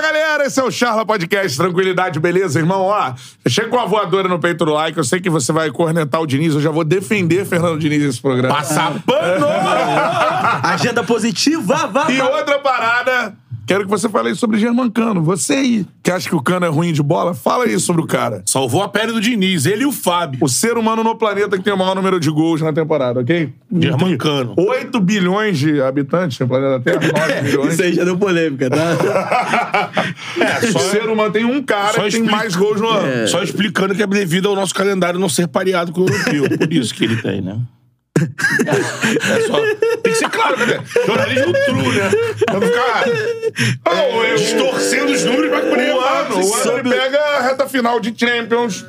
galera, esse é o Charla Podcast. Tranquilidade, beleza, irmão? Ó, chega com a voadora no peito do like. Eu sei que você vai cornetar o Diniz. Eu já vou defender Fernando Diniz nesse programa. Passar pano! Agenda positiva, vá, E vá. outra parada, quero que você fale aí sobre German Cano. Você aí, que acha que o Cano é ruim de bola, fala aí sobre o cara. Salvou a pele do Diniz, ele e o Fábio. O ser humano no planeta que tem o maior número de gols na temporada, ok? Germancano. 8 bilhões de habitantes no planeta Terra, 9 bilhões. Isso aí já deu polêmica, tá? É, O ser humano tem um cara Só que tem explica- mais gols no ano. Só explicando que é devido ao nosso calendário não ser pareado com o europeu. É Por isso que ele tem, né? É só... Tem que ser claro, né? Jornalismo true, né? Pra não ficar Ah, o- o- Distorcendo os números pra poder... o um ano, o ano ele Sobre- pega a reta final de Champions.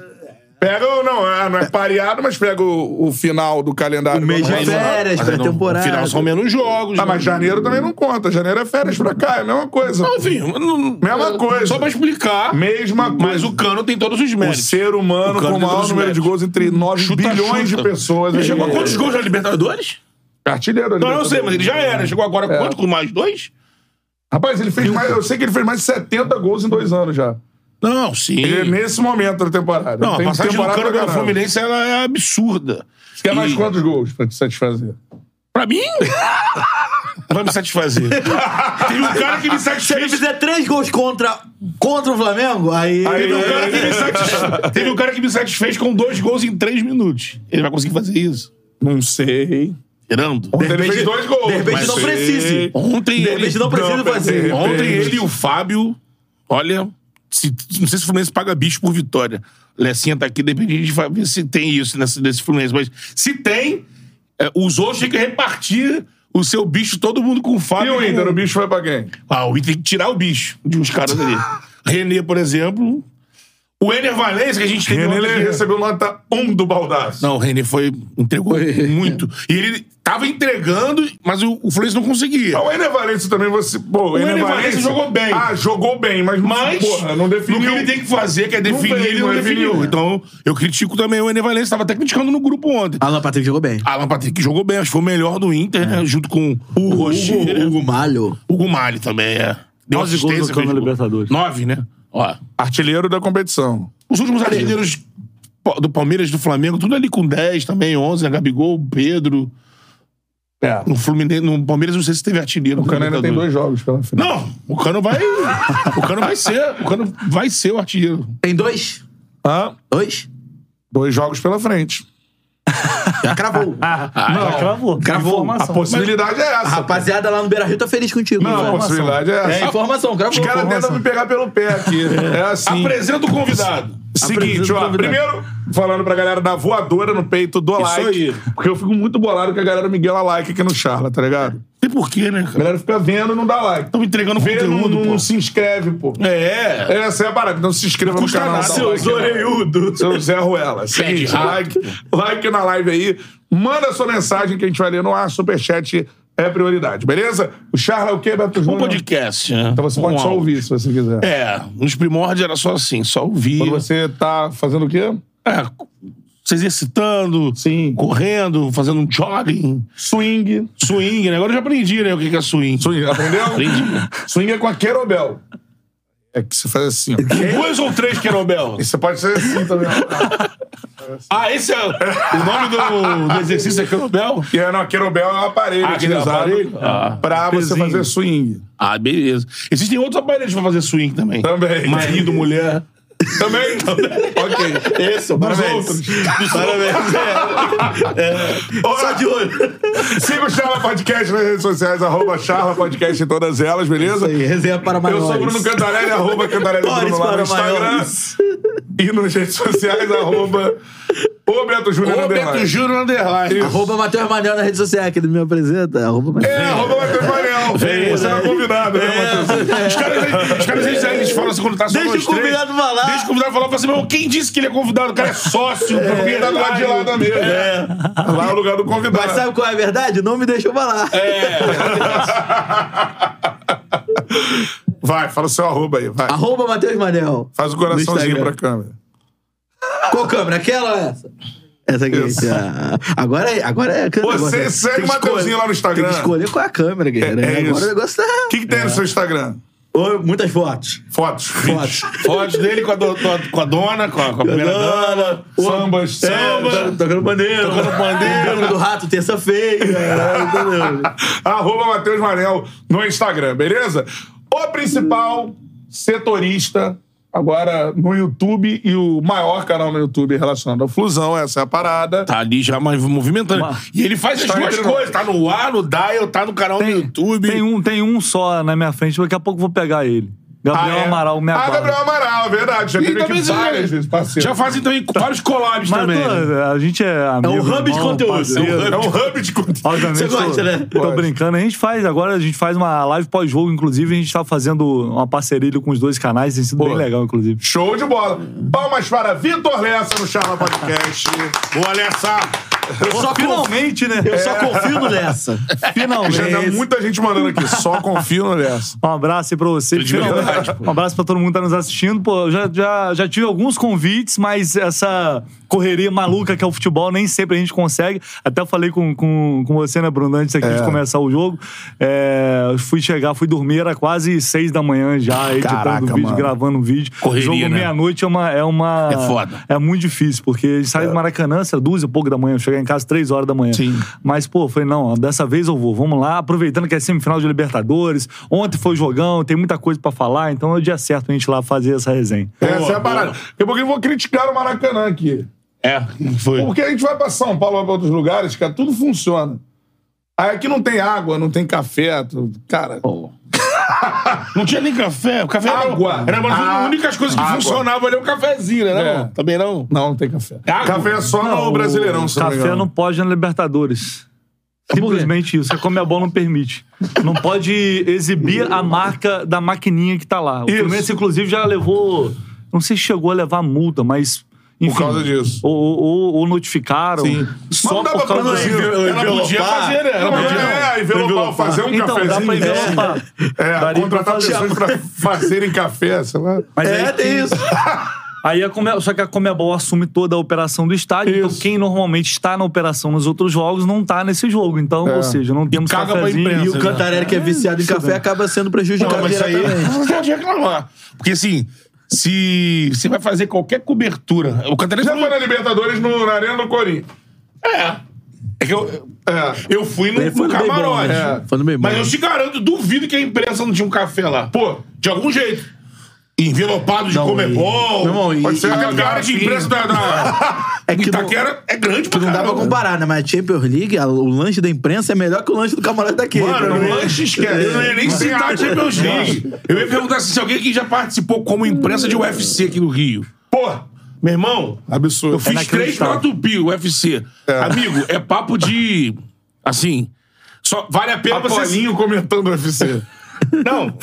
Pega ou não, é, não é pareado, mas pega o, o final do calendário. O mês de normal. férias. Mas aí não- pré-temporada. No final são menos jogos. Ah, mas né? janeiro também não conta. Janeiro é férias pra cá, é a mesma coisa. Enfim, não- Mesma coisa. Só pra explicar. Mesma Mas coisa. o Cano tem todos os O méritos. ser humano O com cara o maior dos número de médicos. gols entre 9 bilhões chuta. de pessoas. Ele chegou a É, quantos gols na Libertadores? Artilheiro. Não, eu Libertadores. sei, mas ele já era. Chegou agora É. quanto? Com mais dois? Rapaz, ele fez mais, eu sei que ele fez mais de 70 gols em dois anos já. Não, sim. Ele é nesse momento da temporada. Não, a Tem passagem do temporada Cano pra pelo caralho. Fluminense ela é absurda. Você quer mais E- quantos gols pra te satisfazer? Pra mim, vai me satisfazer. Tem um cara que me Se ele satisfez. fizer três gols contra, contra o Flamengo, aí. Aí- Teve um, cara que me satis- Teve um cara que me satisfez com dois gols em três minutos. Ele vai conseguir fazer isso? Não sei. Tirando. Ontem ele fez repente- dois gols. de repente mas não sei. precise. Ontem De ele. repente não precisa não, fazer. peraí. Ontem Depende. ele e o Fábio, olha, se- não sei se o Fluminense paga bicho por vitória. Lecinha tá aqui, depende de a gente vai ver se tem isso nesse, desse Fluminense. Mas se tem, é, os outros têm que repartir o seu bicho, todo mundo com o E Fábio. o com- Inter, o bicho vai pra quem? Ah, o Inter tem que tirar o bicho de uns caras ali. Renê, por exemplo. O Ener Valencia, que um a gente teve Renan ontem- ele recebeu nota 1 do Baldassi. Não, o Renê foi, entregou muito. E ele tava entregando, mas o, o Fluminense não conseguia. Ah, O Ener Valencia também, você... Pô, O Ener Valencia jogou bem. Ah, jogou bem, mas, Mas porra, não definiu. no que ele tem que fazer, que é definir, fez, ele não não definiu. definiu. Então, eu critico também o Enem Valencia, estava até criticando no grupo ontem. Alan Patrick jogou bem. Alan Patrick jogou bem, acho que foi o melhor do Inter, né? Junto com o Rocher. Hugo Malho. Hugo Mali também, é. Deu Quantos gols assistência. o Cano fez na gol. Libertadores? Nove, né? Ó. Artilheiro da competição. Os últimos artilheiros pa- do Palmeiras, do Flamengo, tudo ali com 10 também, 11, né? Gabigol, Pedro. É. No Fluminense, no Palmeiras, não sei se teve artilheiro. O Cano ainda tem dois jogos pela final. Não, o Cano vai. o Cano vai ser. O Cano vai ser o artilheiro. Tem dois? Hã? Dois? Dois jogos pela frente. Já cravou. Ah, não, já cravou. Cravou. A Informação. possibilidade é A essa. rapaziada lá no Beira Rio tá feliz contigo. Não, a velho. possibilidade é É essa. informação, cravou. Os caras tentam me pegar pelo pé aqui. É assim. Apresenta o convidado. Seguinte, ó. Apresenta- Primeiro, falando pra galera da voadora no peito do like. aí. Porque eu fico muito bolado que a galera Miguel a like aqui no Charla, tá ligado? Tem porquê, né, A cara? galera fica vendo e não dá like. Estamos entregando Vê, não, conteúdo, não pô. se inscreve, pô. É. Essa é a parada. Então se inscreva no custa canal. nada, dá seu like, zoreiudo. Seu Zé Ruela. Seguinte, like, like na live aí. Manda sua mensagem que a gente vai ler no ar. Superchat é prioridade, beleza? O Charla é o quê, Beto Um Júnior? podcast, né? Então você pode só ouvir se você quiser. É, nos primórdios era só assim, só ouvir. Quando você tá fazendo o quê? É, se exercitando, Sim. correndo, fazendo um jogging, Swing. swing, né? Agora eu já aprendi, né, o que que é swing. Swing, aprendeu? Aprendi. Swing é com a Querobel. É que você faz assim, ó. Dois ou três querobel? E Você pode ser assim também. ó. Ah, esse é o nome do, do exercício é querobel? E é, não, a Querobel é um aparelho Ah, aquele utilizado aparelho? Ah, pra você pezinho. fazer swing. Ah, beleza. Existem outros aparelhos pra fazer swing também. Também. Marido, mulher. Também? ok. Esse, parabéns. Parabéns. Só de olho. Siga o Charla Podcast nas redes sociais, arroba Charla Podcast em todas elas, beleza? Aí, resenha para Eu Manoel. sou Bruno Cantarelli, arroba Cantarelli Boris Bruno lá no para Instagram. maiores. E nas redes sociais, arroba o Beto Júnior Ô, Beto É, Underline. Júnior Underline. Arroba Matheus Manel na rede social aqui do Me Apresenta. Arroba Matheus. É, arroba Matheus Mariel. Você é convidado, né, Matheus? Os caras, os caras eles, eles falam assim quando tá só Deixa nós o três. convidado falar. Deixa o convidado falar. Fala assim, meu, quem disse que ele é convidado? O cara é sócio. É, Porque tá do lado de lá da mesa. Lá é o lugar do Mas convidado. sabe qual é a verdade? Não me deixou falar. Vai, fala seu arroba aí, vai. Arroba Matheus Manel. Faz o coraçãozinho pra Instagram. câmera. Qual câmera? Aquela ou essa? Essa aqui. Isso. essa. Agora é, agora é a câmera. Você Agora- segue tem que o Mateuzinho escolher- lá no Instagram. Tem que escolher qual é a câmera, guerreiro. É- é agora isso. o negócio tá... O que, que tem no seu Instagram? Ô, Muitas fotos. Fotos. Fotos. Fotos dele com a, do- com a- com a dona, com a, com a primeira dona. O- Sambas, É, samba. to- Tocando bandeira. Tocando bandeira. Domingo do rato, terça-feira. entendeu? Arroba Matheus Manel no Instagram, beleza? O principal setorista agora no YouTube e o maior canal no YouTube relacionado ao Flusão, essa é a parada. Tá ali já mais movimentando. Uma- E ele faz as Tá duas entre nós. coisas. Tá no ar, no dial, tá no canal do YouTube. Tem um, tem um só na minha frente, daqui a pouco eu vou pegar ele. Gabriel Ah, é? Amaral, me Ah, aguarda. Gabriel Amaral, verdade. Já E teve aqui também várias você- vezes, parceiro. Já faz então em vários collabs Mas também. pô, né? a gente é amigo. É um hub de irmão, conteúdo. parceiro. É um hub. É um hub de conteúdo. Obviamente, Você gosta, tô, né? tô Gosto. brincando. A gente faz, agora a gente faz uma live pós-jogo, inclusive, a gente tá fazendo uma parceria com os dois canais, tem sido bem legal, inclusive. Show de bola. Palmas para Vitor Lessa no Charla Podcast. Boa, Alessa! Eu só confio, Finalmente, né? eu só confio no Lessa. Finalmente. Já tem muita gente mandando aqui. Só confio no Lessa. Um abraço aí pra você. de verdade, um abraço pra todo mundo que tá nos assistindo. Pô, eu já, já, já tive alguns convites, mas essa correria maluca que é o futebol, nem sempre a gente consegue. Até falei com, com, com você, né, Bruno, antes aqui de começar o jogo. É, eu fui chegar, fui dormir, era quase seis da manhã já, editando Caraca, o vídeo, mano. gravando o vídeo. Correria, jogo né? meia-noite é uma, é uma... É foda. É muito difícil, porque a gente sai do Maracanã, sei lá, duas e pouco da manhã, chegar em casa três horas da manhã. É. Sim. Mas, pô, falei, não, dessa vez eu vou, vamos lá, aproveitando que é semifinal de Libertadores, ontem foi jogão, tem muita coisa pra falar, então é o dia certo a gente ir lá fazer essa resenha. Essa é a parada. boa. Daqui a pouquinho eu vou criticar o Maracanã aqui. É, foi. Porque a gente vai pra São Paulo, vai pra outros lugares, cara, tudo funciona. Aí aqui não tem água, não tem café, tu- cara. Não tinha nem café. O café Água. era, era uma das Ah, únicas coisas que água. funcionava ali, o cafezinho, né? É. Não, Também não. Não, não tem café. Água? Café é só no Brasileirão, se não me Café engano. não pode na Libertadores. Ah, quê? Simplesmente isso. é A Comebol não permite. Não pode exibir a marca da maquininha que tá lá. O Isso. Fluminense, inclusive, já levou. Não sei se chegou a levar multa, mas. Enfim, causa disso. Ou, ou- ou notificaram. Sim. Só Mas não dá por pra causa produzir, disso. viu? Ela envelopar. podia fazer, né? Ela Não, podia. é, envelopar, fazer um então, cafezinho. dá pra envelopar. É, Daria pra contratar fazer. pessoas um pra fazerem café, sei lá. Mas É, aí tem isso. Aí a Come... Só que a Comebol assume toda a operação do estádio, então Isso. quem normalmente está na operação nos outros jogos não está nesse jogo. Então, ou seja, não temos É. caga pra cafezinho. imprensa, E E o o Cantarelli, que é viciado em café, acaba sendo prejudicado Não, mas isso aí diretamente. não pode reclamar. Porque assim, se você vai fazer qualquer cobertura. O Cantarelli Já falou. foi na Libertadores no, na Arena do Corinthians. É. É que eu, É. eu fui no, Ele foi no no bem bom, camarote. É. né? Foi no bem bom. Mas eu te garanto, duvido que a imprensa não tinha um café lá. Pô, de algum jeito. Envelopado de Não, Comebol. e- Meu irmão, e- Pode ser e- até porque a área de imprensa da, da É que não- Itaquera é grande pra Não dá pra caramba. comparar, né? Mas a Champions League, a- o lanche da imprensa é melhor que o lanche do camarote daquele. Mano, né? o lanche esquece. Eu não ia nem citar a Champions League. Eu ia perguntar se alguém aqui já participou como imprensa de UFC aqui no Rio. Pô, Meu irmão, absurdo. eu fiz três inacreditável. pra Tupi, UFC. Amigo, é papo de. Assim. Só vale a pena você. Apolinho comentando o UFC. Não,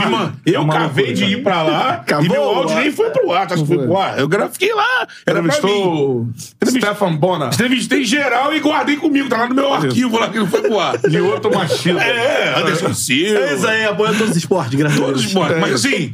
irmã, eu uma cavei loucura, de ir pra lá e Acabou meu o áudio ar. nem foi pro ar. tá? Acho que foi pro ar. Eu gra- fiquei lá. Era pra mim. Entrevistou o Stefan Bona Entrevistei geral e guardei comigo. Tá lá no meu arquivo lá que não foi pro ar. e outro machista. É, Anderson Silva. É isso aí, apoia todos os esportes, graças a Todos Deus. morrem. Mas assim,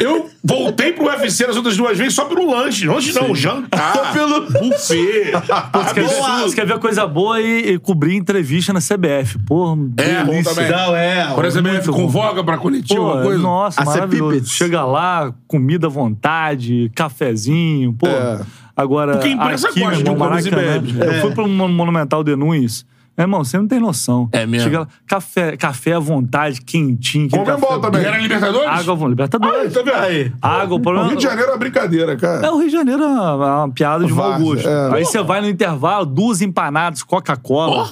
eu voltei pro UFC nas outras duas vezes só pelo lanche. Lanche não, jantar. Só pelo- buffet. Você quer, ver, Absurdo. você quer ver coisa boa e, e cobrir entrevista na CBF. Pô, É, bom também. Não, é. Por exemplo, Muito bom. convoca pra coletiva, Pô, uma coisa. Nossa, A ser maravilhoso. pipets. Chega lá, comida à vontade, cafezinho, pô. É. Agora, Porque a imprensa aqui, gosta meu irmão, de comes e Maracanã, bebes, Eu fui pro Mon- Monumental de Nunes. Meu irmão, você não tem noção. É mesmo? Chega lá, café, café à vontade, quentinho. aquele Comembol café- também. Era Libertadores? Água, vamos, Libertadores. Ah, Tá vendo? Aí. Água, O o problema... Rio de Janeiro é uma brincadeira, É, cara. o Rio de Janeiro é uma, uma piada de mau Várzea, gosto. é. Aí você vai no intervalo, duas empanadas, Coca-Cola.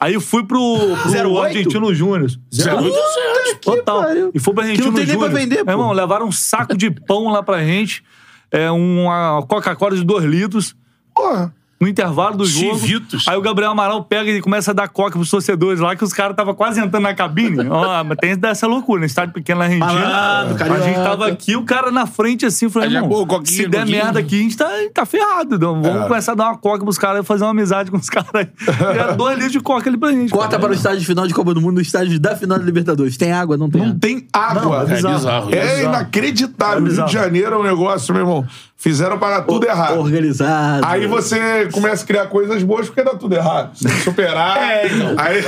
Aí eu fui pro, pro 08? Argentino Júnior. Zero oito, zero. Total. pariu. E foi pro Argentino Que não tem nem pra Júnior. vender, pô. É, irmão, levaram um saco de pão lá pra gente, é, uma Coca-Cola de dois litros. Porra. No intervalo do jogo. Chivitos. Aí o Gabriel Amaral pega e começa a dar coca pros torcedores lá, que os caras estavam quase entrando na cabine. Ó, mas tem dessa loucura, né? Estádio pequeno na Argentina. Malandro, a gente carioca. tava aqui, o cara na frente assim, falou, Aí já, irmão, pô, coquinha, se der coquinha. merda aqui, a gente tá, tá ferrado. Então, vamos É. começar a dar uma coca pros caras e fazer uma amizade com os caras. aí. E Era dois litros de coca ali pra gente. Corta para o estádio de final de Copa do Mundo, no estádio da final da Libertadores. Tem água? Não tem. Não tem água. Não, é é bizarro. bizarro. É inacreditável. É o Rio bizarro. de Janeiro é um negócio, meu irmão. Fizeram para tudo errado. Organizado. Aí você começa a criar coisas boas porque dá tudo errado. Você tem que superar. É, então. Aí...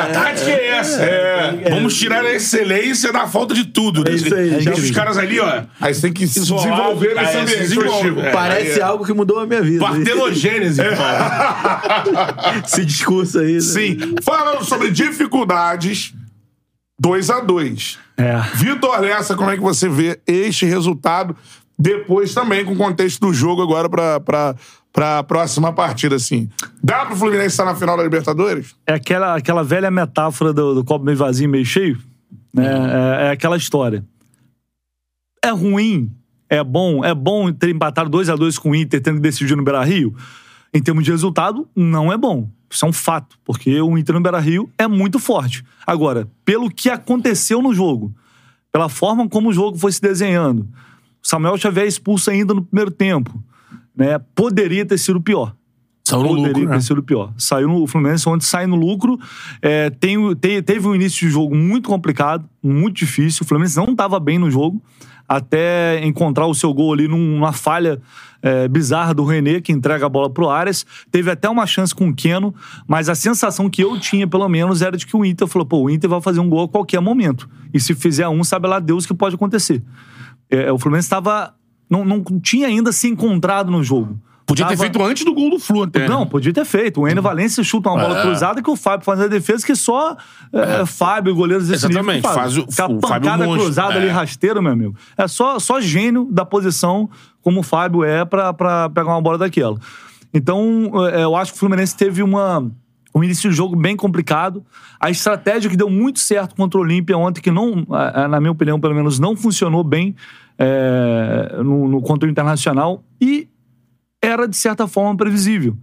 A tática é essa. É. Vamos tirar a excelência da falta de tudo. É isso aí, Deixa os gente. caras ali, ó. Aí você tem que se Isolado, desenvolver nesse é, se ambiente. desenvolve, Chico. é. Parece algo que mudou a minha vida. Partenogênese, cara. Esse discurso aí. né? Sim. Falando sobre dificuldades, 2 a 2 É. Vitor Lessa, como é que você vê este resultado? Depois também com o contexto do jogo agora pra, pra, pra próxima partida, assim. Dá pro Fluminense estar na final da Libertadores? é aquela, aquela velha metáfora do, do copo meio vazio, meio cheio. né? É, é aquela história. É ruim, é bom, é bom ter empatado 2 a 2 com o Inter, tendo que decidir no Beira Rio. Em termos de resultado, não é bom. Isso é um fato, porque o Inter no Beira Rio é muito forte. Agora, pelo que aconteceu no jogo, pela forma como o jogo foi se desenhando, o Samuel Xavier é expulso ainda no primeiro tempo. Né? Poderia ter sido pior São né? poderia ter sido pior. Saiu no, o Fluminense ontem sai no lucro. É, tem, o- te- teve um início de jogo muito complicado, muito difícil. O Fluminense não estava bem no jogo. Até encontrar o seu gol ali num- numa falha é, bizarra do René, que entrega a bola pro Arias. Teve até uma chance com o Keno, mas a sensação que eu tinha, pelo menos, era de que o Inter falou: pô, o Inter vai fazer um gol a qualquer momento. E se fizer um, sabe lá Deus o que pode acontecer. É, o Fluminense estava. Não, não tinha ainda se encontrado no jogo. Podia ter Tava- feito antes do gol do Flu até. né? não, podia ter feito. O Enio Valência chuta uma bola Uhum. É. cruzada que o Fábio faz a defesa que só é, Fábio, goleiro desse Exatamente, nível, faz o- Aquela o Fábio pancada monstro, cruzada ali, é. rasteiro, meu amigo. É só, só gênio da posição como o Fábio é pra, pra pegar uma bola daquela. Então, é, eu acho que o Fluminense teve uma... Um início de jogo bem complicado. A estratégia que deu muito certo contra o Olímpia ontem, que não, a- a- na minha opinião, pelo menos, não funcionou bem é, no, no contra o Internacional. E era, de certa forma, previsível.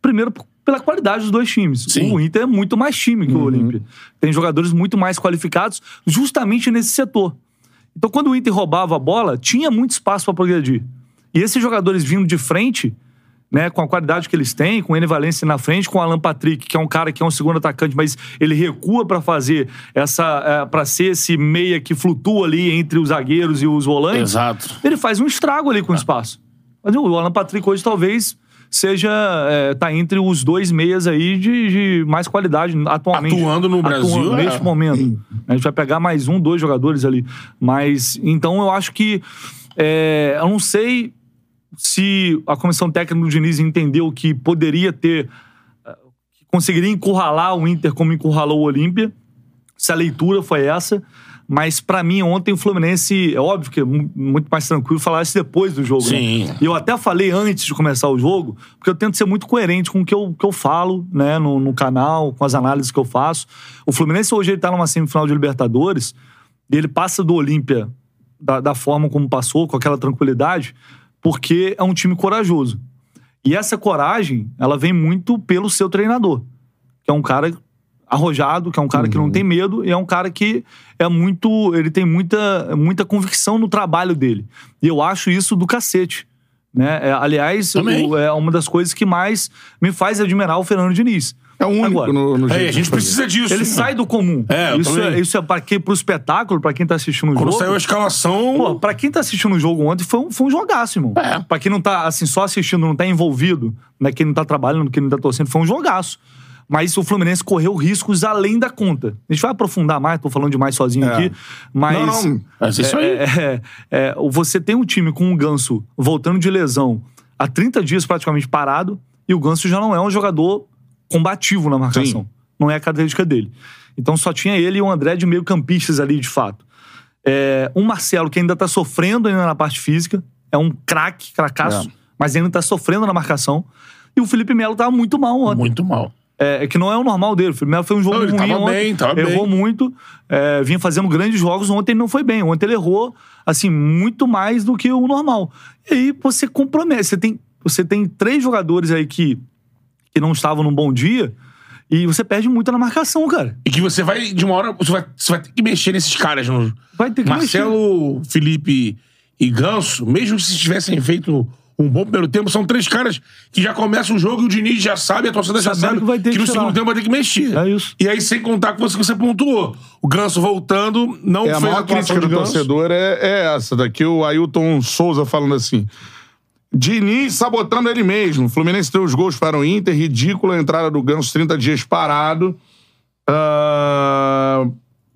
Primeiro, p- pela qualidade dos dois times. Sim. O Inter é muito mais time que o Olímpia. Tem jogadores muito mais qualificados, justamente nesse setor. Então, quando o Inter roubava a bola, tinha muito espaço para progredir. E esses jogadores vindo de frente, né, com a qualidade que eles têm, com o Enem Valencia na frente, com o Alan Patrick, que é um cara que é um segundo atacante, mas ele recua para fazer essa. para ser esse meia que flutua ali entre os zagueiros e os volantes Exato. ele faz um estrago ali com o espaço. Mas o Alan Patrick hoje talvez seja. É, tá entre os dois meias aí de, de mais qualidade atualmente. Atuando no Brasil, é. Neste momento. A gente vai pegar mais um, dois jogadores ali. Mas. Então eu acho que. é, eu não sei se a comissão técnica do Diniz entendeu que poderia ter. eh, que conseguiria encurralar o Inter como encurralou o Olímpia se a leitura foi essa. Mas pra mim, ontem o Fluminense, é óbvio que é mu- muito mais tranquilo falar isso depois do jogo. né? Sim. E eu até falei antes de começar o jogo, porque eu tento ser muito coerente com o que eu, que eu falo né, no, no canal, com as análises que eu faço. O Fluminense hoje ele tá numa semifinal de Libertadores e ele passa do Olímpia da, da forma como passou, com aquela tranquilidade, porque é um time corajoso. E essa coragem, ela vem muito pelo seu treinador, que é um cara arrojado, que é um cara que não Uhum. tem medo e é um cara que é muito, ele tem muita, muita convicção no trabalho dele. E eu acho isso do cacete. Né? É, aliás, Também. o- é uma das coisas que mais me faz admirar o Fernando Diniz. É o único Agora, no, no É, jeito a gente de fazer. precisa disso. né? Ele sai do comum. É, eu isso, também. é, isso é para quem pro espetáculo, pra quem tá assistindo o Quando jogo. saiu a escalação. Pô, pra quem tá assistindo o jogo ontem, foi um, foi um jogaço, irmão. É. Pra quem não tá, assim, só assistindo, não tá envolvido, né? Quem não tá trabalhando, quem não tá torcendo, foi um jogaço. Mas o Fluminense correu riscos além da conta. A gente vai aprofundar mais, tô falando demais sozinho É. aqui. Mas. Não, não. Mas isso aí. É, é, é, você tem um time com o Ganso voltando de lesão há 30 dias praticamente parado, e o Ganso já não é um jogador combativo na marcação. Não é a característica dele. Então só tinha ele e o André de meio campistas ali, de fato. É, um Marcelo que ainda tá sofrendo ainda na parte física, é um craque, cracaço, É. mas ainda tá sofrendo na marcação. E o Felipe Melo tava muito mal ontem. Muito mal. É, é que não é o normal dele. O Felipe Melo foi um jogo Não, ele ruim tava ontem. bem, tava errou bem. muito. é, vinha fazendo grandes jogos. Ontem ele não foi bem. Ontem ele errou, assim, muito mais do que o normal. E aí você compromete. Você tem, você tem três jogadores aí que, que não estavam num bom dia e você perde muito na marcação, cara. E que você vai, de uma hora, você vai, você vai ter que mexer nesses caras. No... Vai ter que mexer. Marcelo, Felipe e Ganso, mesmo se tivessem feito um bom primeiro tempo. São três caras que já começam o jogo e o Diniz já sabe, a torcida já Sabendo sabe que vai ter que no tirar. segundo tempo vai ter que mexer. É isso. E aí, sem contar com você que você pontuou. O Ganso voltando, não É, a fez a maior atuação crítica do do Ganso. torcedor é, é essa. Daqui o Ailton Souza falando assim. Diniz sabotando ele mesmo. Fluminense deu os gols para o Inter. Ridícula a entrada do Ganso, 30 dias parado. Ah,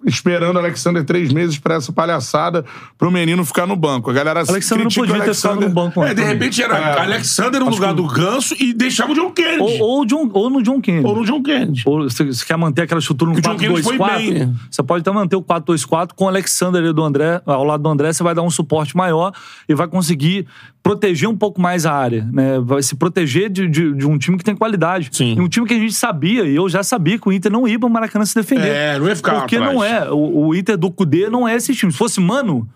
esperando o Alexander três meses para essa palhaçada pro menino ficar no banco. A galera Alexander não critica o podia ter ficado Alexander. no banco. É, de repente era É. Alexander no lugar do Ganso e deixava o John Kennedy. Ou, ou, John- ou no John Kennedy. Ou no John Kennedy. Ou se você quer manter aquela estrutura no O John Kennedy foi 4-2-4, bem. você pode até manter o 4-2-4 com o Alexander ali do André, ao lado do André, você vai dar um suporte maior e vai conseguir proteger um pouco mais a área, né? Vai se proteger de, de- de um time que tem qualidade. Sim. E um time que a gente sabia, e eu já sabia que o Inter não ia pro Maracanã se defender. É, não ia ficar lá Porque atrás. não é. O, o Inter do Cudê não é esse time. Se fosse Mano,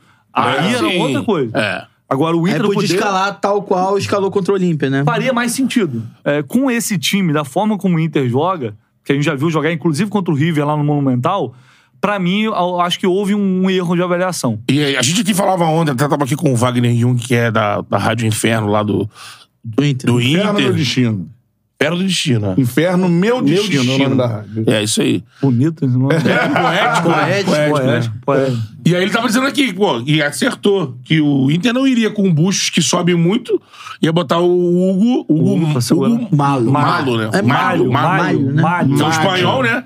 É, aí era sim. outra coisa. É. Agora o Aí Inter do podia Cudê... escalar tal qual escalou contra o Olímpia, né? faria mais sentido. É, com esse time, da forma como o Inter joga, que a gente já viu jogar, inclusive contra o River lá no Monumental, pra mim, eu acho que houve um erro de avaliação. E aí, a gente aqui falava ontem, até tava aqui com o Wagner Jung, que é da, da Rádio Inferno, lá do, Do Inter. do Inferno meu Inter. destino. Inferno do Destino. né? Inferno meu destino, é o nome Destino. da rádio. É, isso aí. Bonito esse nome. Poético, Poético, né? né? É. Poético, poético. E aí ele tava dizendo aqui, pô, e acertou, que o Inter não iria com o Bustos, que sobe muito, ia botar o Hugo... Hugo, Hugo, pra segurar. Hugo Um, é Malo. Malo, né? É Malho, Malho, Malho, malho, né? malho. que é um malho. espanhol, né?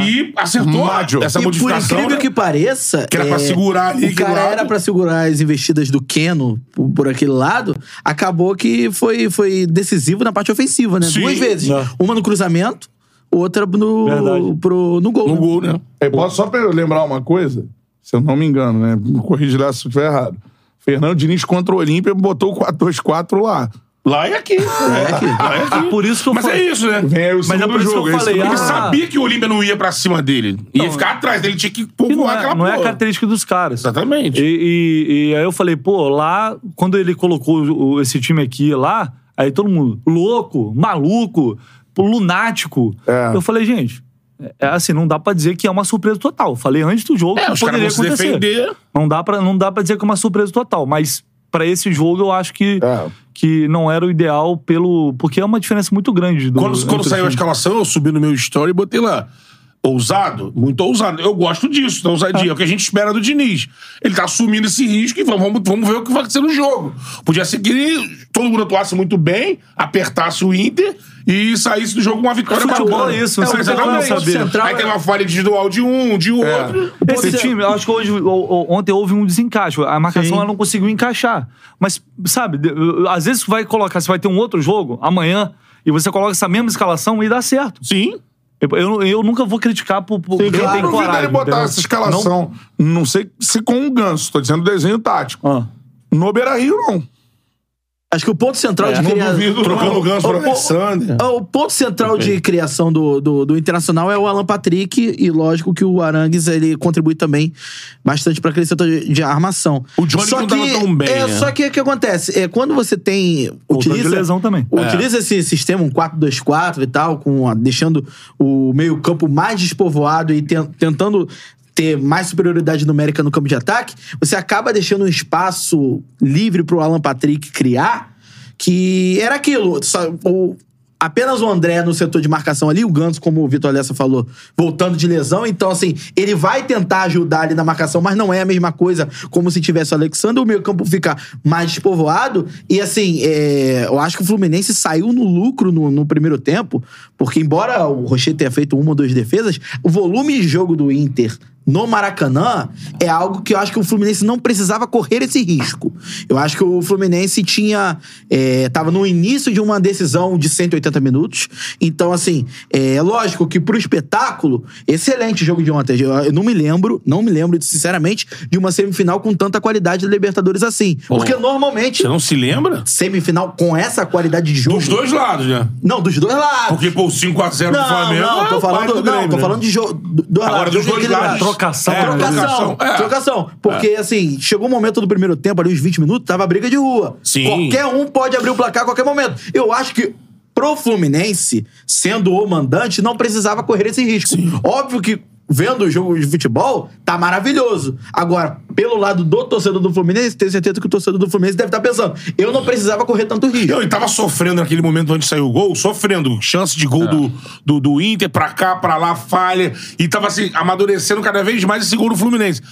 E acertou Mádio. essa e por modificação. incrível né? que pareça. é, Que era pra segurar ali, O que cara lado. era pra segurar as investidas do Keno por, por aquele lado. Acabou que foi, foi decisivo na parte ofensiva, né? Sim. Duas vezes. Não. Uma no cruzamento, outra no, Verdade. pro, no gol. No né? gol, né? É, posso só pra eu lembrar uma coisa? Se eu não me engano, né? Me corrige lá se eu estiver errado. Fernando Diniz contra o Olímpia botou o 4-2-4 lá. Lá e aqui. Lá e aqui. Ah, Por isso que eu Mas é falei. isso, né? Vem aí o Mas é segundo por isso que eu jogo. esse falei, segundo Ele Ah. jogo. sabia que o Olímpia não ia pra cima dele. Ia ficar atrás dele, tinha que que Não povoar é, aquela não é a porra. característica dos caras. Exatamente. E, e- e aí eu falei, pô, lá, quando ele colocou o- esse time aqui lá, aí todo mundo, louco, maluco, lunático. É. Eu falei, gente, é assim, não dá pra dizer que é uma surpresa total. Eu falei antes do jogo É, que os caras poderia vão se acontecer. defender. Não dá pra não dá para dizer que é uma surpresa total, mas pra esse jogo eu acho que, É. que não era o ideal pelo porque é uma diferença muito grande do Quando, quando entre os saiu a times. escalação, eu subi no meu story e botei lá. Ousado? Muito ousado. Eu gosto disso, da ousadia. É o que a gente espera do Diniz. Ele tá assumindo esse risco e vamos, vamos- vamos ver o que vai acontecer no jogo. Podia ser que ele- todo mundo atuasse muito bem, apertasse o Inter e saísse do jogo com uma vitória Futebol bacana. é isso, não sei se tá você exatamente. vai saber. Central é- Aí tem uma falha individual de um, de outro. Esse time, eu acho que hoje, o- o- ontem houve um desencaixe. A marcação Sim. ela não conseguiu encaixar. Mas, sabe, de- eu- às vezes vai colocar, você vai ter um outro jogo amanhã e você coloca essa mesma escalação e dá certo. Sim. Eu, eu, eu nunca vou criticar por, por Sim, eu quem tem não duvido coragem, ele botar entendeu? essa escalação. Não... sei se com um ganso, tô dizendo desenho tático. Não- ah. No Beira Rio, não. Acho que o ponto central É. de não cria- duvido. Trocando o Ganso por É. Ô, ô, Alexander. Ah, O ponto central de criação do, do, do Internacional é o Alan Patrick, e lógico que o Arangues ele contribui também bastante para aquele setor de, de armação. O Johnny só não que, tava tão bem, É, né? Só que o que acontece? É, quando você tem. Voltou de Utiliza, lesão também. É. utiliza esse sistema, um 4-2-4 e tal, com, a- deixando o meio-campo mais despovoado e ten- tentando ter mais superioridade numérica no campo de ataque, você acaba deixando um espaço livre pro Alan Patrick criar, que era aquilo. Só, o- apenas o André no setor de marcação ali, o Ganso, como o Vitor Alessa falou, voltando de lesão. Então, assim, ele vai tentar ajudar ali na marcação, mas não é a mesma coisa como se tivesse o Alexandre. O meio-campo fica mais despovoado. E, assim, é, eu acho que o Fluminense saiu no lucro no, no primeiro tempo, porque, embora o Rocher tenha feito uma ou duas defesas, o volume de jogo do Inter. No Maracanã é algo que eu acho que o Fluminense não precisava correr esse risco. Eu acho que o Fluminense tinha. É, tava no início de uma decisão de 180 minutos. Então, assim, é lógico que pro espetáculo, excelente jogo de ontem. Eu, eu não me lembro, não me lembro, sinceramente, de uma semifinal com tanta qualidade de Libertadores assim. Porque normalmente, Você não se lembra? semifinal com essa qualidade de jogo. Dos dois lados, né? Não, dos dois lados. Porque, pô, o 5x0 do Não, Flamengo. não, é tô o falando, baile do não, Grêmio, tô né? falando de jogo. Dois Agora, lados, dos dois equilibrados. lados. Trocação, É, né? Trocação, trocação. É. trocação. Porque, assim, chegou o momento do primeiro tempo, ali uns 20 minutos, tava briga de rua. Sim. Qualquer um pode abrir o placar a qualquer momento. Eu acho que pro Fluminense, sendo o mandante, não precisava correr esse risco. Óbvio que vendo o jogo de futebol, tá maravilhoso. Agora, pelo lado do torcedor do Fluminense, tenho certeza que o torcedor do Fluminense deve estar pensando. Eu não precisava correr tanto risco. É Não, ele tava sofrendo naquele momento antes de sair o gol, sofrendo. Chance de É. gol do, do, do Inter, pra cá, pra lá, falha. E tava assim, amadurecendo cada vez mais esse gol do Fluminense.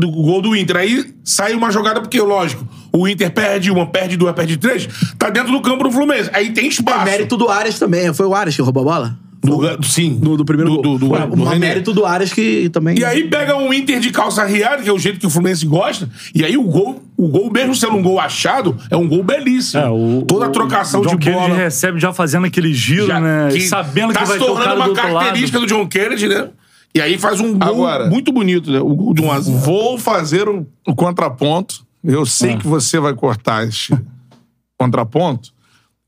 Do gol do Inter. Aí sai uma jogada, porque, lógico, o Inter perde uma, perde duas, perde três, tá dentro do campo do Fluminense. Aí tem É espaço. mérito do Arias também. Foi o Arias que roubou a bola? do, sim. Do, do primeiro gol. do, do- do- Foi do um René. mérito do Arias que também... E aí pega um Inter de calça riada, que é o jeito que o Fluminense gosta, e aí o gol, o gol mesmo sendo um gol achado, é um gol belíssimo. É, o- Toda a o trocação John de bola. Kennedy recebe já fazendo aquele giro, já- né? que Sabendo tá que vai se tornando tocar do uma outro lado. característica do John Kennedy, né? E aí faz um gol Agora- muito bonito, né? O gol de um azar. Vou fazer o, o contraponto. Eu Ah. sei que você vai cortar este contraponto.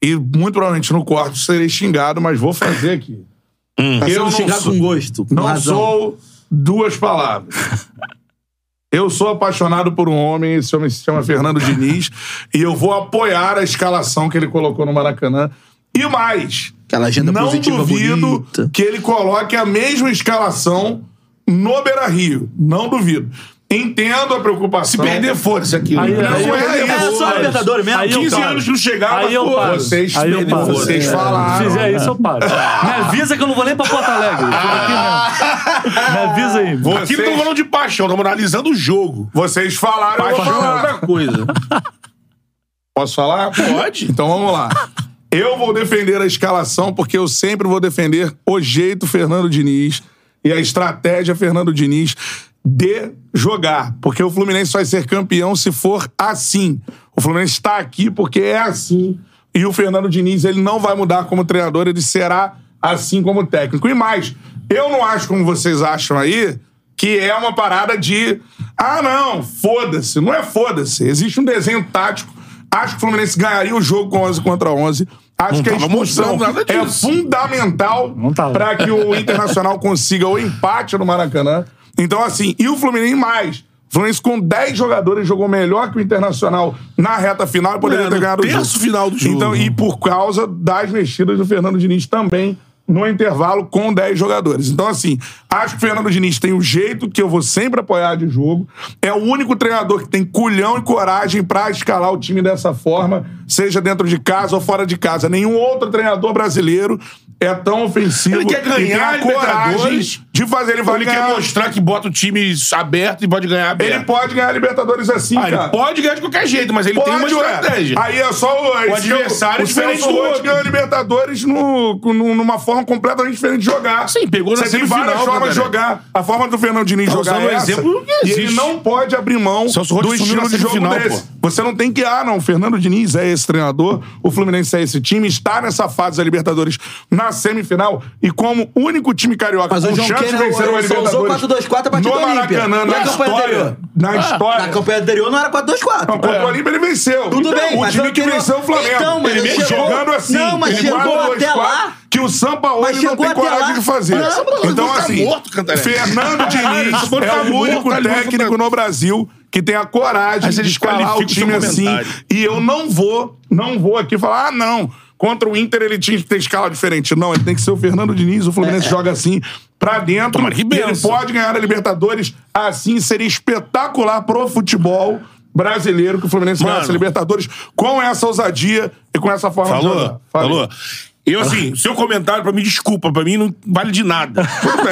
E muito provavelmente no corte serei xingado, mas vou fazer aqui. Hum. tá eu sendo não xingado sou- com gosto, com Não razão. sou duas palavras. Eu sou apaixonado por um homem, esse homem se chama Fernando Diniz, e eu vou apoiar a escalação que ele colocou no Maracanã. E mais, Aquela agenda não positiva duvido bonita. que ele coloque a mesma escalação no Beira-Rio. Não duvido. Entendo a Se preocupação. perder, foda-se aquilo. Aí- Não aí- é aí- isso. É só a Libertadores mesmo. Aí eu 15 paro. anos que não chegava, Aí eu pô, paro. vocês aí eu perderam, paro. vocês É. falaram. Se fizer isso, eu paro. Ah. Me avisa que eu não vou nem pra Porto Alegre. Eu fico aqui mesmo. Me avisa aí. Aqui não Vocês- estamos falando de paixão, estamos analisando o jogo. Vocês falaram, eu vou Paixão é falar. outra coisa. Posso falar? Pode. Então vamos lá. Eu vou defender a escalação porque eu sempre vou defender o jeito Fernando Diniz e a estratégia Fernando Diniz de jogar. Porque o Fluminense vai ser campeão se for assim. O Fluminense está aqui porque é assim. E o Fernando Diniz ele não vai mudar como treinador, ele será assim como técnico. E mais, eu não acho como vocês acham aí que é uma parada de. Ah, não, foda-se. Não é foda-se. Existe um desenho tático. Acho que o Fluminense ganharia o jogo com 11 contra 11. Acho que a tava expulsão mostrando tá nada é disso. tá fundamental Não tava. para que o Internacional consiga o empate no Maracanã. Então, assim, e o Fluminense mais. O Fluminense com 10 jogadores jogou melhor que o Internacional na reta final e poderia É, ter no ganhado o jogo. terço final do jogo. Então, e por causa das mexidas do Fernando Diniz também no intervalo com 10 jogadores. Então, assim, acho que o Fernando Diniz tem o jeito que eu vou sempre apoiar de jogo. É o único treinador que tem culhão e coragem pra escalar o time dessa forma, seja dentro de casa ou fora de casa. Nenhum outro treinador brasileiro é tão ofensivo Ele quer e tem ganhar a coragem Libertadores, de fazer ele vai Ele ganhar. quer mostrar que bota o time aberto e pode ganhar aberto. Ele pode ganhar a Libertadores assim, Ah, cara. ele pode ganhar de qualquer jeito, mas ele tem uma Pode, ué. estratégia. Aí é só o, esse adversário o é diferente Celso do Roth outro. ganhou a Libertadores no, com- num- numa forma completamente diferente de jogar. Sim, pegou na Você tem semifinal, várias formas de cara. jogar. A forma do Fernando Diniz Tá jogar usando é um essa. exemplo que e ele existe. não pode abrir mão Celso Roth do sumiu na estilo de jogo semifinal, desse. pô. Você não tem que, ah, não, o Fernando Diniz é esse treinador, o Fluminense é esse time, está nessa fase da Libertadores na semifinal e como único time carioca Mas o com João chance de Queira vencer o só usou Libertadores 4-2-4 a partir no do Olímpia. Maracanã, né? Na na campanha história, anterior. Ah, na Na história, campanha anterior não era 4-2-4. não, contra o Olímpia ele venceu. Tudo Então, bem, o mas time eu que queria- venceu o Flamengo. Então, mas ele ele mesmo chegou- jogando assim. Não, mas ele chegou guardou até as quatro lá. Que o Sampaoli Mas não chegou tem até coragem lá. de fazer. Mas o Sampaoli então, tá assim, morto, Cantarelli. Fernando Caralho, o Diniz Sampaoli é tá o morto, único tá morto, técnico tá- no Brasil que tem a coragem Aí você de escalar o desqualifica o time seu assim. comentário. E eu não vou, não vou aqui falar, ah, não. Contra o Inter ele tinha que ter escala diferente. Não, ele tem que ser o Fernando Diniz. O É. Fluminense joga assim pra dentro. Tomara que E ele benção. pode ganhar a Libertadores. Assim seria espetacular pro futebol brasileiro que o Fluminense Mano. ganhasse a Libertadores com essa ousadia e com essa forma de Falou? jogar. Falei. Falou? Eu, assim, seu comentário, pra mim, desculpa, pra mim não vale de nada.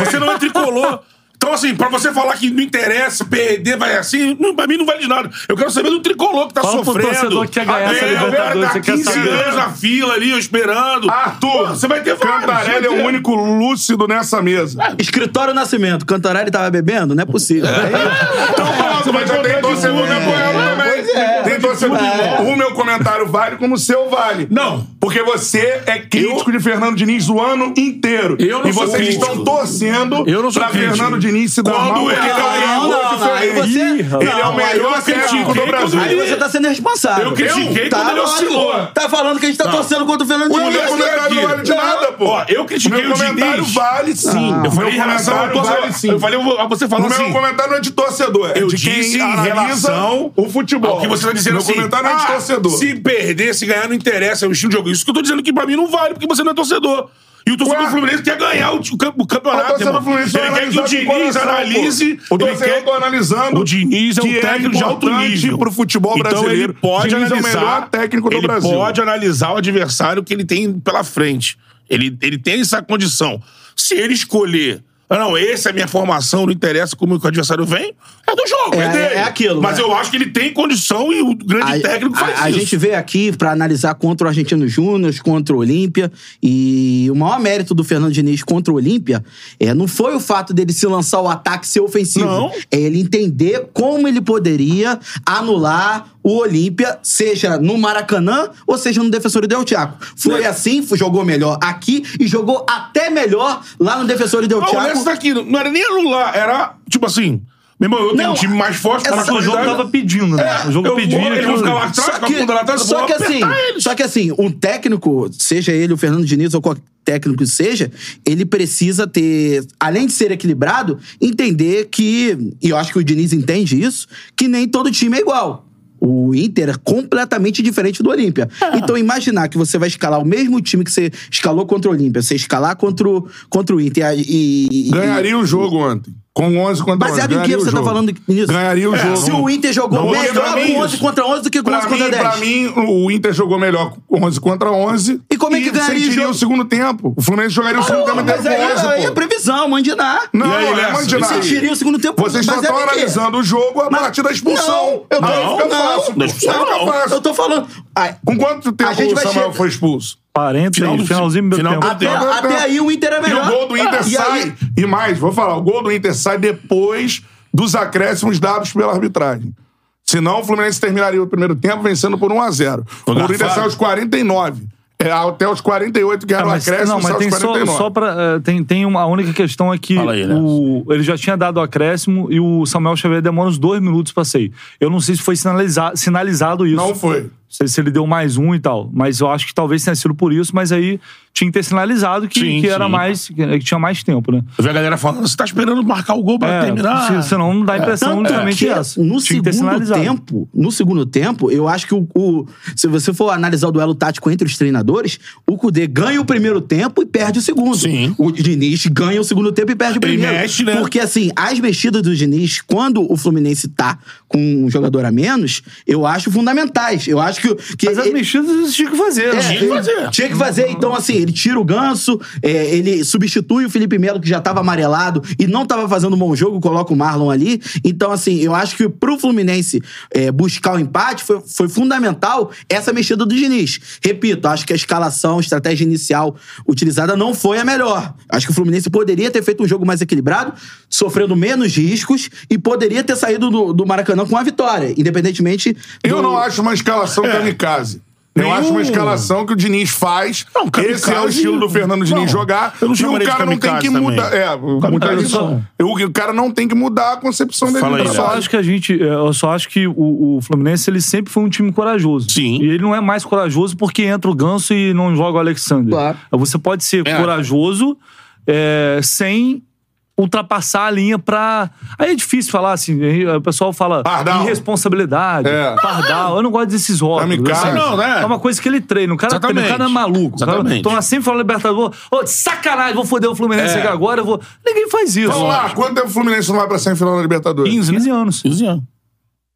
Você não é tricolor. Então, assim, pra você falar que não interessa, perder, vai assim, não, pra mim não vale de nada. Eu quero saber do tricolor que tá Fala pro sofrendo. torcedor que quer ganhar Ah, essa é, Libertadores, velho, tá você quer 15 saber. anos na fila ali, eu esperando. Arthur, Pô, você vai ter vários. Cantarelli é você vai o ter. único lúcido nessa mesa. Escritório Nascimento, Cantarelli tava bebendo? Não é possível. Então, pronto, É, Você vai mas eu jogar tenho de torcedor me tudo, apoiando é. também. Pois é. Tem torcedor. O meu comentário vale como o seu vale. Não. Porque você é crítico de Fernando Diniz o ano inteiro. Eu não e sou vocês crítico. estão torcendo Eu não sou pra crítico. Fernando Diniz se dar Quando mal, ele- tá porque Não, daí é não, outro não, não, aí diferente. você- Ele é o não, aí melhor você- crítico do Quando Brasil. Aí você tá sendo irresponsável. Eu critiquei tá quando ele ótimo. oscilou. Tá falando que a gente tá torcendo contra o Fernando O meu Moleque, Diniz. comentário não aqui. vale tá de nada, pô. Ó, eu critiquei meu o comentário Diniz. Ah. vale sim. Eu falei em Ah, Meu relação ao comentário torcedor. vale sim. Eu falei, eu- você O falou meu assim. comentário não é de torcedor, é Eu de quem disse em analisa relação o futebol. Ao que você tá dizendo meu assim, comentário não é ah, de torcedor. um Se perder, se ganhar, não interessa, é o estilo de jogo. Isso que eu tô dizendo que pra mim não vale, porque você não é torcedor. E o torcedor Ué? do Fluminense quer ganhar o, o cam- o O campeonato. torcedor irmão. do Fluminense vai Ele quer que o analisar Diniz com coração, pô. analise. O ele torcedor quer... tá analisando O Diniz é um que é técnico de alto importante nível. pro futebol brasileiro. Então ele pode Diniz é o analisar. melhor técnico do ele Brasil. pode analisar o adversário que ele tem pela frente. Ele, ele tem essa condição. Se ele escolher. "Ah, Não, essa é a minha formação, não interessa como que o adversário vem, é do jogo, é, É, dele. é aquilo, Mas né? eu acho que ele tem condição e o grande técnico faz a isso. gente veio aqui pra analisar contra o Argentino Júnior, contra o Olímpia. E o maior mérito do Fernando Diniz contra o Olímpia é, não foi o fato dele se lançar ao ataque e ser ofensivo. Não. É ele entender como ele poderia anular o Olímpia, seja no Maracanã ou seja no Defensor Del Tiago. Né? Foi assim, f- jogou melhor aqui e jogou até melhor lá no Defensor Del Não, Tiago. Então, essa daqui não era nem anular, era tipo assim. Meu irmão, eu tenho Não, um time mais forte, essa- mais Mas o jogo qualidade. tava pedindo, né? o jogo eu pedia. vou- eles aquilo- vão ficar lá atrás, com a bunda lá atrás, eu só vou que assim, apertar eles. só que assim, um técnico, seja ele o Fernando Diniz ou qualquer técnico que seja, ele precisa ter, além de ser equilibrado, entender que, e eu acho que o Diniz entende isso, que nem todo time é igual. O Inter é completamente diferente do Olímpia. Então, imaginar que você vai escalar o mesmo time que você escalou contra o Olímpia, você escalar contra o, contra o Inter e. e- Ganharia o jogo ontem. Com 11 contra 11. Baseado em que ganharia o você tá jogo. falando nisso? Ganharia o jogo. Se o Inter Não jogou vou melhor lembrar com nem 11 isso. contra 11 do que com Pra 11 contra mim, 10. pra mim, o Inter jogou melhor com 11 contra 11. E como é que ganharia o sentiria jogo? o segundo tempo. O Fluminense jogaria o segundo Pô, tempo mas inteiro aí, com aí 11, é pô. previsão, mandinar. Não, aí, é Lessa? mandinar. Você tira o segundo tempo, Vocês mas só é estão por quê? analisando o jogo a Mas- partir da expulsão. Não, eu tô- Aí fica não, fácil. da pô. expulsão Aí fica não. fácil. Eu tô falando. ai, Com quanto tempo A gente o vai Samuel chegar- foi expulso? 40, Final do- finalzinho do final meu do tempo. até, tempo. Não, até não. aí o Inter é E melhor. o gol do Inter Ah, e sai. aí- E mais, vou falar, o gol do Inter sai depois dos acréscimos dados pela arbitragem. Senão o Fluminense terminaria o primeiro tempo vencendo por 1x0. O gol do Inter garfado. sai aos 49. É, até os 48 que era Ah, o mas, acréscimo, não, sai mas aos tem só, 49. só pra. eh, tem, tem uma a única questão é que Fala aí, o, ele já tinha dado o acréscimo e o Samuel Xavier demora uns dois minutos pra sair. Eu não sei se foi sinaliza, sinalizado isso. Não foi. sei se ele deu mais um e tal. Mas eu acho que talvez tenha sido por isso, mas aí tinha que ter sinalizado que, Sim, que era sim. mais. Que tinha mais tempo, né? Eu vi a galera falando, você tá esperando marcar o gol pra É, terminar. se- senão não dá a impressão Tanto justamente que essa. no Tinha que ter segundo sinalizado. tempo, no segundo tempo, eu acho que o, o- se você for analisar o duelo tático entre os treinadores, o Cudê ganha o primeiro tempo e perde o segundo. Sim. O Diniz ganha o segundo tempo e perde o Ele primeiro. mexe, né? Porque assim, as mexidas do Diniz quando o Fluminense tá com um jogador a menos, eu acho fundamentais. Eu acho que, que Mas as ele- mexidas eles tinham que fazer, né? Tinha que É, ele fazer. Tinha que fazer. Então, assim, ele tira o ganso, é, ele substitui o Felipe Melo, que já tava amarelado e não tava fazendo um bom jogo, coloca o Marlon ali. Então, assim, eu acho que pro Fluminense é, buscar o empate foi, foi fundamental essa mexida do Diniz. Repito, acho que a escalação, a estratégia inicial utilizada não foi a melhor. Acho que o Fluminense poderia ter feito um jogo mais equilibrado, sofrendo menos riscos e poderia ter saído do, do Maracanã com a vitória, independentemente. Eu do- não acho uma escalação kamikaze. Eu Nenhum. acho uma escalação que o Diniz faz. Não, kamikaze- Esse é o estilo do Fernando Diniz Não, jogar. eu e não o chamaria de cara não tem que kamikaze também. mudar. É, muita gente- só- eu- O cara não tem que mudar a concepção dele. Fala aí, né? do Eu só trabalho. acho que a gente. eh, Eu só acho que o, o Fluminense ele sempre foi um time corajoso. Sim. E ele não é mais corajoso porque entra o Ganso e não joga o Alexander. Claro. Você pode ser É. corajoso eh, sem ultrapassar a linha pra. Aí é difícil falar assim. aí O pessoal fala Pardal. irresponsabilidade, É. pardal. Eu não gosto desses rótulos. Kamikaze. assim. Não, né? É uma coisa que ele treina. O cara, treina, o cara é Exatamente. maluco. O cara Exatamente. toma sempre falando Libertador. Ô, sacanagem, vou foder o Fluminense É. aqui agora. eu vou... Ninguém faz isso. Vamos lá, "Ah, quanto tempo o Fluminense não vai pra semifinal da Libertadores? 15, 15 anos. 15 anos.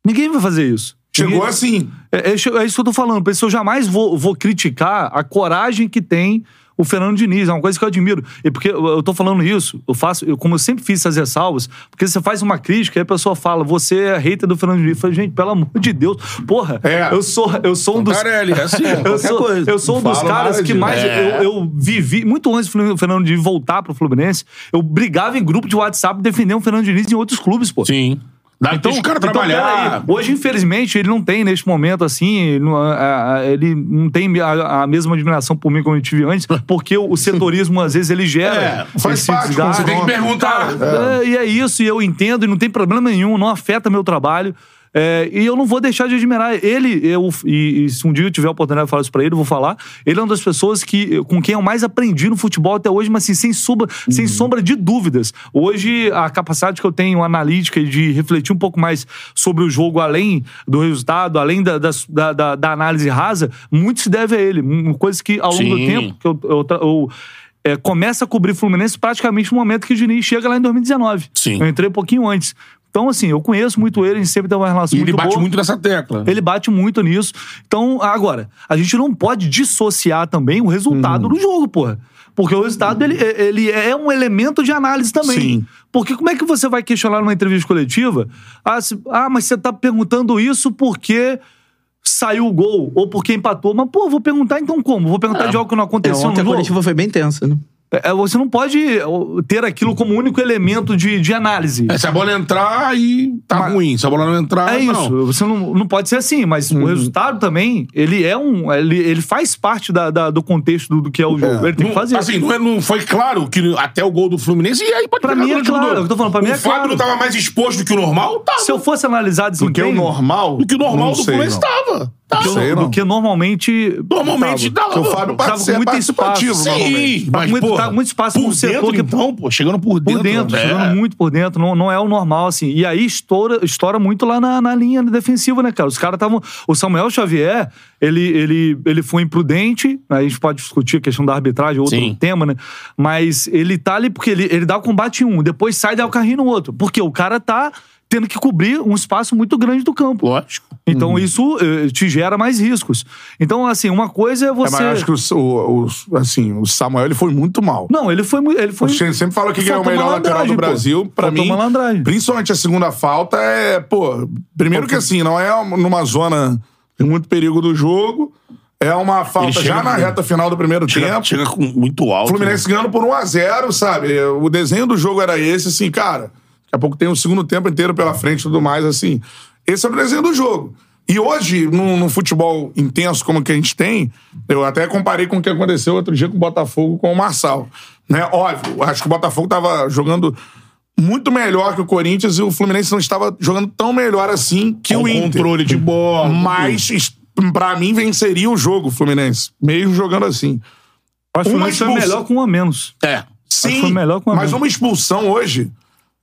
Ninguém vai fazer isso. Chegou Ninguém- assim. é, é isso é isso que eu tô falando. Por isso eu jamais vou, vou criticar a coragem que tem o Fernando Diniz. É uma coisa que eu admiro. E porque eu eu tô falando isso, eu faço, eu, como eu sempre fiz essas ressalvas, porque você faz uma crítica e a pessoa fala, você é hater do Fernando Diniz. Eu falo, gente, pelo amor de Deus. Porra, É. eu sou, eu sou um dos. Tarelli, é assim. Eu qualquer sou, coisa. eu sou um Não dos falo caras nada que disso. mais. É. Eu, eu vivi, muito antes do Fernando Diniz voltar pro Fluminense, eu brigava em grupo de WhatsApp defendendo o Fernando Diniz em outros clubes, pô. Sim. Dá então, o cara trabalhar. peraí. Hoje, infelizmente, ele não tem, neste momento, assim, ele não- a- a- ele não tem a, a mesma admiração por mim como eu tive antes, porque o, o setorismo, às vezes, ele gera. É, faz esse parte, desgaste. você tem que perguntar. É, e é isso, e eu entendo, e não tem problema nenhum, não afeta meu trabalho. É, e eu não vou deixar de admirar ele. Eu, e, e se um dia eu tiver a oportunidade de falar isso pra ele, eu vou falar. Ele é uma das pessoas que, com quem eu mais aprendi no futebol até hoje, mas assim, sem, sombra, sem sombra de dúvidas. Hoje, a capacidade que eu tenho analítica e de refletir um pouco mais sobre o jogo, além do resultado, além da, das- da, da- da análise rasa, muito se deve a ele. Uma coisa um, que, ao longo do Sim. tempo, que eu, eu, tra- eu é, começa a cobrir Fluminense praticamente no momento que o Diniz chega lá em 2019. Sim. Eu entrei um pouquinho antes. Então, assim, eu conheço muito ele, a gente sempre tem uma relação E ele muito bate boa. muito nessa tecla. Ele bate muito nisso. Então, agora, a gente não pode dissociar também o Uhum. resultado do jogo, porra. Porque o resultado, ele, ele é um elemento de análise também. Sim. Porque como é que você vai questionar numa entrevista coletiva? Ah, se- ah, mas você tá perguntando isso porque saiu o gol ou porque empatou. Mas, pô, vou perguntar então como? Vou perguntar de algo que não É, aconteceu no ontem a jogo? coletiva foi bem tensa, né? É, você não pode é, ter aquilo como único elemento de, de análise. É, se a bola entrar, aí tá Mas- ruim. Se a bola não entrar, Ah, É isso. não. Você não, não pode ser assim, mas Uhum. o resultado também, ele é um. Ele, ele faz parte da, da- do contexto do, do que é o jogo. Ele tem Não- que fazer. Assim, não, é- não foi claro que até o gol do Fluminense, e aí pode Pra pegar mim é no jogo claro, do- é o que eu tô falando, pra mim é O Fábio claro. não tava mais exposto que o normal? Tava. Se eu fosse analisar Porque desempenho. é o normal. tá Do que o normal não do sei, não. Fluminense tava. Não Tava. sei, do não. que normalmente. Normalmente tava. dá Porque o Fábio Tava parece- com muito participativo, espaço. normalmente. Sim, Tá mas, muito- porra, tá muito espaço por num setor dentro, que- então, pô, chegando por dentro. Por dentro, né? chegando muito por dentro, não, não é o normal, assim. E aí estoura, estoura muito lá na, na linha defensiva, né, cara? Os caras estavam. O Samuel Xavier, ele, ele, ele foi imprudente, né? a gente pode discutir a questão da arbitragem, outro Sim. tema, né? Mas ele tá ali porque ele, ele dá o combate em um, depois sai e dá o carrinho no outro. Porque o cara tá tendo que cobrir um espaço muito grande do campo. Lógico. Então isso eh, te gera mais riscos. Então, assim, uma coisa é É, mas você. eu acho que o, o- o- assim, o Samuel ele foi muito mal. Não, ele foi. mui- Ele foi... A gente sempre fala que ele é o Faltou melhor lateral malandragem, do pô. Brasil. Pra Faltou mim, malandragem. principalmente a segunda falta é, pô, primeiro que assim, não é numa zona de muito perigo do jogo, é uma falta chega já na no- reta final do primeiro Chega, tempo. chega com muito O alto. Fluminense ganhando por 1x0, sabe? O desenho do jogo era esse, assim, cara. Daqui a pouco tem o segundo tempo inteiro pela frente e tudo mais, assim. Esse é o desenho do jogo. E hoje, num, num futebol intenso como o que a gente tem, eu até comparei com o que aconteceu outro dia com o Botafogo com o Marçal. Né? Óbvio, acho que o Botafogo tava jogando muito melhor que o Corinthians e o Fluminense não estava jogando tão melhor assim que Com o Inter. controle de bola. Mas, es- pra mim, venceria o jogo o Fluminense, mesmo jogando assim. Acho que uma o Fluminense foi expulsão. melhor com um a menos. É. Sim, foi melhor com a mas América. uma expulsão hoje,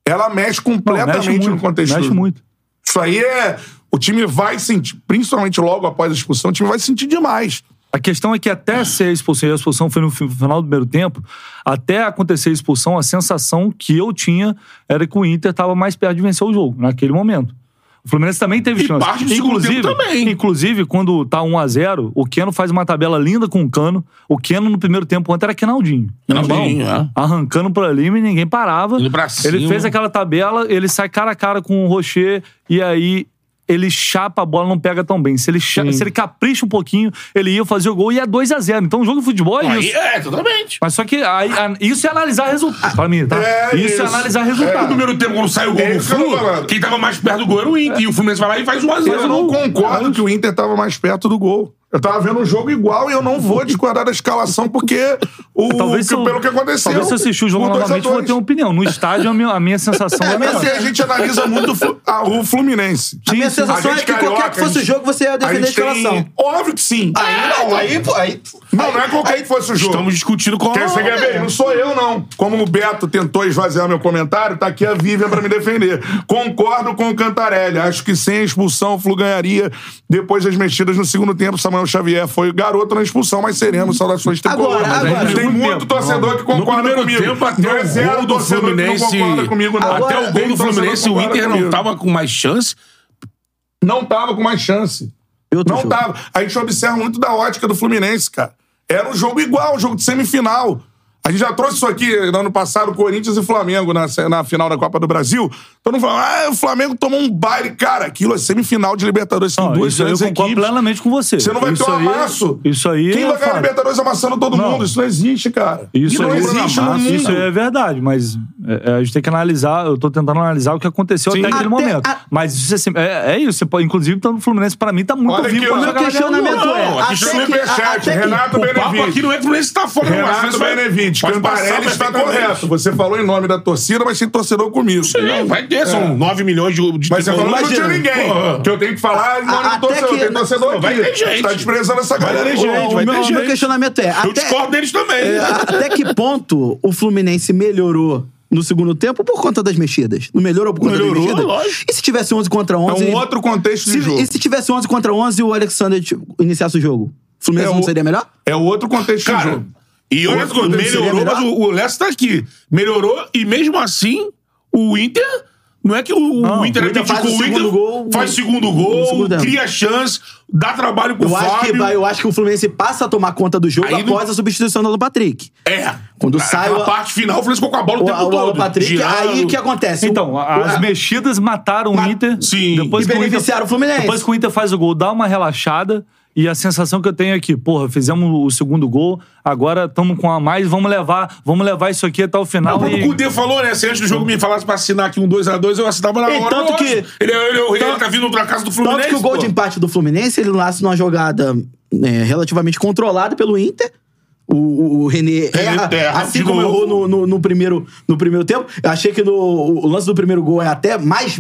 ela mexe Não, mexe completamente muito, no contexto. Mexe muito. Isso aí é... O time vai sentir, principalmente logo após a expulsão, o time vai sentir demais. A questão é que até ser expulsão, e a expulsão foi no fi- final do primeiro tempo, até acontecer a expulsão, a sensação que eu tinha era que o Inter estava mais perto de vencer o jogo, naquele momento. O Fluminense também teve E chance. parte do segundo tempo também. inclusive, quando tá 1 a 0 o Keno faz uma tabela linda com o Cano. O Keno, no primeiro tempo, ontem era Kenaldinho. Kenaldinho, Tá bom? é. Arrancando por ali, mas ninguém parava. Indo pra cima. Ele fez aquela tabela, ele sai cara a cara com o Rocher e aí ele chapa a bola, não pega tão bem. Se ele, cha- se ele capricha um pouquinho, ele ia fazer o gol e ia 2 a 0 Então o jogo de futebol é Aí, isso. é, totalmente. Mas só que aí- a- isso é analisar resultado. Pra mim, tá? É isso, isso. é analisar No resultado. primeiro tempo, quando saiu o gol Ah. É do isso que eu tô Flu, falando. quem tava mais perto do gol era o Inter. E o Fluminense vai lá e faz um a Eu zero. não Não, concordo que o Inter estava mais perto do gol. Eu tava vendo um jogo igual e eu não vou discordar da escalação porque o, talvez se eu- pelo que aconteceu. Talvez se eu assistir o jogo por dois a novamente, eu vou dois. ter um uma opinião. No estádio, a minha, a minha sensação é, É, mas melhor. assim, a gente analisa muito o Flu- a- o Fluminense. A minha sim. sensação A é gente que qualquer carioca, que fosse a gente- o jogo, você ia defender a, gente tem- escalação. Óbvio que sim. Ah, então aí, pô, aí, Não, não é qualquer que fosse o jogo. Estamos discutindo com Quer é você quer ver? Não sou eu, não. Como o Beto tentou esvaziar meu comentário, tá aqui a Vivian pra me defender. Concordo com o Cantarelli. Acho que sem a expulsão, o Flu ganharia. Depois das mexidas no segundo tempo, Samuel Xavier foi garoto na expulsão, mas seremos saudações tricolor. Agora, Mas agora. Tem No muito tempo, torcedor que No concorda primeiro comigo. tempo, até não é o zero gol do torcedor que não Fluminense... concorda comigo, não. Até Agora o gol Tem do torcedor que Fluminense, o concorda Inter não comigo. tava com mais chance. Não tava com mais chance. E outro Não tá jogo? tava. A gente observa muito da ótica do Fluminense, cara. Era um jogo igual, um jogo de semifinal. A gente já trouxe isso aqui no ano passado, Corinthians e Flamengo na, se- na final da Copa do Brasil. Todo mundo falando, ah, o Flamengo tomou um baile. Cara, aquilo é semifinal de Libertadores. Tem Não, duas isso aí eu grandes concordo equipes. plenamente com você. Você não vai isso ter um aí- é amasso. Isso aí Quem é vai ganhar a fato. Libertadores amassando todo Não. mundo? Isso não existe, cara. Isso e não aí, é existe no isso mundo. aí é verdade, mas é, é, a gente tem que analisar, eu tô tentando analisar o que aconteceu até aquele Até momento. a- Mas isso é, sem- é, é isso, você pode, inclusive, tanto o Fluminense, pra mim, tá muito Olha vivo. aqui, ó. pra Meu jogar na questionamento Libertadores. é, Não, aqui até chegou que- no Superchat, até que- Renato O papo aqui Benevides. não é que o Fluminense tá fora. não. Às Renato vezes vai- Benevides. pode passar, Cantarelli mas está tem que- correto. Você falou em nome da torcida, mas tem torcedor comigo. Sim, vai ter, são 9 milhões de... de É. Mas você falou que não tinha Tipo, Imagina. ninguém. Porra. Que eu tenho que falar em nome A- do até torcedor. que- Tem torcedor Vai aqui. ter gente. Tá desprezando essa Vai galera. É aí. ter gente, Ô, vai O meu, ter o meu gente. questionamento é. Eu até, discordo deles também. é, até que ponto o Fluminense melhorou no segundo tempo por conta das mexidas? Não melhorou por conta Melhorou, das mexidas? lógico. E se tivesse 11 contra É 11? um outro contexto de se, jogo. e se tivesse 11 contra 11 e o Alexander tipo, iniciasse o jogo? O Fluminense É não o- seria melhor? um É outro contexto de Cara, jogo. E olha, Outro time seria melhorou, melhor? mas o, o Leicester tá aqui. Melhorou e mesmo assim, o Inter. Não é que o, Não, o Inter o é Inter mítico, faz o o Inter segundo gol, faz no- segundo no gol, segundo tempo. cria chance, dá trabalho pro Eu acho, que, Fábio. vai- eu acho que o Fluminense passa a tomar conta do jogo Aí não- após a substituição do Alan Patrick. É. Quando Na- sai na o- parte final, o Fluminense ficou com a bola o, O, o tempo Alan todo. Patrick, aí que é acontece. Então, O- É. as mexidas mataram Ma- o Inter. Sim. Depois E que o Inter- beneficiaram o Fluminense. Depois que o Inter faz o gol, dá uma relaxada. E a sensação que eu tenho é que, porra, fizemos o segundo gol, agora estamos com a mais, vamos levar, vamos levar isso aqui até o O final. próprio e- Cudê falou, né? Se antes do jogo me falasse pra assinar aqui um 2x2, eu assinava na E hora. tanto Então Lógico. que- Ele, ele, ele, ele tá vindo pra casa do Fluminense. Tanto que o gol pô. de empate do Fluminense, ele nasce numa jogada é, relativamente controlada pelo Inter. O, o, o René erra, erra assim de como novo. errou no, no, no primeiro, no primeiro tempo. Eu achei que no, o lance do primeiro gol é até mais...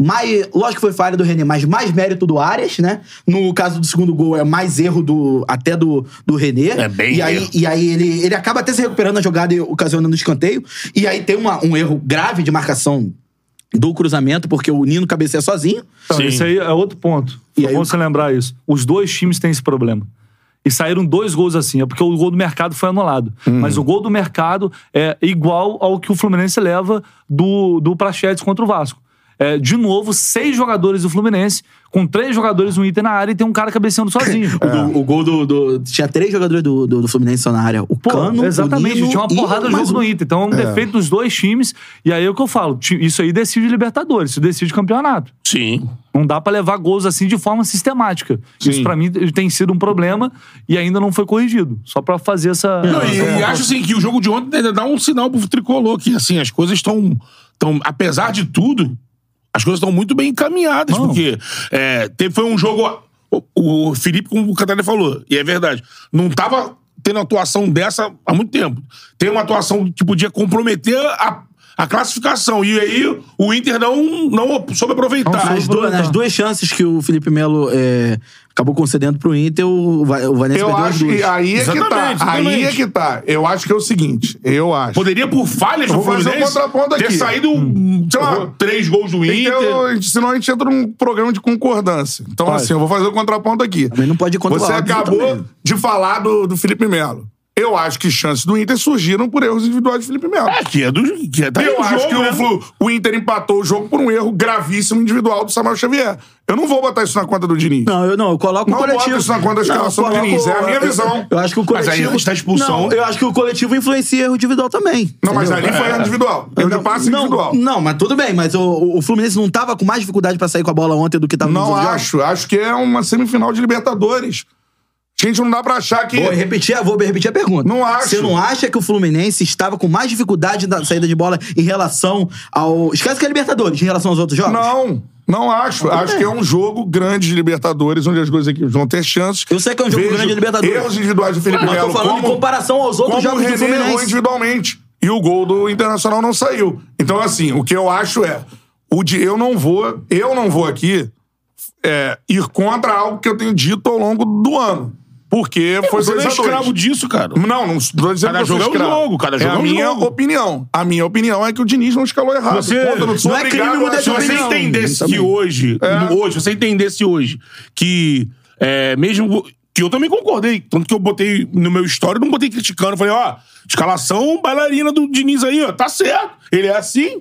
mais lógico que foi falha do René, mas mais mérito do Arias, né? No caso do segundo gol é mais erro do até do, do René. É bem e aí, erro. e aí ele, ele acaba até se recuperando na jogada e ocasionando um escanteio. E aí tem uma- um erro grave de marcação do cruzamento, porque o Nino cabeceia sozinho. Então, Sim. isso aí é outro ponto. E Foi aí bom o- você lembrar isso. Os dois times têm esse problema. E saíram dois gols assim. É porque o gol do mercado foi anulado. Hum. Mas o gol do mercado é igual ao que o Fluminense leva do, do Prachetes contra o Vasco. É, de novo, seis jogadores do Fluminense, com três jogadores no Inter na área e tem um cara cabeceando sozinho. O gol- O gol do, do- Tinha três jogadores do, do, do Fluminense só na área. O Pô, Cano, exatamente, o Nino tinha uma e porrada de mais jogo um. no Inter. Então é um defeito dos dois times. E aí é o que eu falo: ti- isso aí decide Libertadores, isso decide campeonato. Sim. Não dá pra levar gols assim de forma sistemática. Isso pra mim tem sido um problema e ainda não foi corrigido. Só pra fazer essa. Não, e, essa- e acho assim que o jogo de ontem ainda dá um sinal pro tricolor que assim as coisas estão tão apesar de tudo as coisas estão muito bem encaminhadas Não. porque é, teve, foi um jogo o, o Felipe como o Catarina falou e é verdade não tava tendo atuação dessa há muito tempo tem uma atuação que podia comprometer a, a classificação e aí o Inter não não soube aproveitar Nas, Tá, duas, né? nas duas chances que o Felipe Melo é, acabou concedendo pro Inter, o, Va- o Vanessa Eu perdeu as acho duas. que aí é que tá. Exatamente, Aí exatamente. é que tá. Eu acho que é o seguinte, eu acho. poderia por falhas Eu do vou fazer um Fluminense contraponto ter aqui. saído sei Eu lá vou- três gols do Inter Então, a gente- senão a gente entra num programa de concordância. Então, assim, eu vou fazer o contraponto aqui. Também não pode ir contra o Você árbitro acabou também. de falar do, do Felipe Melo. Eu acho que chances do Inter surgiram por erros individuais do Felipe Melo. É, que é do. Que é, tá eu no acho jogo, que né? o, Flu- o Inter empatou o jogo por um erro gravíssimo individual do Samuel Xavier. Eu não vou botar isso na conta do Diniz. Não, eu não, eu coloco Não o coletivo. bota isso na conta da escalação eu do Diniz, coloco- é a minha eu- visão. Eu, acho que o Mas aí coletivo. antes da expulsão- Não, eu acho que o coletivo influencia erro individual também. Não, mas entendeu? É. ali foi erro individual. Erro de passe não, individual. não, mas tudo bem, mas o- o, o Fluminense não tava com mais dificuldade pra sair com a bola ontem do que tava nos Não outros jogos? acho. Acho que é uma semifinal de Libertadores. Gente, não dá pra achar que. Vou repetir, vou repetir a pergunta. Não acho. Você não acha que o Fluminense estava com mais dificuldade na saída de bola em relação ao. Esquece que é Libertadores, em relação aos outros jogos? Não, não acho. acho que é um jogo grande de Libertadores, onde as duas equipes vão ter chances. Eu sei que é um jogo Vejo grande de Libertadores. Erros individuais do Felipe Mas Melo. tô falando em como- comparação aos outros como o jogos do René errou Fluminense. individualmente. E o gol do Internacional não saiu. Então, assim, o que eu acho é. O de, eu não vou, eu não vou aqui é, ir contra algo que eu tenho dito ao longo do ano. Porque foi Você não é 2 a 2. escravo disso, cara. Não, não tô dizendo Cada que eu sou jogo é um escravo. jogo, cada jogo é é a um minha jogo. opinião. A minha opinião é que o Diniz não escalou errado. Você- Ponto, eu não sou não é obrigado crime a- mudar de Se você opinião. entendesse Também. que hoje, É. hoje, se você entendesse hoje que é, mesmo que eu também concordei, tanto que eu botei no meu story, não botei criticando, falei, ó, escalação bailarina do Diniz aí, ó, tá certo. Ele é assim,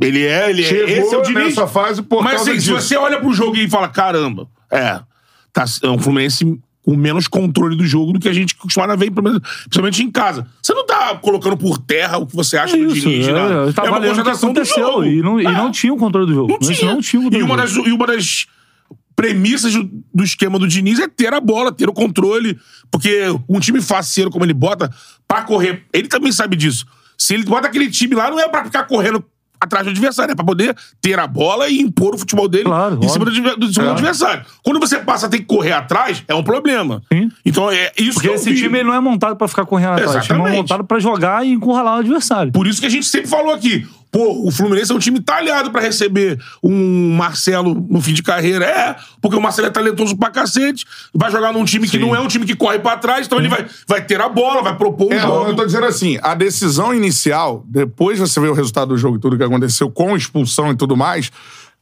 ele é, ele é, Chegou esse é o Diniz. nessa fase por Mas causa assim, se disso. você olha pro jogo e fala, caramba, é, tá, é um Fluminense com menos controle do jogo do que a gente costumava ver, pelo menos- principalmente em casa. Você não tá colocando por terra o que você acha do É Isso, Diniz, né? é, tá uma valendo o que constatação do aconteceu. jogo. E não, e É. não tinha o controle do jogo. Não Mas tinha. não tinha o controle e, do uma jogo. das, e uma das premissas do, do esquema do Diniz é ter a bola, ter o controle. Porque um time faceiro como ele bota, pra correr. Ele também sabe disso. Se ele bota aquele time lá, não é pra ficar correndo atrás do adversário, é pra poder ter a bola e impor o futebol dele Claro, em cima do, óbvio. É. adver- do- em cima do adversário. Quando você passa a ter que correr atrás, é um problema. Sim. Então é isso que Porque eu esse vi. time ele não é montado pra ficar correndo atrás. O time é Exatamente. montado pra jogar e encurralar o adversário. Por isso que a gente sempre falou aqui. Pô, o Fluminense é um time talhado pra receber um Marcelo no fim de carreira. É, porque o Marcelo é talentoso pra cacete, vai jogar num time que não é um time que corre pra trás, então ele vai, vai ter a bola, vai propor um É, jogo. eu tô dizendo assim, a decisão inicial, depois você vê o resultado do jogo e tudo que aconteceu com expulsão e tudo mais,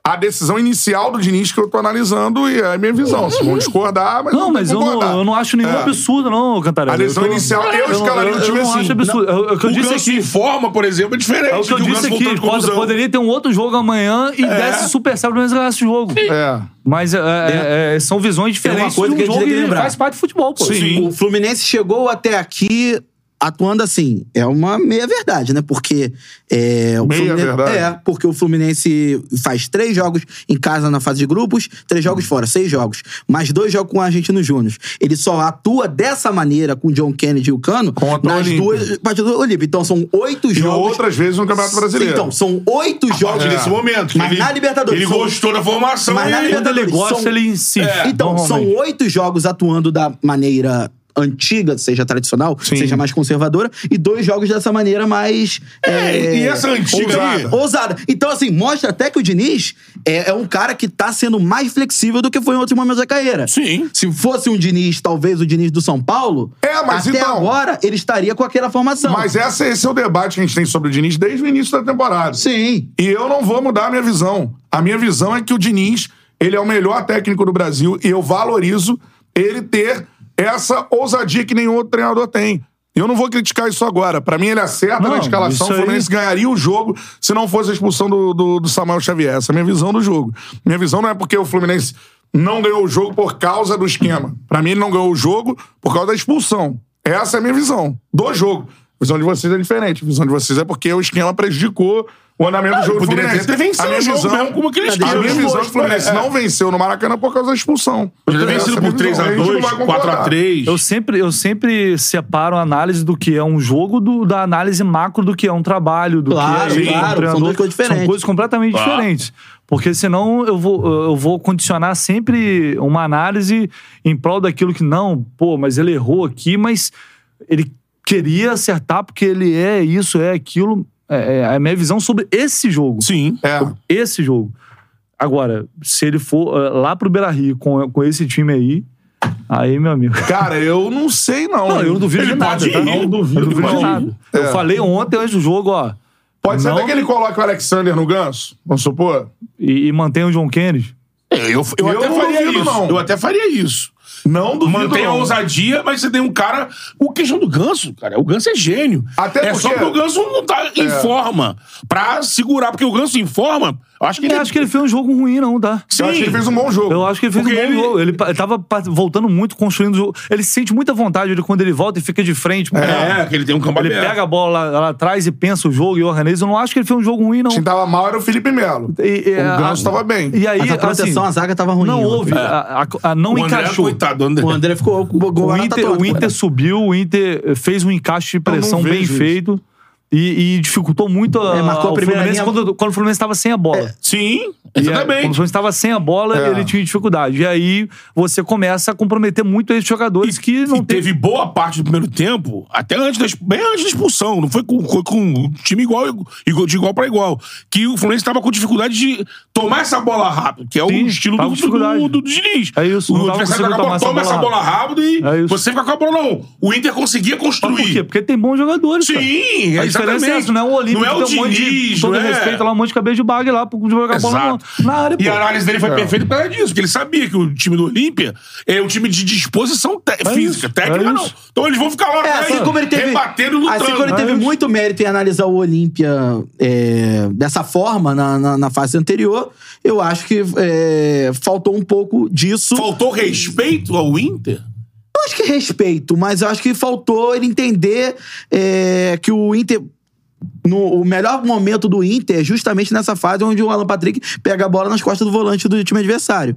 a decisão inicial do Diniz que eu tô analisando e é a minha visão. Se vão discordar, mas Uhum. Não, tem mas que eu concordar. não, eu não acho nenhum É. absurdo, não, Cantarelli. A decisão Eu tô- inicial, eu não- escalaria o time Eu não assim. acho absurdo. Eu- O que eu o disse Ganso aqui... em forma, por exemplo, é diferente. É o que eu do Ganso disse voltando aqui. de pode- contusão. Poderia ter um outro jogo amanhã e desse super sábado pra esse jogo. É. Mas é, é, é, são visões diferentes uma coisa de um que a gente jogo Né? tem que lembrar. faz parte do futebol, pô. O Fluminense chegou até aqui atuando assim. É uma meia-verdade, né? Porque. É, o Meia Fluminense- verdade? É, porque o Fluminense faz três jogos em casa na fase de grupos, três jogos fora, seis jogos. Mais dois jogos com a Argentinos Júnior. Ele só atua dessa maneira com o John Kennedy e o Cano Contra o nas Olímpia. duas partidas do Olímpia. Então são oito E jogos. outras vezes no Campeonato Brasileiro. Ah, é. Então, são oito A jogos. partir desse momento. que É. Mas na Libertadores. Ele são- gostou da formação. Mas na e- Quando ele Libertadores, gosta, são- ele insiste. Então, são normalmente. oito jogos atuando da maneira antiga, seja tradicional, seja mais conservadora, e dois jogos dessa maneira mais. É, e essa antiga aí? ousada. Ousada. Então, assim, mostra até que o Diniz é, é um cara que tá sendo mais flexível do que foi em outros momentos da carreira. Sim. Se fosse um Diniz, talvez o Diniz do São Paulo, É, mas até então- agora ele estaria com aquela formação. Mas essa- esse é o debate que a gente tem sobre o Diniz desde o início da temporada. Sim. E eu não vou mudar a minha visão. A minha visão é que o Diniz, ele é o melhor técnico do Brasil e eu valorizo ele ter essa ousadia que nenhum outro treinador tem. E Eu não vou criticar isso agora. Pra mim, ele acerta Não, na escalação. isso O aí- Fluminense ganharia o jogo se não fosse a expulsão do, do, do Samuel Xavier. Essa é a minha visão do jogo. Minha visão não é porque o Fluminense não ganhou o jogo por causa do esquema. Pra mim, ele não ganhou o jogo por causa da expulsão. Essa é a minha visão do jogo. A visão de vocês é diferente. A visão de vocês é porque o esquema prejudicou o andamento do jogo do poderia Fluminense. ter vencido a minha o jogo visão, mesmo, como aquele né? a esquema minha de visão, hoje, o Fluminense é. não venceu no Maracanã por causa da expulsão. Poderia ter vencido Essa é por minha visão. A gente não 3x2, vai concordar. 4x3. Eu sempre, eu sempre separo a análise do que é um jogo do- da análise macro do que é um trabalho, do Claro, claro, que é um são treinador. duas coisas diferentes. São coisas completamente Claro. diferentes. Porque senão eu vou, eu vou condicionar sempre uma análise em prol daquilo que não, pô, mas ele errou aqui, mas ele queria acertar porque ele é isso, é aquilo. É, é a minha visão sobre esse jogo Sim. É. esse jogo. Agora, se ele for eh, lá pro Beira Rio com, com esse time aí, aí, meu amigo. Cara, eu não sei, não. Não, eu não duvido Ele de nada. pode tá? ir, Não eu duvido, É. de pode nada. Eu falei ontem antes do jogo, ó. Pode ser não- até que ele coloque o Alexander no ganso, vamos supor. E, e mantém o John Kennedy. Eu, eu, eu Eu até não faria duvido, isso. não. Eu até faria isso. Não duvido. Mantém a não. ousadia, mas você tem um cara. O questão do ganso, cara. O ganso é gênio. Até é só porque- É. que o ganso não tá em forma pra segurar, porque o ganso em forma. eu Acho que ele. Eu acho que ele fez um jogo ruim, não, tá? Eu acho que ele fez um bom jogo. Eu acho que ele fez Porque um bom ele- jogo. Ele pa- tava pa- voltando muito, construindo o jogo. Ele sente muita vontade ele, quando ele volta e fica de frente. pro cara. É, que ele tem um campo Ele aberto. pega a bola lá, lá atrás e pensa o jogo e organiza. Eu não acho que ele fez um jogo ruim, não. Quem tava mal era o Felipe Melo. E- e- O Ganso a- tava bem. E aí, Mas a proteção, assim, a zaga tava ruim. né? Não ontem. houve. A, a- a- não É. O André, um encaixou. coitado, o O André. André ficou com o O gol Inter, o Inter subiu, o Inter fez um encaixe de pressão bem vejo isso. feito. E, e dificultou muito a, É, marcou a ao primeira Fluminense linha. quando, quando o Fluminense estava sem a bola. Sim, E é, aí, quando o exatamente. Fluminense estava sem a bola, É. ele tinha dificuldade. E aí você começa a comprometer muito esses jogadores que não E teve boa parte do primeiro tempo, até antes da, ex- bem antes da expulsão. Não foi com, foi com um time igual, igual- de igual pra igual. Que o Fluminense tava com dificuldade de tomar essa bola rápido, que é o Sim, estilo do, tava com dificuldade. do, do, do Diniz. É isso, não o tava adversário conseguindo joga a bola, tomar toma essa essa bola bola rápido e É isso. você fica com a bola, não. O Inter conseguia Mas por quê? construir. Porque tem bons jogadores. cara. Sim, é A diferença exatamente. é essa, não é o Olímpico. Não é o que tem um monte Diniz, de, todo não é? respeito lá, um monte de cabeça de bag lá, pra jogar a bola Exato. na, na área. E pô. a análise dele foi perfeita por causa disso, porque ele sabia que o time do Olímpia é um time de disposição te- física, isso, técnica é não. isso. Então eles vão ficar lá É, atrás, assim como ele teve, rebatendo É. e lutando. assim como ele teve Mas- muito mérito em analisar o Olímpia é, dessa forma na, na, na fase anterior, eu acho que é, faltou um pouco disso. É. Faltou respeito ao Inter? Eu acho que é respeito, mas eu acho que faltou ele entender é, que o Inter. no- o melhor momento do Inter é justamente nessa fase onde o Alan Patrick pega a bola nas costas do volante do time adversário.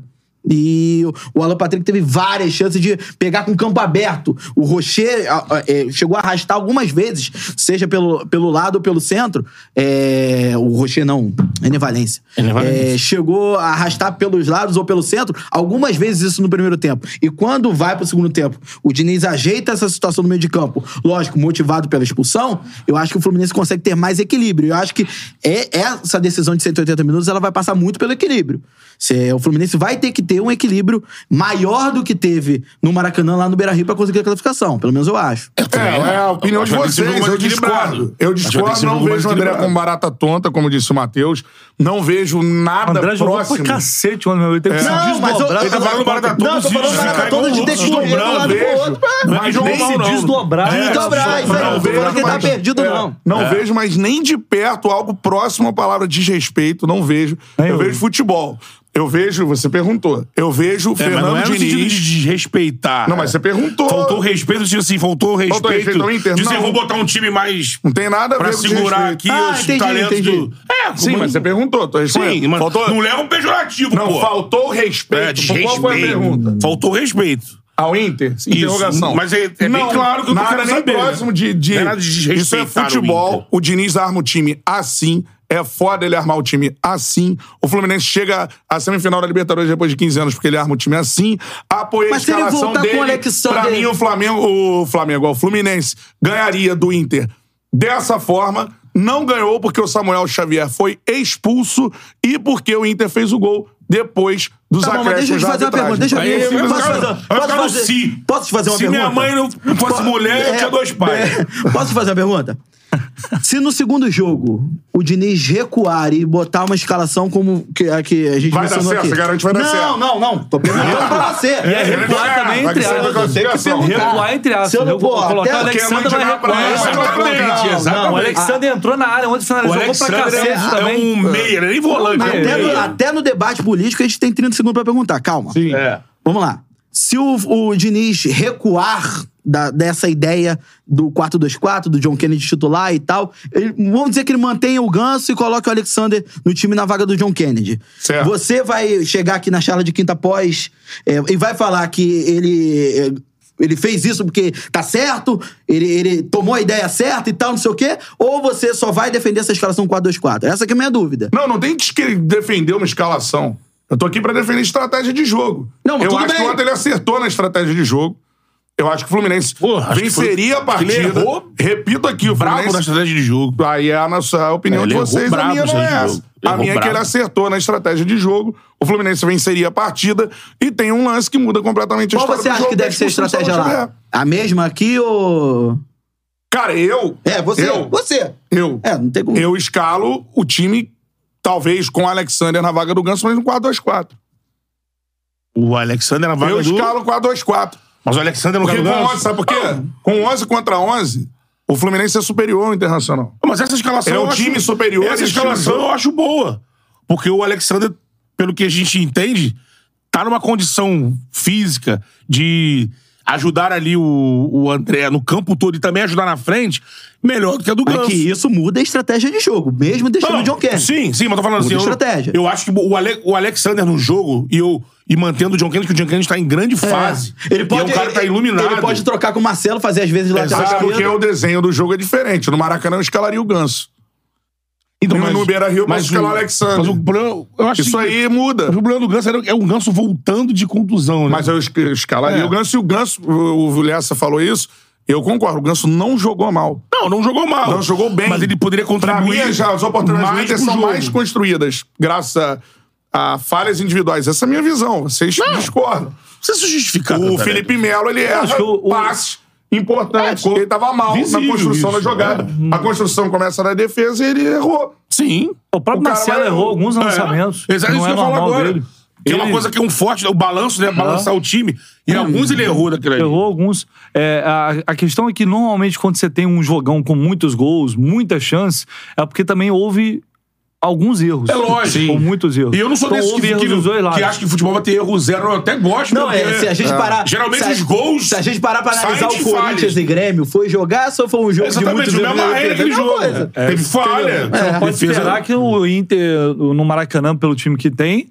E o- o Alan Patrick teve várias chances de pegar com o campo aberto. O Rocher a- a- é, chegou a arrastar algumas vezes, seja pelo, pelo lado ou pelo centro. É, o Rocher não, Enevalência. Enevalência. É, chegou a arrastar pelos lados ou pelo centro, algumas vezes isso no primeiro tempo. E quando vai pro segundo tempo, o Diniz ajeita essa situação no meio de campo, lógico, motivado pela expulsão, eu acho que o Fluminense consegue é ter mais equilíbrio. Eu acho que é- essa decisão de 180 minutos, ela vai passar muito pelo equilíbrio. Se- o Fluminense vai ter que ter um equilíbrio maior do que teve no Maracanã lá no Beira Rio pra conseguir a classificação. Pelo menos eu acho. É, é a opinião Acho de que vai ter que ser um vocês. jogo mais Eu discordo. equilibrado. Eu Acho que vai ter que discordo, ser um não jogo mais vejo o André equilibrado. com barata tonta, como disse o Matheus. Não vejo nada André jogou próximo. pra cacete, mano. Ele teve que se Não, mas eu- desdobrar. eu tô pra- falando barata toda, Não, tô falando sim, barata cara, toda igual de o ter Lucas que correr do um Dobrando, lado pro vejo. outro. pra- Mas Mas jogou é nem mal, né? se não. desdobrar. É, Desdobrar, isso aí. Não Tô falando que tá mas- perdido, é, não. Não É. vejo, mas nem de perto algo próximo à palavra desrespeito, não vejo. Nem eu eu. vejo futebol. Eu vejo, você perguntou. Eu vejo o É, mas Fernando não é no sentido Diniz. de desrespeitar. Não, mas você perguntou. Faltou respeito, tipo assim, faltou respeito. respeito ao Inter, de dizer, não. vou botar um time mais Não tem nada a ver pra com segurar desrespeito. aqui Ah, os entendi, talentos entendi. do... É, Sim, mas você perguntou, tô respondendo. Sim, mas faltou... não leva um pejorativo, Não, pô. faltou respeito. É, Por Qual foi a pergunta? desrespeito. Faltou respeito. Ao Inter? Interrogação. Mas é- é bem claro que eu tô nada querendo nem saber, né? próximo de... de... Não é nada de Isso é desrespeitar o futebol. Inter. O Diniz arma o time assim. É foda ele armar o time assim. O Fluminense chega à semifinal da Libertadores depois de 15 anos porque ele arma o time assim. Apoia a Mas se ele escalação voltar com dele. o Alexander- Pra mim, o Flamengo... O Flamengo, ó, o Fluminense ganharia do Inter dessa forma. Não ganhou porque o Samuel Xavier foi expulso e porque o Inter fez o gol depois dos Tá bom, mas acréscimos deixa eu te da fazer uma arbitragem. pergunta. Deixa eu Aí ver. fica- Posso fica- fazer, vai posso ficar no fazer, si. posso fazer uma Se pergunta? minha mãe não fosse mulher, eu É, tinha dois pais. é. Posso fazer uma pergunta? Se no segundo jogo o Diniz recuar e botar uma escalação como que, a que a gente Vai dar mencionou certo, aqui. você garante que Tá vai dar não, certo. Não, não, Tô perguntando pra você. É, recuar também, vai entre um que você vai aspas. conseguir Tem que ação. perguntar. Recuar entre aspas. Se eu não Eu vou vou, colocar até o porque a mãe Alexandre vai jogar pra recuar. ela, Esse é o ela vai problema. jogar. Não, o Exatamente. Alexandre entrou na área onde O finalizou. Vou pra Alexandre é cacete um- é também. um meia, ele é nem volante. Não, ele é Até um mas no, meia. até no debate político a gente tem 30 segundos pra perguntar. Calma. Sim. É. Vamos lá. Se o, o Diniz recuar da- dessa ideia do 4-2-4, do John Kennedy titular e tal, ele- vamos dizer que ele mantenha o ganso e coloque o Alexander no time na vaga do John Kennedy. Certo. Você vai chegar aqui na charla de quinta pós é, e vai falar que ele. é, ele fez isso porque tá certo, ele, ele tomou a ideia certa e tal, não sei o quê, ou você só vai defender essa escalação 4-2-4? Essa que é a minha dúvida. Não, não tem que defender uma escalação. Eu tô aqui pra defender estratégia de jogo. Não, mas Eu tudo acho que bem. ontem ele acertou na estratégia de jogo. Eu acho que o Fluminense Porra, acho que venceria foi- a partida. ele errou Repito aqui, o Bravo né? na Fluminense... estratégia de jogo. Aí é a nossa opinião Ele de errou vocês, a brabo minha na não é estratégia de essa. jogo. A Errou minha é que brabo. ele acertou na estratégia de jogo, o Fluminense venceria a partida e tem um lance que muda completamente a Qual história você do acha jogo, é que a deve ser a expulsão do estratégia Xavier. lá? A mesma aqui ou. Cara, eu... É, você. Eu, Você. eu É, não Uh. tem como. eu escalo o time, talvez com o Alexander na vaga do Ganso, mas no 4-2-4. O Alexander na vaga Eu do... escalo 4-2-4. Mas o Alexander é um no Porque lugar do com Ganso? 11, sabe por quê? Com 11 contra 11, o Fluminense é superior ao Internacional. Mas essa escalação. É o eu acho- time superior Essa desse escalação time. eu acho boa. Porque o Alexander, pelo que a gente entende, tá numa condição física de ajudar ali o, o André no campo todo e também ajudar na frente, melhor do que a do É Ganso. que isso muda a estratégia de jogo, mesmo deixando o John Kennedy. Sim, sim, mas tô falando Muda a assim. Eu, estratégia. eu acho que o, Ale- o Alexander no jogo e, eu, e mantendo o John Kennedy, que o John Kennedy tá em grande fase. É. Ele E pode, é um cara que tá iluminado. Ele pode trocar com o Marcelo, fazer às vezes lateral Sabe porque esquerda. o desenho do jogo é diferente. No Maracanã eu escalaria o Ganso. Então, No- no Beira-Rio, eu mas posso escalar o- o Alexander. Mas o problema, eu acho Isso que- aí muda. O problema do Ganso era- é um Ganso voltando de contusão, né? Mas eu es- eu escalaria É. o Ganso. E o Ganso, o o Lessa falou isso, eu concordo. O Ganso não jogou mal. Não, não jogou mal. Não jogou bem. Mas ele poderia Pra mim, contribuir. já as oportunidades do é mais Inter pro são jogo. mais construídas graças a, a falhas individuais. Essa é a minha visão. Vocês discordam. Não precisa se justificar. O Cantarelli. Felipe Melo, ele acho erra que o- É, o- passes importantes. ele tava mal na visível construção isso, da jogada. É. A construção começa na defesa e ele errou. Sim. O próprio O cara Marcelo vai- errou alguns lançamentos. É, exato, Não isso é que eu falo normal agora. dele. Que é uma Ele- coisa que é um forte, né? o balanço, né? Balançar o time. Hum. E alguns ele errou daquele ali. Errou alguns. É, a, a questão é que normalmente quando você tem um jogão com muitos gols, muita chance, é porque também houve alguns erros. É lógico. Ou muitos erros. E eu não sou então, desse tipo houve que, erros dos dois que, lados. que acha que futebol vai ter erro zero. Eu até gosto. Não, porque é, se a gente parar. Geralmente se a- os gols Se a gente parar pra saem analisar de o Corinthians falhas. e Grêmio, foi jogar, só foi um jogo de Exatamente, muitos o mesmo erros, arreio é a daquele mesma jogo. coisa. É, Teve falha. Você não pode Defesa- esperar que o Inter, no Maracanã, pelo time que tem,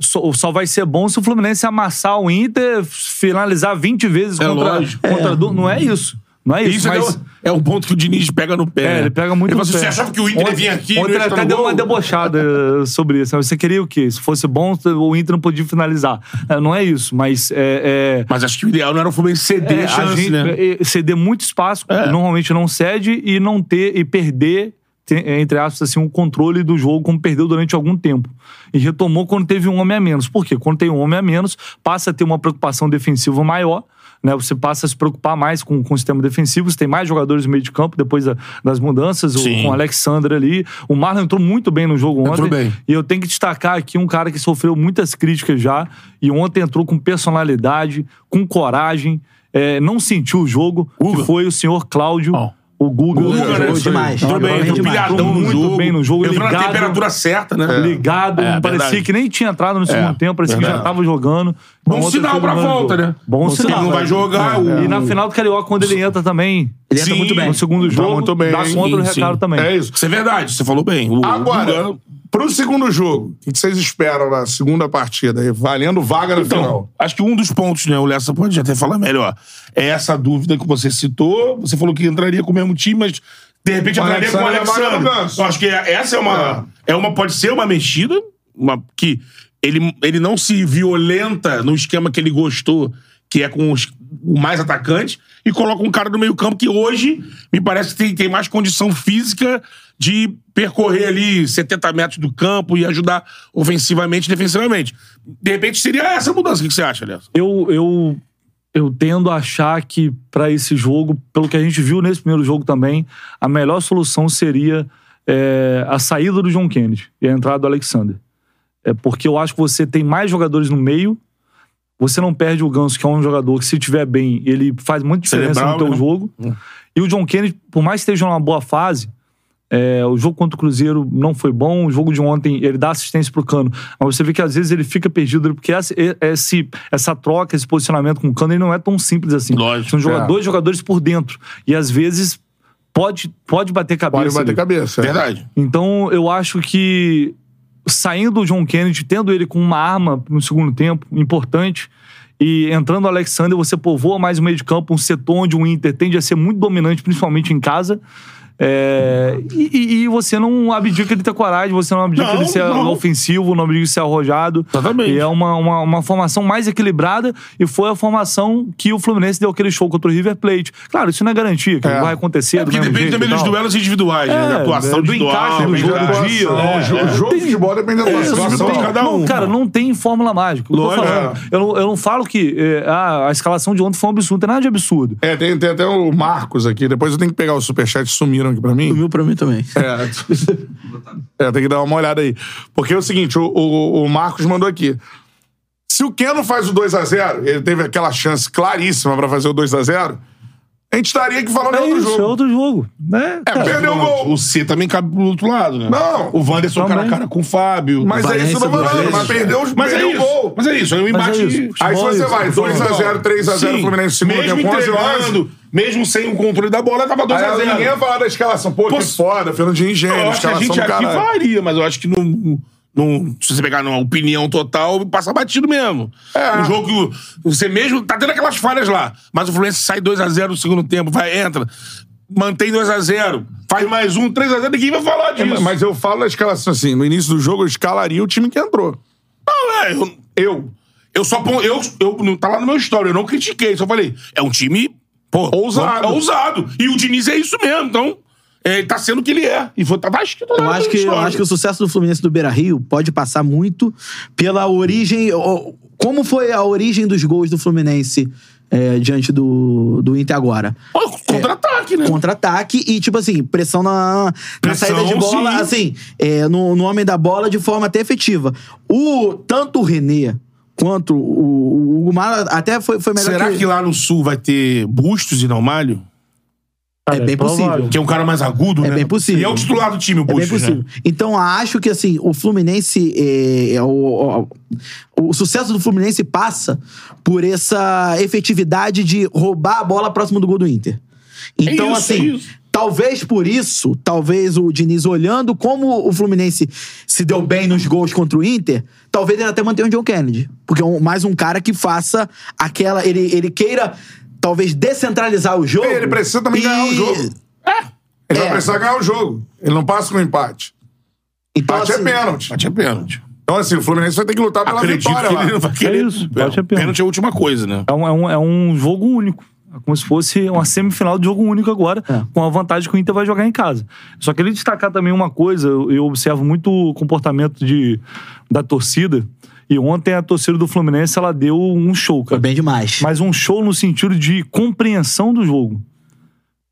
só, só vai ser bom se o Fluminense amassar o Inter, finalizar 20 vezes É contra, lógico. contra du- Não é isso. Não é isso, Isso mas... é um ponto que o Diniz pega no pé. É, né? ele pega muito ele no fala assim, pé. Você achava que o Inter ia Ontem- vir aqui? não Ontem ia ele chutar até no deu gol?" uma debochada eh, sobre isso. né? Você queria o quê? Se fosse bom, o Inter não podia finalizar. É, Não é isso, mas é... é- Mas acho que o ideal não era o Fluminense ceder é, a a chance, gente- né? é, ceder muito espaço, normalmente não cede, e não ter e perder te- entre aspas, assim, o controle do jogo, como perdeu durante algum tempo. E retomou quando teve um homem a menos. Por quê? Quando tem um homem a menos, passa a ter uma preocupação defensiva maior. Né, você passa a se preocupar mais com, com o sistema defensivo, você tem mais jogadores no meio de campo depois da- das mudanças, o, Sim. com o Alexandre ali. O Marlon entrou muito bem no jogo ontem. Entrou bem. E eu tenho que destacar aqui um cara que sofreu muitas críticas já e ontem entrou com personalidade, com coragem, é, não sentiu o jogo, que foi o senhor Cláudio, Ó. o Guga. Guga, né? Jogou demais. Tudo Jogou bem, bem entrou demais. pilhadão Jogou no é muito jogo. bem no jogo, Entrou na ligado. temperatura certa, né? Ligado, É, parecia verdade. É, que nem tinha entrado no segundo tempo, parecia que já verdade. tava jogando. Bom Então, ontem sinal foi um pra grande volta, jogo. né? Bom Porque sinal. ele não vai jogar, o- E na final do Carioca, quando ele entra também, Ele entra Sim, muito bem. no segundo jogo, muito bem, dá hein? conta do Sim, sim. recado também. É isso. Isso é verdade, você falou bem. O- Agora, pro segundo jogo, o que vocês esperam na segunda partida? aí? Valendo vaga no Então, final. acho que um dos pontos, né, o Lessa pode até falar melhor, é essa dúvida que você citou. Você falou que entraria com o mesmo time, mas de repente O entraria com o Alexandre é a vaga do Alexandre. Ganso. Eu acho que essa é uma, é. uma pode ser uma mexida, uma, que ele, ele não se violenta no esquema que ele gostou, que é com os, o mais atacante, e coloca um cara no meio campo que hoje me parece que tem, tem mais condição física de percorrer ali 70 metros do campo e ajudar ofensivamente e defensivamente. De repente seria essa a mudança. O que você acha, Léo? Eu, eu, eu tendo a achar que pra esse jogo, pelo que a gente viu nesse primeiro jogo também, a melhor solução seria é, a saída do John Kennedy e a entrada do Alexander. É porque eu acho que você tem mais jogadores no meio. Você não perde o Ganso, que é um jogador que, se tiver bem, ele faz muita diferença Cerebral, no teu né? jogo. E o John Kennedy, por mais que esteja numa boa fase, é, o jogo contra o Cruzeiro não foi bom. O jogo de ontem, ele dá assistência pro Cano. Mas você vê que às vezes ele fica perdido, porque essa, e- esse- essa troca, esse posicionamento com o Cano, ele não é tão simples assim. Lógico, São joga- é. dois jogadores por dentro. E às vezes pode, pode bater cabeça. Pode bater ali. cabeça. é. Verdade. Então eu acho que saindo o John Kennedy, tendo ele com uma arma no segundo tempo, importante, e entrando o Alexander, você povoa mais o meio de campo, um setor onde o Inter tende a ser muito dominante, principalmente em casa. É, e, e- e você não abdica de ter coragem, você não abdica Não, de ser não. ofensivo, não abdica de ser arrojado. Exatamente. E é uma, uma, uma formação mais equilibrada e foi a formação que o Fluminense deu aquele show contra o River Plate. Claro, isso não é garantia, que É. vai acontecer. É do porque mesmo depende jeito também e dos tal. duelos individuais, né? É, Da atuação do individual. encaixe do depende Depende jogo da da do atuação. dia, atuação, né? o jo- É. O jogo de futebol depende da É, situação não de tem- cada não, um. É. cara, não tem fórmula mágica. Eu, tô Lógico. falando. eu, não, eu não falo que eh, ah, a escalação de ontem foi um absurdo. Não tem nada de absurdo. É, tem, tem até o Marcos aqui. Depois eu tenho que pegar o superchat, sumiram aqui pra mim. Sumiu pra mim também. É. É, tem que dar uma olhada aí. Porque é o seguinte, o, o- o Marcos mandou aqui. Se o Keno faz o 2x0, ele teve aquela chance claríssima pra fazer o 2x0, a gente estaria aqui falando É, de outro isso, é jogo. outro jogo. Né? É, perdeu o Não, gol. O C também cabe pro outro lado, né? Não. O Wanderson cara a Também. cara com o Fábio. Mas é isso Valência que eu tô duas falando, vezes, mas perdeu, os- Mas é perdeu o isso. gol. Mas é isso. É um Mas embate. Ah, então, é isso. Aí se você vai Futebol, 2x0, 3x0 Sim, Fluminense, segundo mesmo tempo, 11 11 entregando, mesmo sem o controle da bola, tava Aí ninguém ia 2x0. falar né? da escalação. Pô, que Posso- foda, Fernandinho Engenho, Eu acho que a escalação gente do aqui um cara. faria, mas eu acho que não. não- se você pegar numa opinião total, passa batido mesmo. É. Um jogo que o- você mesmo. Tá tendo aquelas falhas lá, mas o Fluminense sai 2x0 no segundo tempo, vai, entra, mantém 2x0, faz mais um, 3x0, ninguém vai falar É, disso. Mas eu falo da escalação assim, no início do jogo eu escalaria o time que entrou. Não, é, eu, eu, eu só pon- eu, eu não tá lá no meu histórico, eu não critiquei, só falei, é um time pô, Ousado. É ousado. E o Diniz é isso mesmo, então é, ele tá sendo o que ele é. E foi tá escrito lá Eu no acho, meu que, eu histórico. acho que o sucesso do Fluminense do Beira Rio pode passar muito pela origem. ó, Como foi a origem dos gols do Fluminense é, diante do, do Inter agora? Ó, contra-ataque, né? Contra-ataque e, tipo assim, pressão na, Pressão, na saída de bola, sim. assim, é, no, no homem da bola de forma até efetiva. O, tanto o René quanto o, o Hugo Mara até foi, foi melhor Será que... lá no sul vai ter Bustos e não Malho? É bem Então, possível. Que é um cara mais agudo, É né? bem possível. E é o titular do time, o É Bustos, bem possível. né? Então, acho que assim, o Fluminense. É, é o, o, o sucesso do Fluminense passa por essa efetividade de roubar a bola próximo do gol do Inter. Então, isso, é assim. isso. Talvez por isso, talvez o Diniz olhando como o Fluminense se deu bem nos gols contra o Inter, talvez ele até mantenha o John Kennedy. Porque é um- mais um cara que faça aquela. Ele, ele queira, talvez, descentralizar o jogo. Ele precisa também ganhar o e- jogo. Ele vai É. precisar ganhar o jogo. Ele não passa com empate. Então, Empate assim, é pênalti. Mas é pênalti. Então, assim, o Fluminense vai ter que lutar pela Acredito vitória que lá. ele não vai querer. isso, empate é pênalti. Pênalti é a última coisa, né? É um, é um, é um jogo único. É Como se fosse uma semifinal de jogo único agora, É. com a vantagem que o Inter vai jogar em casa. Só queria destacar também uma coisa, eu eu observo muito o comportamento de, da torcida, e ontem a torcida do Fluminense, ela deu um show, Foi cara. bem demais. Mas um show no sentido de compreensão do jogo.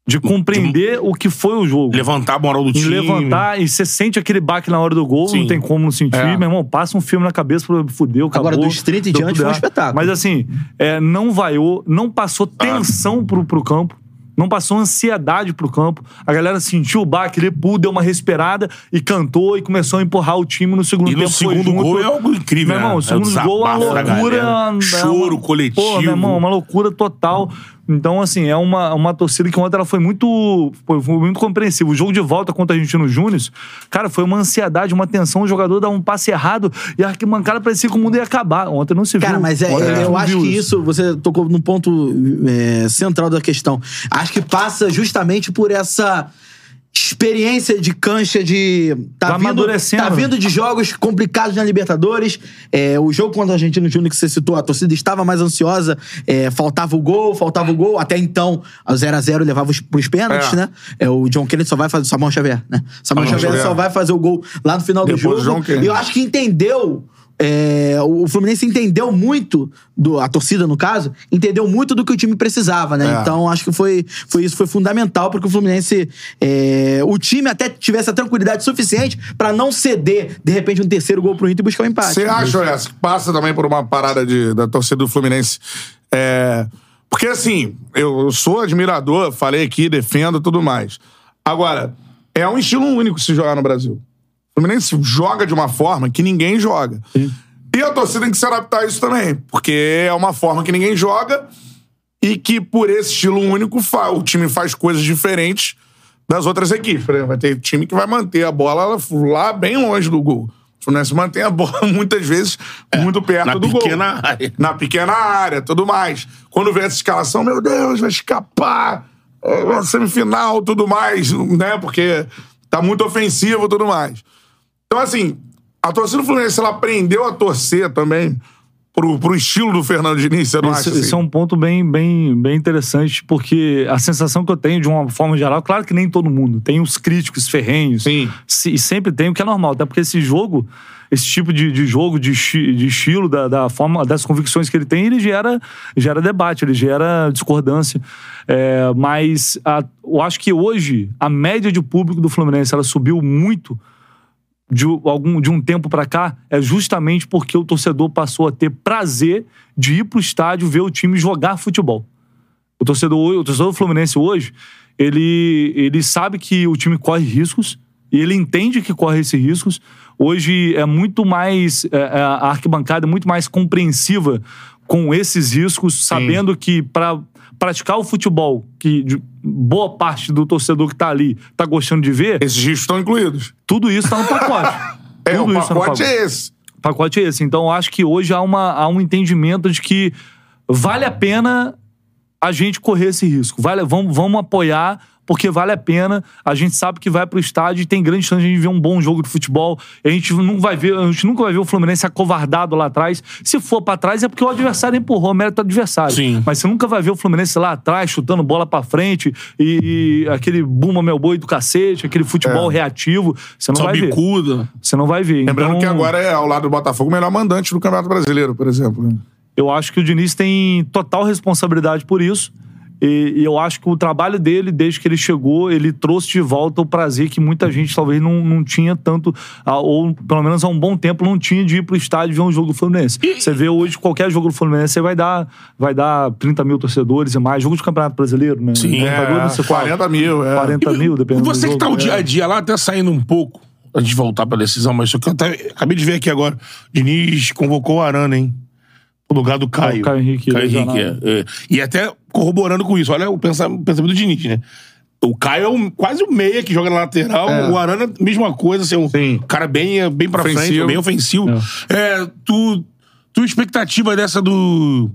De compreender o que foi o jogo. Levantar a moral do Em um time. levantar, e você sente aquele baque na hora do gol, Sim. É. não tem como não sentir. Meu irmão, passa um filme na cabeça pra fuder, acabou. Agora, dos 30 e deu diante, tudo foi um errado. espetáculo. Mas assim, é, não vaiou, não passou Ah. tensão pro, pro campo, não passou ansiedade pro campo. A galera sentiu o baque, ele pô, deu uma respirada e cantou e começou a empurrar o time no segundo E tempo. no foi segundo junto. gol é algo incrível, Meu irmão, né? o segundo É o gol é uma desabafo da loucura. galera. é uma- Choro Pô, coletivo. meu irmão, uma loucura total. Então, assim, é uma, uma torcida que ontem ela foi muito, foi foi muito compreensiva. O jogo de volta contra o Argentino Júnior, cara, foi uma ansiedade, uma tensão. O jogador dá um passe errado e a arquibancada parecia que o mundo ia acabar. Ontem não se viu. Cara, mas é, Ontem a gente eu, não acho viu que isso, você tocou no ponto é, central da questão. Acho que passa justamente por essa experiência de cancha de tá Tá vindo, amadurecendo. tá vindo de jogos complicados na Libertadores é, o jogo contra o Argentino Júnior que você citou a torcida estava mais ansiosa é, faltava o gol faltava o gol até então a 0 a 0 levava os, pros pênaltis É. né é, o John Kennedy só vai fazer Samuel Xavier né Samuel Samuel Xavier só Xavier. vai fazer o gol lá no final Depois do do jogo John Kennedy. e eu acho que entendeu. é, o o Fluminense entendeu muito, do, a torcida no caso, entendeu muito do que o time precisava, né? É. Então acho que foi, foi isso, foi fundamental porque o Fluminense, é, o time até tivesse a tranquilidade suficiente pra não ceder, de repente, um terceiro gol pro Inter e buscar o empate. Você acha, essa que passa também por uma parada de, da torcida do Fluminense? É, porque, assim, eu, eu sou admirador, falei aqui, defendo e tudo mais. Agora, é um estilo único se jogar no Brasil. O Fluminense joga de uma forma que ninguém joga. E a torcida tem que se adaptar a isso também, porque é uma forma que ninguém joga e que, por esse estilo único, fa- o time faz coisas diferentes das outras equipes. Por exemplo, vai ter time que vai manter a bola lá bem longe do gol. O Fluminense mantém a bola muitas vezes muito perto É, na do gol. pequena área. Na pequena área, tudo mais. Quando vê essa escalação, meu Deus, vai escapar. é, uma Semifinal, tudo mais, né? Porque tá muito ofensivo tudo mais. Então, assim, a torcida do Fluminense, ela aprendeu a torcer também pro, pro estilo do Fernando Diniz, você não Isso, acha? Assim? isso é um ponto bem, bem, bem interessante, porque a sensação que eu tenho, de uma forma geral, claro que nem todo mundo, tem os críticos ferrenhos, Sim. se- e sempre tem, o que é normal, até porque esse jogo, esse tipo de, de jogo, de, esti- de estilo, da, da forma, das convicções que ele tem, ele gera, gera debate, ele gera discordância. É, mas a- eu acho que hoje a média de público do Fluminense ela subiu muito de, o- algum, de um tempo pra cá é justamente porque o torcedor passou a ter prazer de ir pro estádio ver o time jogar futebol. O torcedor, ho- o torcedor do Fluminense hoje, ele, ele sabe que o time corre riscos e ele entende que corre esses riscos. Hoje é muito mais. é, é, a arquibancada é muito mais compreensiva com esses riscos, sabendo que para praticar o futebol, que de- boa parte do torcedor que tá ali tá gostando de ver, Esses riscos estão incluídos. tudo isso tá no pacote. É, Tudo o isso tá no pacote é esse. O pacote é esse. Então, eu acho que hoje há, uma, há um entendimento de que vale a pena a gente correr esse risco. Vale, vamos, vamos apoiar, porque vale a pena. A gente sabe que vai pro estádio e tem grande chance de a gente ver um bom jogo de futebol. A gente, não vai ver, a gente nunca vai ver o Fluminense acovardado lá atrás. Se for pra trás, é porque o adversário empurrou, mérito do adversário. Sim. Mas você nunca vai ver o Fluminense lá atrás, chutando bola pra frente e, e aquele bumba meu boi do cacete, aquele É. futebol reativo. Você não Só vai ver. bicuda. Você não vai ver. Lembrando Então, que agora é ao lado do Botafogo o melhor mandante do Campeonato Brasileiro, por exemplo. né? Eu acho que o Diniz tem total responsabilidade por isso. E, e eu acho que o trabalho dele, desde que ele chegou, ele trouxe de volta o prazer que muita gente talvez não, não tinha tanto, ah, ou pelo menos há um bom tempo, não tinha de ir pro estádio ver um jogo do Fluminense. Você vê hoje qualquer jogo do Fluminense, você vai dar, vai dar 30 mil torcedores e mais. Jogo de Campeonato Brasileiro, né? Sim, Vai dar você 40 é, mil, é. 40 mil, dependendo Você do que tá jogo. É. o dia a dia lá, até saindo um pouco, antes de voltar pra decisão, mas isso que eu até- acabei de ver aqui agora. Diniz convocou o Arana, hein? No lugar do Caio. o Caio Henrique, lesionado. Henrique, é, é. E até corroborando com isso, olha o pensa- o pensamento do Diniz, né? O Caio é um- quase o meia que joga na lateral, É. o Arana, mesma coisa, assim, um Sim. cara bem, bem pra Ofensivo. frente, bem ofensivo. É, tu, tua expectativa dessa é do.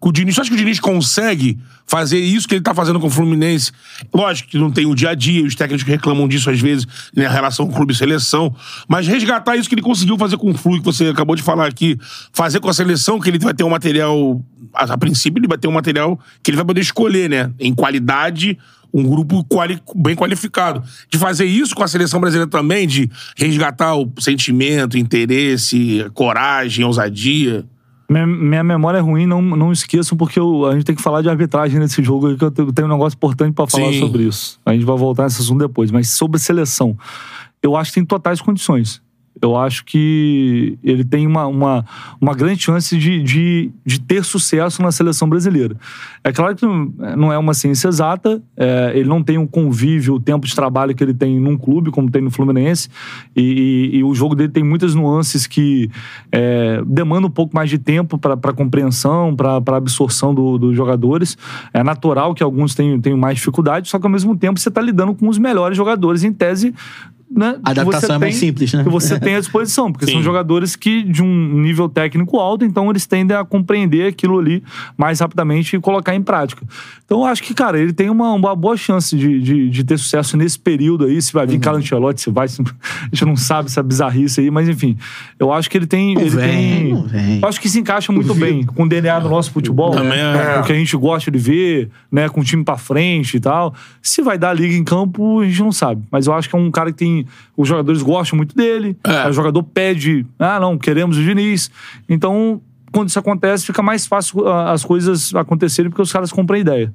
com o Diniz. Você acha que o Diniz consegue fazer isso que ele tá fazendo com o Fluminense? Lógico que não tem o dia a dia, os técnicos reclamam disso às vezes, né, a relação clube-seleção. Mas resgatar isso que ele conseguiu fazer com o Flu, que você acabou de falar aqui, fazer com a seleção, que ele vai ter um material. A, a princípio, ele vai ter um material que ele vai poder escolher, né? Em qualidade um grupo quali- bem qualificado. De fazer isso com a seleção brasileira também, de resgatar o sentimento, interesse, coragem, ousadia. Minha, minha memória é ruim, não, não esqueçam, porque eu- a gente tem que falar de arbitragem nesse jogo aí, que eu te- tenho um negócio importante pra falar Sim. sobre isso. A gente vai voltar nesse assunto depois. Mas sobre seleção, eu acho que tem totais condições. Eu acho que ele tem uma, uma, uma grande chance de, de, de ter sucesso na seleção brasileira. É claro que não- não é uma ciência exata, é, ele não tem o convívio, o tempo de trabalho que ele tem num clube, como tem no Fluminense, e, e- e o jogo dele tem muitas nuances que é, demandam um pouco mais de tempo para compreensão, para absorção do- dos jogadores. É natural que alguns tenham, tenham mais dificuldade, só que ao mesmo tempo você está lidando com os melhores jogadores, em tese. Né, A que adaptação você é mais tem- simples, né? que você tem à disposição, porque são Sim. jogadores que de um nível técnico alto, então eles tendem a compreender aquilo ali mais rapidamente e colocar em prática. Então eu acho que, cara, ele tem uma, uma boa chance de, de, de ter sucesso nesse período aí, se vai vir Carlos Ancelotti, se vai, se... a gente não sabe essa bizarrice aí, mas enfim, eu acho que ele tem... ele vem, tem- não vem. Eu acho que se encaixa muito bem com o DNA do nosso futebol, Também né? é. o que a gente gosta de ver, né, com o time pra frente e tal. Se vai dar liga em campo, a gente não sabe. Mas eu acho que é um cara que tem. Os jogadores gostam muito dele. É. O jogador pede. Ah, não, queremos o Diniz. Então, quando isso acontece, fica mais fácil ah, as coisas acontecerem, porque os caras compram a ideia.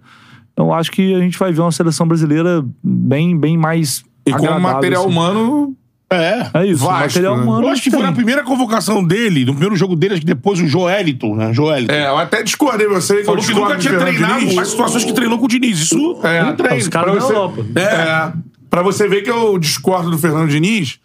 Então, eu acho que a gente vai ver uma seleção brasileira bem, bem mais. E como agradável, material assim. humano. É. É isso, vasto, material né? humano. Um Eu acho que foi tem. na primeira convocação dele, no primeiro jogo dele, acho que depois o Joeliton, né? Joeliton. É, eu até discordei de você. Falou eu que discordo nunca de tinha Fernando treinado Diniz. as situações que treinou com o Diniz. Isso É. não treina. Os caras Pra da você- Europa. É. Pra você ver que eu discordo do Fernando Diniz,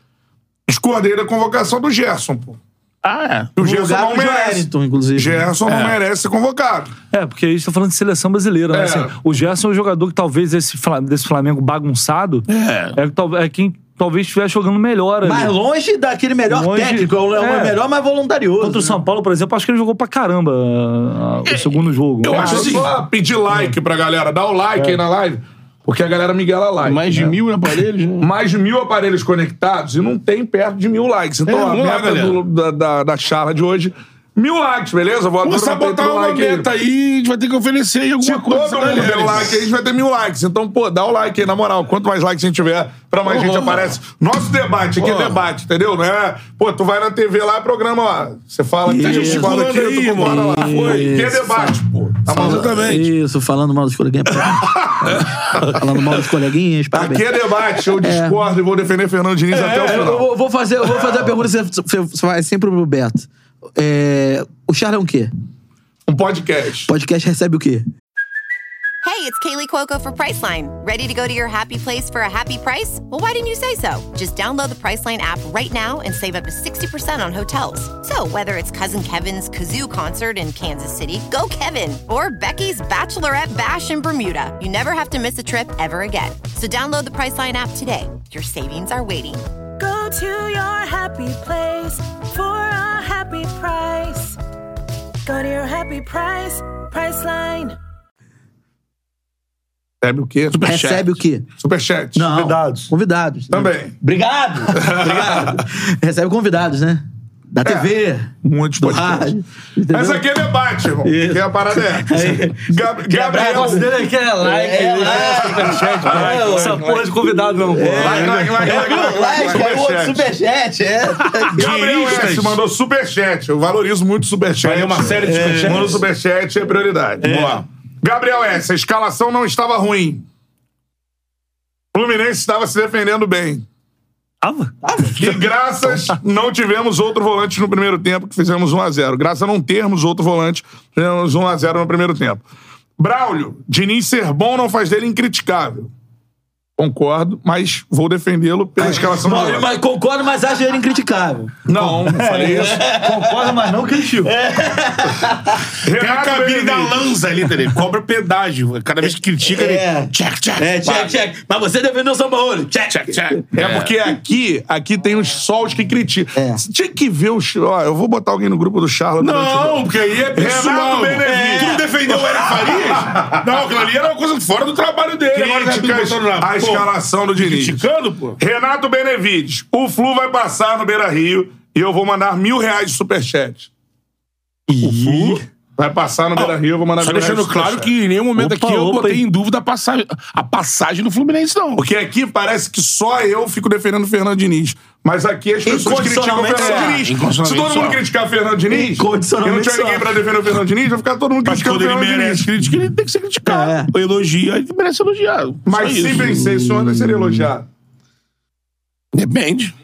discordei da convocação do Gerson, pô. Ah, é. O No Gerson lugar não do merece. Então, Joelinton, inclusive. Gerson não É. merece ser convocado. É, porque a gente tá falando de seleção brasileira, né? É. Assim, o Gerson é um jogador que talvez esse Fla- desse Flamengo bagunçado É. é, que tal- é quem talvez estivesse jogando melhor ali. Mas longe daquele melhor Longe- técnico, é o é é. o melhor mais voluntarioso. Contra o São Paulo, por exemplo, acho que ele jogou pra caramba ah, o segundo jogo. É, eu Eu acho acho assim- só pedir like pra galera. Dá o like aí na live, porque a galera miguela like. É Mais de né? mil aparelhos, né? Mais de mil aparelhos conectados e não tem perto de mil likes. Então É, a vamos lá, meta galera. do- da, da, da charla de hoje, mil likes, beleza? Vou Pô, adorar se bater botar pro uma like aí. meta aí, a gente vai ter que oferecer aí Se alguma coisa. né, todo mundo der o like aí, a gente vai ter mil likes. Então, pô, dá o like aí, na moral. Quanto mais likes a gente tiver, pra mais Porra. gente aparece. Nosso debate aqui Porra. é debate, entendeu? Não é, pô, tu vai na TV lá, programa lá. Você fala, tá Isso. gesticulando aqui, tu Isso. concorda lá. Foi. Que é Isso. debate, pô. Tá maluco? Exatamente. Isso, falando mal dos coleguinhas. parabéns. falando mal dos coleguinhas, parabéns. Aqui é debate, eu discordo e vou defender Fernando Diniz até o É, eu final. vou- vou fazer, eu vou fazer a pergunta que você- você vai sempre pro Beto. É, o Charla é um quê? Um podcast. Podcast recebe o quê? Hey, it's Kaylee Cuoco for Priceline. Ready to go to your happy place for a happy price? Well, why didn't you say so? Just download the Priceline app right now and save up to 60% on hotels. So, whether it's Cousin Kevin's Kazoo concert in Kansas City, go Kevin, or Becky's Bachelorette Bash in Bermuda, you never have to miss a trip ever again. So, download the Priceline app today. Your savings are waiting. Go to your happy place for a happy price. Go to your happy price, Priceline. Recebe o quê? Recebe o quê? Superchat. Não. Convidados. Convidados. Também. Obrigado! Obrigado. Recebe convidados, né? Da TV, Muitos do podcasts. rádio. entendeu? Mas aqui é debate, irmão. Que a parada é. Gab- Gabriel. que é like. É like. é é, Essa porra de convidado não, pô. Like, like, like, like, like, like, é, Like, aí o outro superchat. superchat, é. Gabriel S. mandou superchat. Eu valorizo muito o superchat. É. Valeu uma série de superchats. Manda o superchat, é prioridade. Vamos lá. Gabriel S. A escalação não estava ruim. Fluminense estava se defendendo bem. Tava? E graças não tivemos outro volante no primeiro tempo, que fizemos 1x0. Graças a não termos outro volante, fizemos 1x0 no primeiro tempo. Braulio, Diniz ser bom não faz dele incriticável. Concordo, mas vou defendê-lo pela escalação do Não, volante. mas concordo, mas acho ele incriticável. Não, não falei isso. Concorda, mas não criticou. É. Tem a Renato cabine da Benevides. Lanza ali, entendeu? Cobra pedágio. Cada vez que critica, É. ele. Check, check. É, check, check. Mas você defendeu o São Paulo. Check, Check, check. É, porque aqui, aqui tem os sols que criticam. É. Você Tinha que ver o. Ó, eu vou botar alguém no grupo do Charla. durante o- Não, porque aí é pessoal. Renato Benevides. Tu não Farias? Não, aquilo ali era uma coisa fora do trabalho dele. Agora tá Críticas botando na- à Pô, escalação do Diniz. Criticando, pô. Renato Benevides, o Flu vai passar no Beira Rio e eu vou mandar mil reais de superchat. O Flu vai passar no Beira Rio, eu vou mandar Só mil reais. tá deixando de claro superchat. que em nenhum momento Opa, aqui eu opa, botei hein? em dúvida a passagem, a passagem do Fluminense, não. Porque aqui parece que só eu fico defendendo o Fernando Diniz. Mas aqui as pessoas criticam o Incondicionalmente Fernando só. Diniz. Se Incondicionalmente todo mundo só. criticar o Fernando Diniz, e não Incondicionalmente tiver ninguém só. pra defender o Fernando Diniz, vai ficar todo mundo Mas criticando o quando ele Fernando Diniz. merece crítica, ele tem que ser criticado. É. Elogia, ele merece elogiado. Mas Só se isso. vencer esse ano, ele seria elogiado. Depende.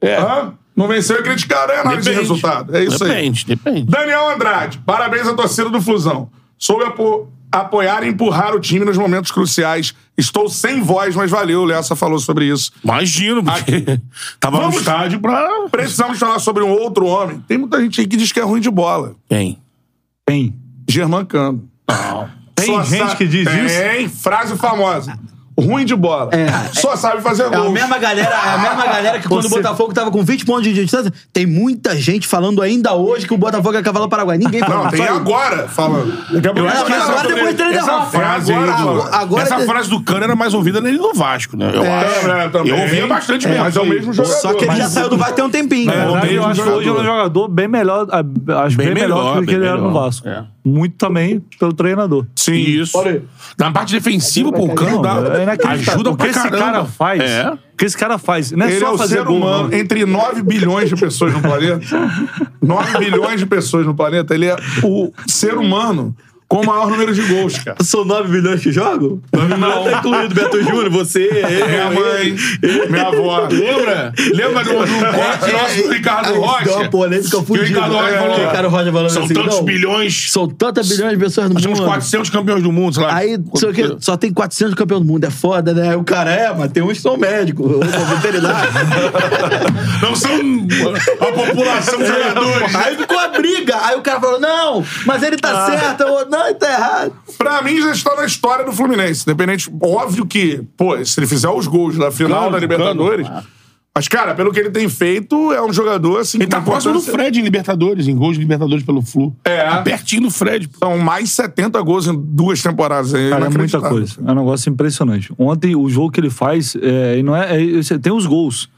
É. Hã? Não venceu é criticado, é análise Ah, de Depende. resultado. É isso aí. depende, depende. Daniel Andrade, parabéns à torcida do Flusão. Soube apo- apoiar e empurrar o time nos momentos cruciais. Estou sem voz, mas valeu. O Lessa falou sobre isso. Imagino, porque tava Vamos- no estádio pra... Precisamos falar sobre um outro homem. Tem muita gente aí que diz que é ruim de bola. Quem? Tem. Germán Cano. Tem Só gente sa- que diz Tem, isso? frase famosa. Ruim de bola. É. Só sabe fazer É a gol. mesma galera, é a mesma galera que quando Você- o Botafogo tava com 20 pontos de distância, tem muita gente falando ainda hoje que o Botafogo é cavalo paraguai. Ninguém fala. Não, tem só eu. agora falando. Daqui a pouco Eu a gente acho que vai agora falar sobre depois de três Essa derrotas. frase aí, Agora- Flávio. agora- Essa frase do Cano era mais ouvida nele no Vasco, né? Eu acho. Também, É, também. Eu ouvia bastante mesmo. Mas é o mesmo jogador. Só que ele Mas já saiu do Vasco tem um É, tempinho. Na verdade, eu mesmo acho que hoje ele é um jogador bem melhor, ah, acho bem, Bem melhor, melhor, do que bem ele era no melhor. Vasco. É. Muito também pelo treinador. Sim. Isso. Na parte defensiva, pô, o Cano Não, é dá, inacreditável. ajuda o que pra esse caramba. cara faz. É. O que esse cara faz. Não é Ele só é o fazer ser gol, humano não. entre 9 bilhões de pessoas no planeta. 9 bilhões de pessoas no planeta. Ele é o ser humano com o maior número de gols, cara. São 9 milhões que jogam? 9 milhões tá incluído Beto Júnior, você, Minha eu, mãe, minha avó. Lembra? Lembra do, do um corte é nosso do Ricardo Deu Rocha? uma polêmica Que o fudida. Ricardo Rocha É, falou, o Ricardo Rocha falando São assim, tantos não, bilhões. São tantas bilhões de pessoas no Nós temos mundo. 400 campeões do mundo, sei lá. Aí, só que só tem 400 campeões do mundo, é foda, né? Aí O cara é, mas tem uns que são médicos, outros são veterinários. Não são a população de jogadores. Aí ficou a briga. Aí o cara falou, não, mas ele Ah. tá certo. Eu, não, ele tá errado. Pra mim, já está na história do Fluminense. Independente, óbvio que, pô, se ele fizer os gols da final Cano, da Libertadores. Cano, Mas, cara, pelo que ele tem feito, é um jogador assim. Ele tá próximo do Fred em Libertadores, em gols de Libertadores pelo Flu. É. Tá pertinho do Fred. pô. São mais 70 gols em duas temporadas. É Cara, é muita inacreditável. coisa. É um negócio impressionante. Ontem, o jogo que ele faz, é, e não é, é- você tem os gols.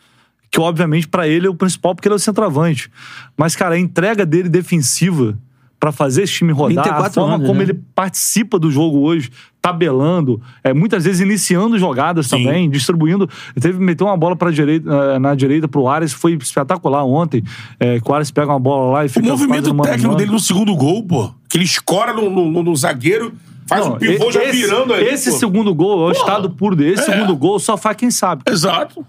Que, obviamente, pra ele é o principal, porque ele é o centroavante. Mas, cara, a entrega dele defensiva pra fazer esse time rodar, a 34 forma anos, como né? ele participa do jogo hoje, tabelando, é, muitas vezes iniciando jogadas também, distribuindo. Ele Teve meteu uma bola para direita, eh, na direita pro Ares, foi espetacular ontem. É, que o Ares pega uma bola lá e O fica quase movimento no mano a técnico mano. dele no segundo gol, pô. Que ele escora no, no- no- no zagueiro, faz Não, o pivô já esse- virando aí. Esse pô. É. segundo gol é o estado puro dele. Esse segundo gol só faz quem sabe. Exato.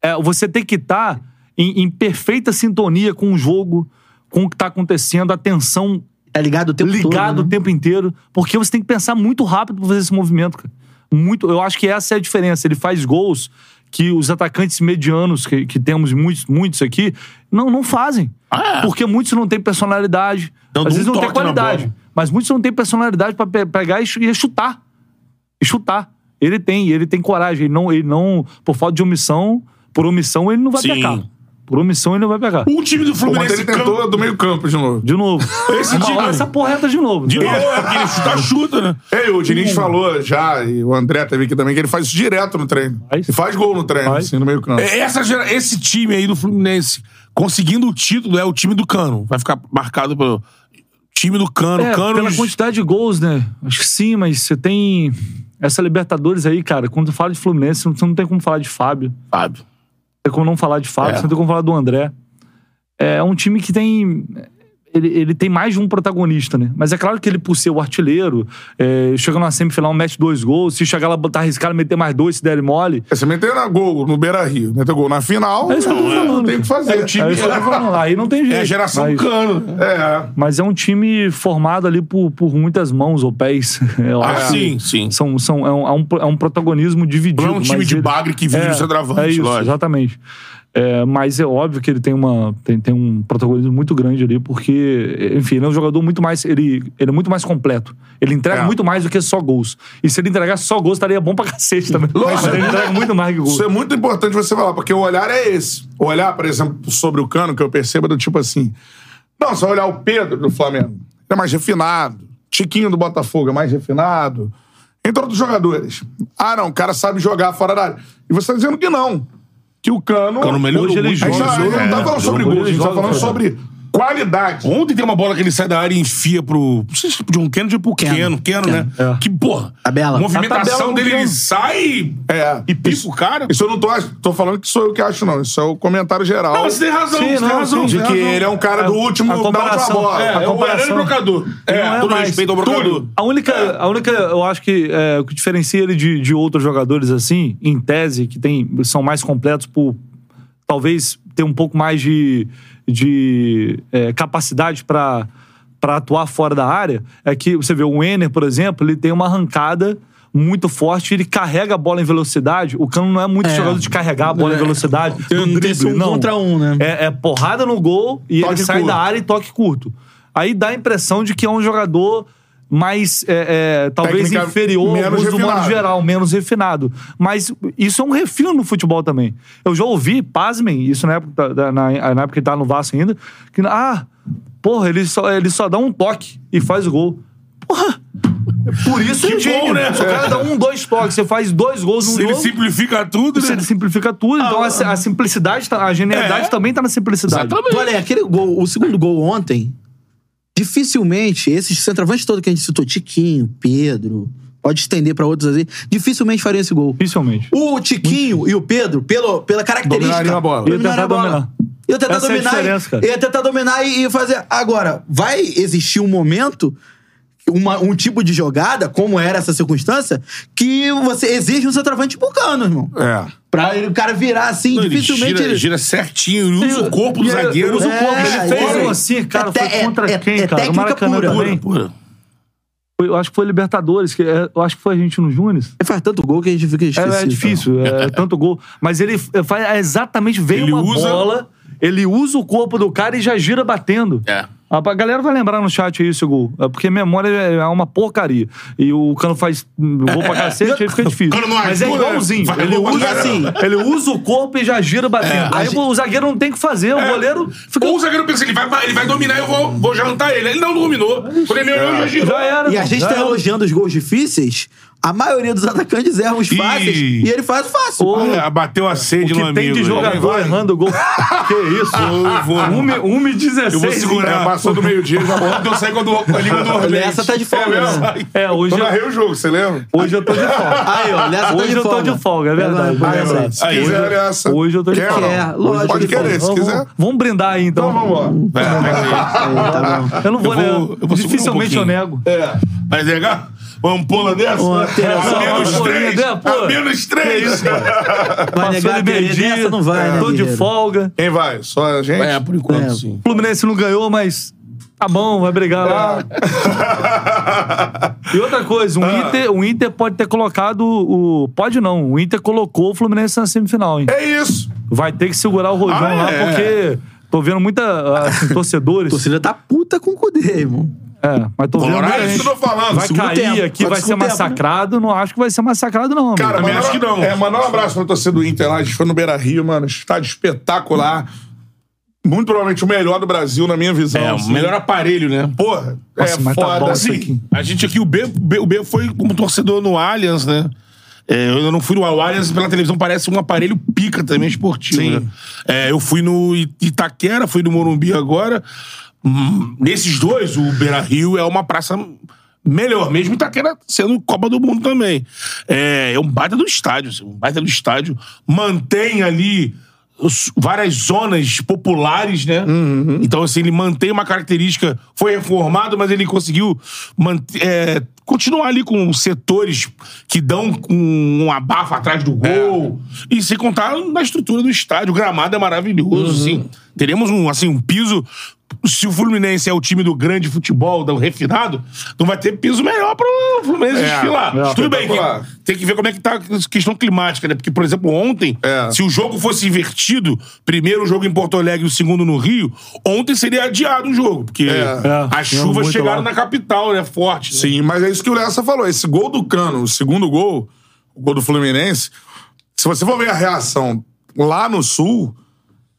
É, você tem que estar em, em perfeita sintonia com o jogo, com o que está acontecendo, a tensão É ligado o tempo ligada todo. o né? tempo inteiro, porque você tem que pensar muito rápido para fazer esse movimento, cara. Muito, eu acho que essa é a diferença. Ele faz gols que os atacantes medianos, que, que temos muitos, muitos aqui, não, não fazem. Ah, é. Porque muitos não têm personalidade. Dando às vezes um não tem toque na qualidade. bola. Mas muitos não têm personalidade pra pe- pegar e chu- e chutar. E chutar. Ele tem, ele tem coragem. Ele não, ele não, por falta de omissão, por omissão ele não vai Sim. pegar. Por omissão ele não vai pegar. O Um time do Pô, Mas ele Fluminense tentou campo- do meio campo de novo. De novo. Esse time- essa porreta de novo. De novo, é aquele chuta, chuta, né? Ei, o Diniz falou já, e o André teve aqui também, que ele faz isso direto no treino. Faz. E faz gol no treino, Faz. assim, no meio campo. É, Essa, gera- esse time aí do Fluminense conseguindo o título é o time do Cano. Vai ficar marcado pelo time do Cano. É, Cano pela quantidade de gols, né? Acho que sim, mas você tem essa Libertadores aí, cara. Quando fala de Fluminense, você não tem como falar de Fábio. Fábio. tem como não falar de Fábio, É. você não tem como falar do André. É um time que tem. Ele, ele tem mais de um protagonista, né? Mas é claro que ele, por ser o artilheiro, é, chega numa semifinal, mete dois gols. Se chegar lá, botar arriscado, meter mais dois, se der ele mole. É, Você meteu na gol no Beira Rio, meteu gol na final, É isso que eu tô não, falando. tem o que fazer. É o time- Aí, eu só tô falando, aí não tem jeito. É a geração mas, Cano. né? É. mas é um time formado ali por, por muitas mãos ou pés. Eu Ah, acho que sim, sim. São, são, é, um, é um pro- é um protagonismo dividido. Não é um time mas de ele- bagre que vive é, o centroavante, é isso, lógico. Exatamente. É, mas é óbvio que ele tem, uma, tem, tem um protagonismo muito grande ali, porque, enfim, ele é um jogador muito mais. Ele, ele é muito mais completo. Ele entrega É. muito mais do que só gols. E se ele entregasse só gols, estaria bom pra cacete também. Lógico. Mas ele entrega muito mais que gols. Isso é muito importante você falar, porque o olhar é esse. O olhar, por exemplo, sobre o Cano, que eu percebo é do tipo assim... Não, se eu olhar o Pedro do Flamengo, ele é mais refinado, Chiquinho do Botafogo é mais refinado. Entre outros jogadores. Ah, não, o cara sabe jogar fora da área. E você está dizendo que não. Que o Cano... Cano melhorou Hoje ele muito. A gente tá- a gente não É, tá falando sobre jogou- gols, a gente tá joga- falando sobre qualidade. Ontem tem uma bola que ele sai da área e enfia pro. Não sei se pro John Kennedy ou pro Keno. Keno, né? É. Que porra. Tabela. A movimentação A tabela do dele, ele Keno. sai É. e pica o cara. Isso eu não tô, ach- tô falando que sou eu que acho, não. Isso é o comentário geral. Não, você tem razão, Sim, você não, tem razão. entendi você de tem que razão. ele é um cara do É, último, a da última comparação. bola. É, É, é o Herani comparação. Brocador. Ele não É, é todo mais. respeito ao Brocador. A única, a única, eu acho que é, o que diferencia ele de, de outros jogadores assim, em tese, que tem, são mais completos por talvez ter um pouco mais de, de é, capacidade para para atuar fora da área, é que você vê o Enner, por exemplo, ele tem uma arrancada muito forte, ele carrega a bola em velocidade. O Cano não é muito jogador de carregar a bola em velocidade. Tem- do tem drible, esse um não. contra um, né? É, é porrada no gol e Uhum. Toque ele sai curto. da área e toque curto. Aí dá a impressão de que é um jogador mais, é, é, talvez Técnica inferior menos ao uso do modo refinado. geral, menos refinado. Mas isso é um refino no futebol também. Eu já ouvi, pasmem, isso na época, da- da- na, na época que ele tava no Vasco ainda, que, ah, porra, ele só, ele só dá um toque e faz o gol. Porra! Por isso Que é gol, bom, né? né? Se o cara dá um, dois toques, você faz dois gols num Ele jogo... simplifica tudo, Você né? simplifica tudo, então a, si- a simplicidade, tá- a genialidade É. também tá na simplicidade. Exatamente. Olha, aquele gol, o segundo gol ontem, dificilmente, esses centroavantes todos que a gente citou, Tiquinho, Pedro, pode estender pra outros aí, dificilmente fariam esse gol. Dificilmente. O Tiquinho e o Pedro, pelo, pela característica. Dominariam a bola. dominariam Ia Ia tentar tentar dominar. Essa é a dominar. diferença, cara. e, ia tentar dominar e e fazer. Agora, vai existir um momento. uma- um tipo de jogada, como era essa circunstância, que você exige um centroavante bucano, irmão. É. Pra ele- o cara virar assim, Não, ele dificilmente. gira, ele- gira certinho, ele usa o corpo E do ele zagueiro. usa o É, corpo. ele fez é, um assim, cara, é foi te- contra é- quem, é cara? O técnica Maracanã pura. também. Pura, pura. Foi- eu acho que foi Libertadores, que é- eu acho que foi a gente no Júnior. Ele faz tanto gol que a gente fica esquecido. É, é difícil, é, é tanto gol. Mas ele f- faz é exatamente, veio então. Ele uma usa- bola, ele usa o corpo do cara e já gira batendo. É. A a galera vai lembrar no chat aí esse gol. É porque memória é uma porcaria. E o Cano faz hum, gol pra cacete, aí fica difícil. Cano não Mas é ajuda, né? igualzinho. Vai É. Ele gol pra usa, caramba. assim, ele usa o corpo e já gira batendo. a Aí gente- o zagueiro não tem o que fazer, É. o goleiro fica. Ou o zagueiro pensa, ele vai, ele vai dominar, eu vou, vou jantar ele. Ele não dominou. Quando ele me olhou, já É. girou. Já era. E a mano, gente já tá era. elogiando os gols difíceis, a maioria dos atacantes erram os fáceis Ih. e ele faz o fácil. É, bateu a O sede que tem de jogador errando o gol. que isso? Um, um então. e 16. Eu vou É, segurar. passou do meio-dia, já ontem eu saí quando eu ligo do Olha, essa tá de folga. né? É, hoje, Eu narrei o jogo, você lembra? hoje eu tô de folga. Aí, olha, essa tá Hoje de eu tô folga. de folga, é verdade. Ah, é essa verdade. aí. Se Aí, quiser hoje- essa. hoje eu tô de Quer folga. ou não? Quer, lógico, Pode de querer, folga. se Vamos- quiser. Vamos brindar aí, então. Então vamos lá. Aí, tá bom. Eu não vou, Eu vou- né? eu vou segurar um Dificilmente eu pouquinho. nego. Mas legal? Vamos pula dessa? Uma alteração. a menos Uma três. pulinha, pô. A menos três. Vai negar Passou de a perder, meio-dia, essa não vai, né? é, Tô de guerreiro? folga. Quem vai? Só a gente? É, por enquanto, É. sim. O Fluminense não ganhou, mas tá bom, vai brigar lá. E outra coisa, o Inter, o Inter pode ter colocado o... Pode não, o Inter colocou o Fluminense na semifinal, hein? É isso. Vai ter que segurar o Rojão Ah, lá, é. porque tô vendo muita, assim, A torcedores... torcida tá puta com o Cudê, irmão. É, mas tô vendo Colorado, muita É isso gente. que eu tô falando. Ah, Vai segundo cair tempo. aqui, Vai vai pro ser segundo tempo, né? massacrado. Não acho que vai ser massacrado, não. amigo. Cara, Também mandar- acho que não. É, mandar um abraço pra torcida do Inter lá. A gente foi no Beira Rio, mano. Estádio espetacular. Muito provavelmente o melhor do Brasil, na minha visão. É, o assim. melhor aparelho, né? Porra, Nossa, é mas tá foda. bom isso assim. aqui. A gente aqui, o B, o B, o B foi como torcedor no Allianz, né? É, eu ainda não fui no o Allianz pela televisão, parece um aparelho pica também esportivo. Sim. né? É, eu fui no I- Itaquera, fui no Morumbi agora. Hum, nesses dois, o Beira Rio é uma praça melhor, mesmo Itaquera sendo Copa do Mundo também. É, é um baita do estádio, assim, um baita do estádio. Mantém ali os- várias zonas populares, né? Uhum. Então, assim, ele mantém uma característica. Foi reformado, mas ele conseguiu manter, é, continuar ali com setores que dão um, um abafo atrás do É. gol. E sem contar na estrutura do estádio. O gramado é maravilhoso, Uhum. assim. Teremos um, assim, um piso. Se o Fluminense é o time do grande futebol, do refinado, não vai ter piso melhor pro Fluminense É, desfilar. é, Tudo bem, que espetacular. tem que ver como é que tá a questão climática, né? Porque, por exemplo, ontem, É. se o jogo fosse invertido, primeiro o jogo em Porto Alegre e o segundo no Rio, ontem seria adiado o jogo, porque É, as tinha chuvas muito chegaram lá. na capital, né? Forte. né? Sim, mas é isso que o Lessa falou. Esse gol do Cano, o segundo gol, o gol do Fluminense, se você for ver a reação lá no Sul,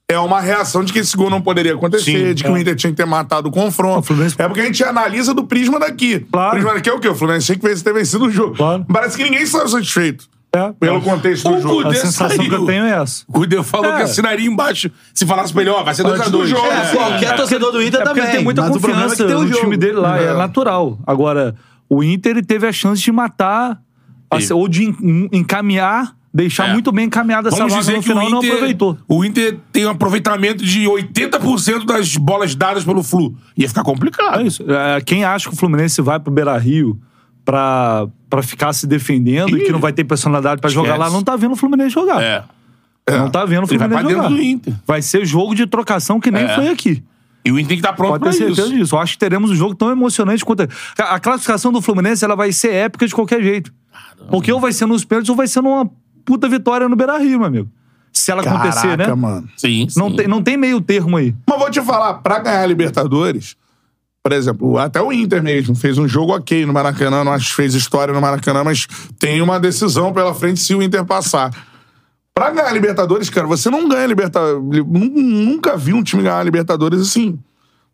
é uma reação de que esse gol não poderia acontecer, Sim, de que o Inter tinha que ter matado o confronto. É porque a gente analisa do prisma daqui. Claro. O prisma daqui é o quê? O Fluminense tinha que vencer- ter vencido o jogo. Claro. Parece que ninguém saiu satisfeito É. pelo contexto do O jogo. A Cudê sensação saiu. que eu tenho é essa. O Deus falou É. que assinaria embaixo. Se falasse pra ele, ó, vai ser Antes do 2x2. jogo. É, qualquer torcedor do Inter É porque também. ele tem muita mas o problema é confiança que tem um no jogo. time dele lá, é. É. natural. Agora, o Inter ele teve a chance de matar, a- Teve. ou de en- encaminhar, deixar É. muito bem encaminhada essa Vamos vaga dizer no que final o e não Inter, aproveitou. o Inter tem um aproveitamento de 80% das bolas dadas pelo Flu. Ia ficar complicado. É isso. É, quem acha que o Fluminense vai pro Beira Rio pra, pra ficar se defendendo e Ih. que não vai ter personalidade pra jogar lá, Esquece. não tá vendo o Fluminense jogar. É. Não tá vendo o Ele vai Fluminense pra dentro jogar. do Inter. Vai ser jogo de trocação que nem É. foi aqui. E o Inter tem que estar pronto Pode pra ter certeza isso. disso. Eu acho que teremos um jogo tão emocionante quanto. A a classificação do Fluminense ela vai ser épica de qualquer jeito. Porque ou vai ser nos pênaltis ou vai ser numa puta vitória no Beira Rio, meu amigo. Se ela acontecer, né? mano. Sim, Não, tem, não tem meio termo aí. Mas vou te falar, pra ganhar a Libertadores, por exemplo, até o Inter mesmo fez um jogo ok no Maracanã, não acho que fez história no Maracanã, mas tem uma decisão pela frente se o Inter passar. Pra ganhar a Libertadores, cara, você não ganha Libertadores. Nunca vi um time ganhar a Libertadores assim.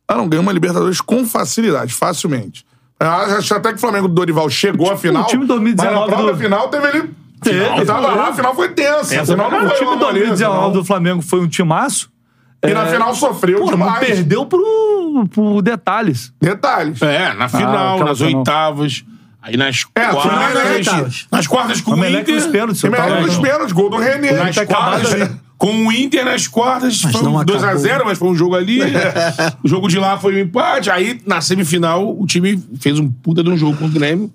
Ah, não, ganha uma Libertadores com facilidade, facilmente. Eu Acho até que o Flamengo do Dorival chegou à final. Tipo, time 2019 mas na própria do- final teve ele. Teve, Ele tava teve. lá, a final foi tensa. A final não o foi time uma do moleza, 2019 não. do Flamengo foi um timaço. E na final sofreu É. Pô, mas demais. perdeu por, por detalhes. Detalhes. É, na final, aquela nas final. oitavas, aí nas Ah, É, quartas. final nas oitavas. nas quartas com O o Meleque nos Inter. pênaltis. E eu tava melhor dos vendo. pênaltis, gol do René. tá Nas quartas, com o Inter nas quartas, Mas foi não um acabou. 2x0, mas foi um jogo ali. o jogo de lá foi um empate. Aí, na semifinal, o time fez um puta de um jogo com o Grêmio.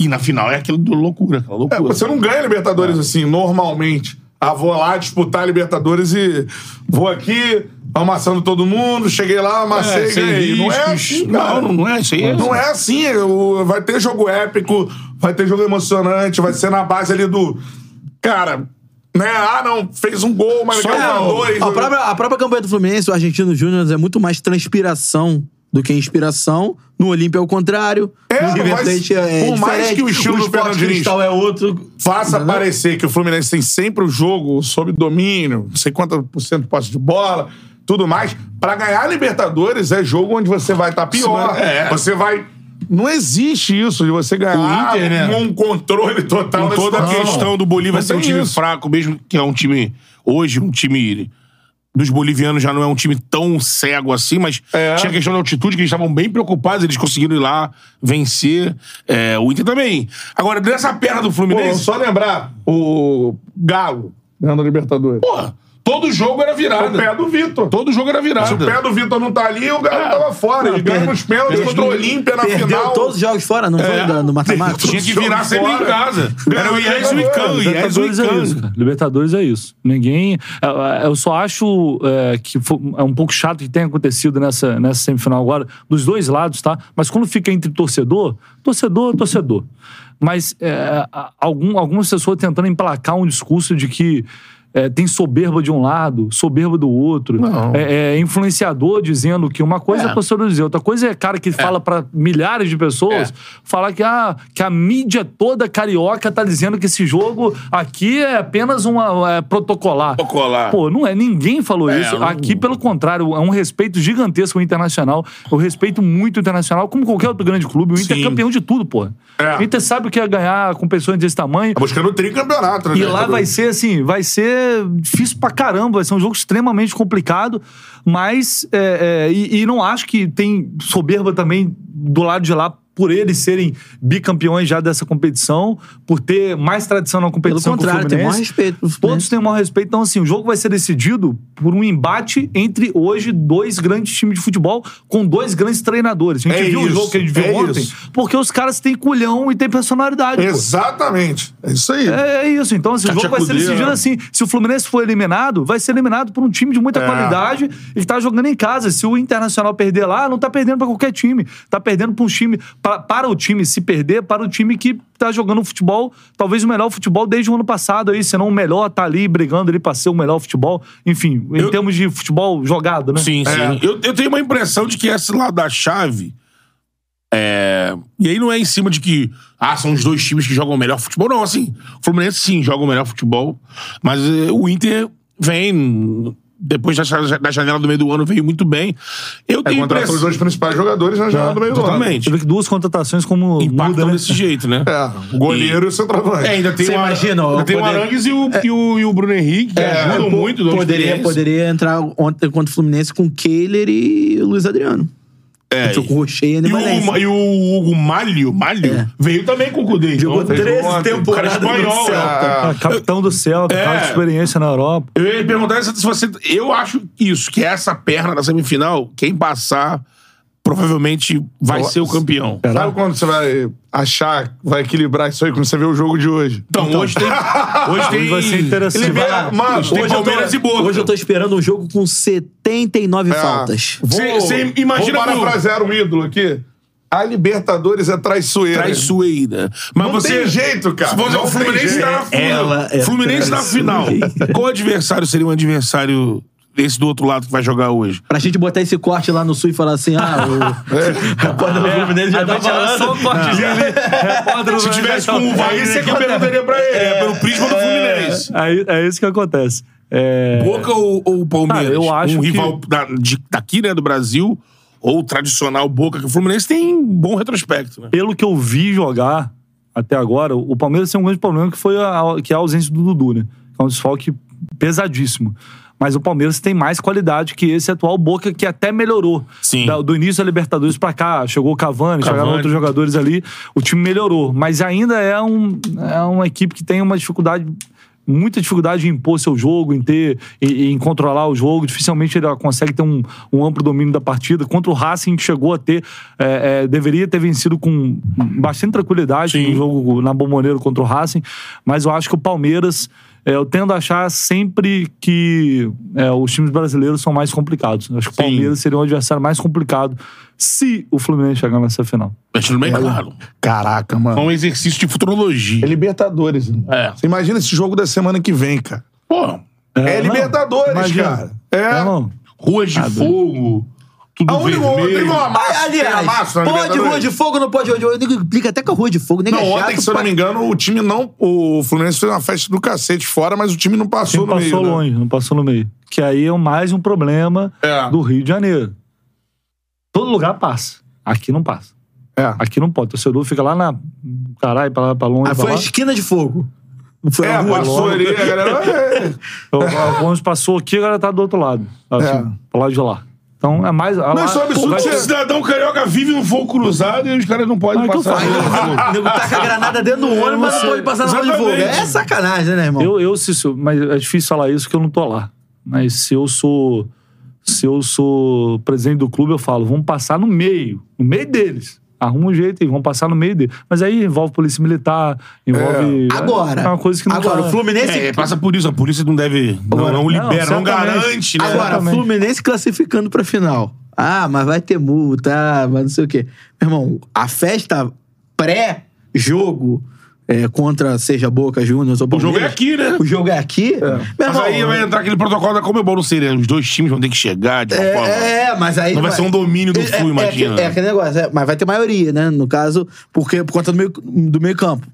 E na final é aquilo do loucura, aquela É, loucura. você não ganha Libertadores assim, normalmente. Ah, vou lá disputar Libertadores e vou aqui, amassando todo mundo, cheguei lá, amassei É, e sem ganhei. Não é riscos. assim, cara. não, não, não é isso aí. Não é assim. é o- Vai ter jogo épico, vai ter jogo emocionante, vai ser na base ali do... Cara, né? Ah, não, fez um gol, mas É, ganhou dois. A própria, a própria campanha do Fluminense, o Argentino Júnior, é muito mais transpiração do que inspiração. No Olímpia é o contrário. É, no não River vai- Plate é por mais diferente, que o estilo do Sport Fernando Diniz Cristal é outro. Faça Uhum. Entendeu? parecer que o Fluminense tem sempre o jogo sob domínio, não sei quanto por cento de posse de bola, tudo mais. Pra ganhar a Libertadores é jogo onde você vai estar pior. É. Você vai. Não existe isso de você ganhar O Inter, né? com um controle total Com da toda a situação. questão do Bolívia Não ser um tem time isso. fraco, mesmo que é um time. Hoje, um time dos bolivianos já não é um time tão cego assim, mas É. tinha a questão da altitude, que eles estavam bem preocupados, eles conseguiram ir lá vencer. É, o Inter também. Agora, dessa perna do Pô, Fluminense, só lembrar, o Galo ganhando a Libertadores. porra, todo jogo era o pé virada. do Vitor. Todo jogo era Se o virada. pé do Vitor não tá ali, o Ah, Galo tava fora. Ele ganha nos pênaltis Perdeu- contra o Olímpia na perdeu final. é. todos os jogos fora, não foi? da- No mata-mata? Tinha que virar Jogo sempre em fora. casa. Era o Iés e o Ican, o Iés e o Libertadores é isso, Ican. cara. Libertadores é isso. Ninguém. é, é, Eu só acho é, que fo- é um pouco chato que tenha acontecido nessa, nessa semifinal agora, dos dois lados, tá? Mas quando fica entre torcedor, torcedor, torcedor. Mas é, a- algum, algumas pessoas tentando emplacar um discurso de que. é, tem soberba de um lado, soberba do outro. É, é influenciador dizendo que uma coisa é, é torcedor dizer, outra coisa é cara que fala pra milhares de pessoas falar que a, que a mídia toda carioca tá dizendo que esse jogo aqui é apenas uma é, protocolar. Protocolar. Pô, não é. Ninguém falou É, isso. não- Aqui, pelo contrário, é um respeito gigantesco ao internacional. Eu respeito muito o internacional, como qualquer outro grande clube. O Inter Sim. é campeão de tudo, pô. É. O Inter sabe o que é ganhar com pessoas desse tamanho. Tá buscando o tricampeonato, né? E lá vai Libertadores? ser assim, vai ser difícil pra caramba, vai ser um jogo extremamente complicado, mas é, é, e, e não acho que tem soberba também do lado de lá por eles serem bicampeões já dessa competição, por ter mais tradição na Pelo competição que o contrário, tem o maior Fluminense. respeito. né? pro Fluminense. Todos têm o maior respeito. Então, assim, o jogo vai ser decidido por um embate entre hoje dois grandes times de futebol com dois grandes treinadores. A gente É viu o isso, jogo que a gente viu é ontem, isso. É porque os caras têm culhão e têm personalidade. pô. Exatamente. É isso aí. É, é isso. Então, assim, o jogo vai ser Cudê, decidido né? assim. Se o Fluminense for eliminado, vai ser eliminado por um time de muita É. qualidade e que tá jogando em casa. Se o Internacional perder lá, não tá perdendo pra qualquer time. Tá perdendo pra um time. pra- para o time se perder, para o time que tá jogando futebol, talvez o melhor futebol desde o ano passado aí, senão o melhor tá ali brigando ali pra ser o melhor futebol. Enfim, em Eu- termos de futebol jogado, né? Sim, sim. É, Eu, eu tenho uma impressão de que esse lado da chave. é, E aí não é em cima de que. Ah, são os dois times que jogam o melhor futebol. Não, assim. O Fluminense sim joga o melhor futebol. Mas eh, o Inter vem. depois da, ja- da janela do meio do ano veio muito bem. Eu É, tenho contratou os impressão. dois principais jogadores na É, janela do meio do ano. Exatamente. Você vê que duas contratações como muda, Impactam né? desse jeito, né? É, o goleiro e o centroavante. É, ainda tem Você o Ar- imagina, ainda ó, tem o poder- Arangues e o, e, o, e o Bruno Henrique, que É, ajudam pô, muito. dão poderia, experiência. poderia entrar ontem contra o Fluminense com Kehler e Luiz Adriano. É. Entrou com o Rocher e E o, Anemanense. e o Hugo Malho, Malho veio também com o Cudê. Jogou ontem. 13 Ontem. temporadas Cara espanhol, no Celta. é. Ah, capitão do Celta, É. cara de experiência na Europa. Eu ia perguntar se se você. Eu acho isso, que essa perna da semifinal, quem passar, provavelmente vai Eu- ser o campeão. Sabe quando você vai achar, vai equilibrar isso aí quando você vê o jogo de hoje? Então, hoje tem. Hoje tem. vai ser interessante. Ah, Ele vem- Vai- Mano, tem Hoje eu, Palmeiras e tô, Boca. hoje eu tô esperando um jogo com 79 É. faltas. Cê- cê imagina vou que o- parafrasear um ídolo aqui. A Libertadores é traiçoeira. Traiçoeira. Mas Não você. tem jeito, cara. Se você- Não tem o Fluminense jeito. tá na final. Ela é Fluminense tá na final. traiçoeira. Qual adversário seria um adversário desse do outro lado que vai jogar hoje? Pra gente botar esse corte lá no Sul e falar assim, ah, o É. repórter do Fluminense já tá falando. um Se tivesse com o Vair, você que eu perguntaria pra ele. É pelo prisma do Fluminense. É, é isso que acontece. É, Boca ou, ou Palmeiras? Cara, eu acho um que- rival da- de- daqui, né, do Brasil, ou o tradicional Boca, que o Fluminense tem um bom retrospecto, né? pelo que eu vi jogar até agora, o Palmeiras tem um grande problema que foi a, que é a ausência do Dudu, né? É um desfalque pesadíssimo. Mas o Palmeiras tem mais qualidade que esse atual Boca, que até melhorou. Sim. Da- do início da Libertadores pra cá, chegou o Cavani, Cavani. chegaram outros jogadores ali, o time melhorou. Mas ainda é, um, é uma equipe que tem uma dificuldade, muita dificuldade em impor seu jogo, em ter, em, em controlar o jogo. Dificilmente ele consegue ter um, um amplo domínio da partida. Contra o Racing, que chegou a ter, é, é, deveria ter vencido com bastante tranquilidade Sim. no jogo na Bomboneiro contra o Racing. Mas eu acho que o Palmeiras. é, eu tendo a achar sempre que é, os times brasileiros são mais complicados. Acho que o Sim. Palmeiras seria um adversário mais complicado se o Fluminense chegar nessa final. Deixando bem claro. Caraca, É mano. um exercício de futurologia. É Libertadores. irmão. É. Você imagina esse jogo da semana que vem, cara. Pô, É, não, Libertadores, imagina. cara. É. É, não. ruas de fogo, tudo A única tem vermelho. uma massa. né, Aliás, pode rua de fogo ou não pode rua de fogo? Eu digo, Implica até com a rua de fogo, nega Não, É chato, ontem, se eu pra- não me engano, o time não. O Fluminense fez uma festa do cacete fora, mas o time não passou Não no meio. passou né? longe, não passou no meio. Que aí é mais um problema É. do Rio de Janeiro. Todo lugar passa. Aqui não passa. É. Aqui não pode. O torcedor fica lá na. Caralho, pra lá, pra longe. Ah, pra foi a lá. esquina de fogo. Não foi a É, rua. passou ali, a galera. é. Alguns passou aqui, agora tá do outro lado. Assim, É. Pro lado de lá. Então é mais. lá- isso é um absurdo, Pô, vai- isso O cidadão carioca vive no fogo cruzado e os caras não podem é Mas que eu passar. faço? O nego taca a granada dentro do ônibus, mas não pode passar na rua de fogo. Exatamente. É sacanagem, né, irmão? Eu, eu se, se- mas é difícil falar isso que eu não tô lá. Mas se eu sou se eu sou presidente do clube, eu falo, vamos passar no meio, no meio deles. Arruma um jeito e vão passar no meio deles. Mas aí envolve polícia militar, envolve. é, Agora. É uma coisa que não agora, tá- o Fluminense. É, passa por isso. A polícia não deve. Não, Agora- não libera, não, não, certamente. garante, né? Agora, Exatamente. Fluminense classificando pra final. Ah, mas vai ter multa, ah, mas não sei o quê. Meu irmão, a festa pré-jogo é, contra seja Boca Juniors ou o jogo é Palmeiras, aqui, né? O jogo é aqui? Meu Mas irmão, aí vai entrar aquele protocolo da Comebol, não seria? Os dois times vão ter que chegar de uma forma. é, é, mas aí. Não vai ser um domínio do É, Flu, é, imagina. né? É, aquele negócio, é, mas vai ter maioria, né? No caso, porque, por conta do meio, do meio campo.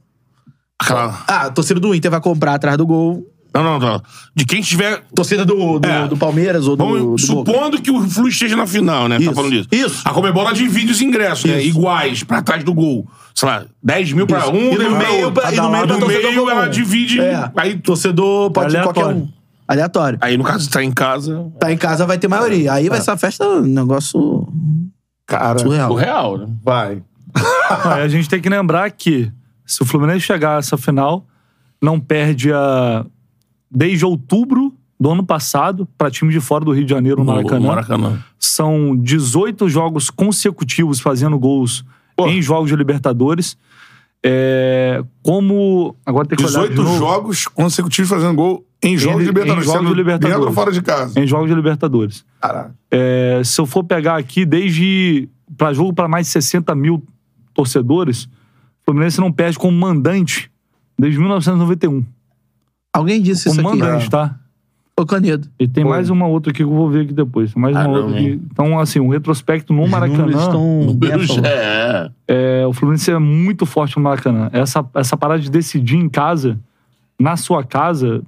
Aquela- Ah, a torcida do Inter vai comprar atrás do gol. Não, não, não. De quem estiver. Torcida do, do, É. do Palmeiras ou do, Bom, do Boca. supondo que o Flu esteja na final, né? Isso, Tá falando disso. isso. A Comebol ela divide os ingressos, né? Isso. Iguais, pra trás do gol. Sei lá, 10 mil pra Isso. um, E no 10 mil pra meio outro. pra- e no Cada meio lado. pra no torcedor meio comum. ela divide. É. Aí, tu- Torcedor pode ser qualquer Aleatório. um. Aleatório. aí, no caso, tá em casa. Tá em casa, vai ter maioria. Aí vai ser uma festa, um negócio Cara, O surreal. real, né? vai. Aí a gente tem que lembrar que se o Fluminense chegar a essa final, não perde a. Desde outubro do ano passado, pra time de fora do Rio de Janeiro, no O Maracanã. Maracanã. São 18 jogos consecutivos fazendo gols em jogos de Libertadores. É, como. Agora tem que olhar. 18 de novo. jogos consecutivos fazendo gol em jogos em de Libertadores. jogos sendo de Libertadores. Dentro ou fora de casa. Em jogos de Libertadores. Caraca. É, se eu for pegar aqui, desde. Pra jogo para mais de 60 mil torcedores, o Fluminense não perde como mandante desde 1991. Alguém disse isso Como aqui. mandante, tá? Ô, Canedo. E tem Foi. mais uma outra aqui que eu vou ver aqui depois. Mais uma Ah, não, outra aqui. hein? Então, assim, um retrospecto no Maracanã. Números, Estão... é. É, o Fluminense é muito forte no Maracanã. Essa, essa parada de decidir em casa na sua casa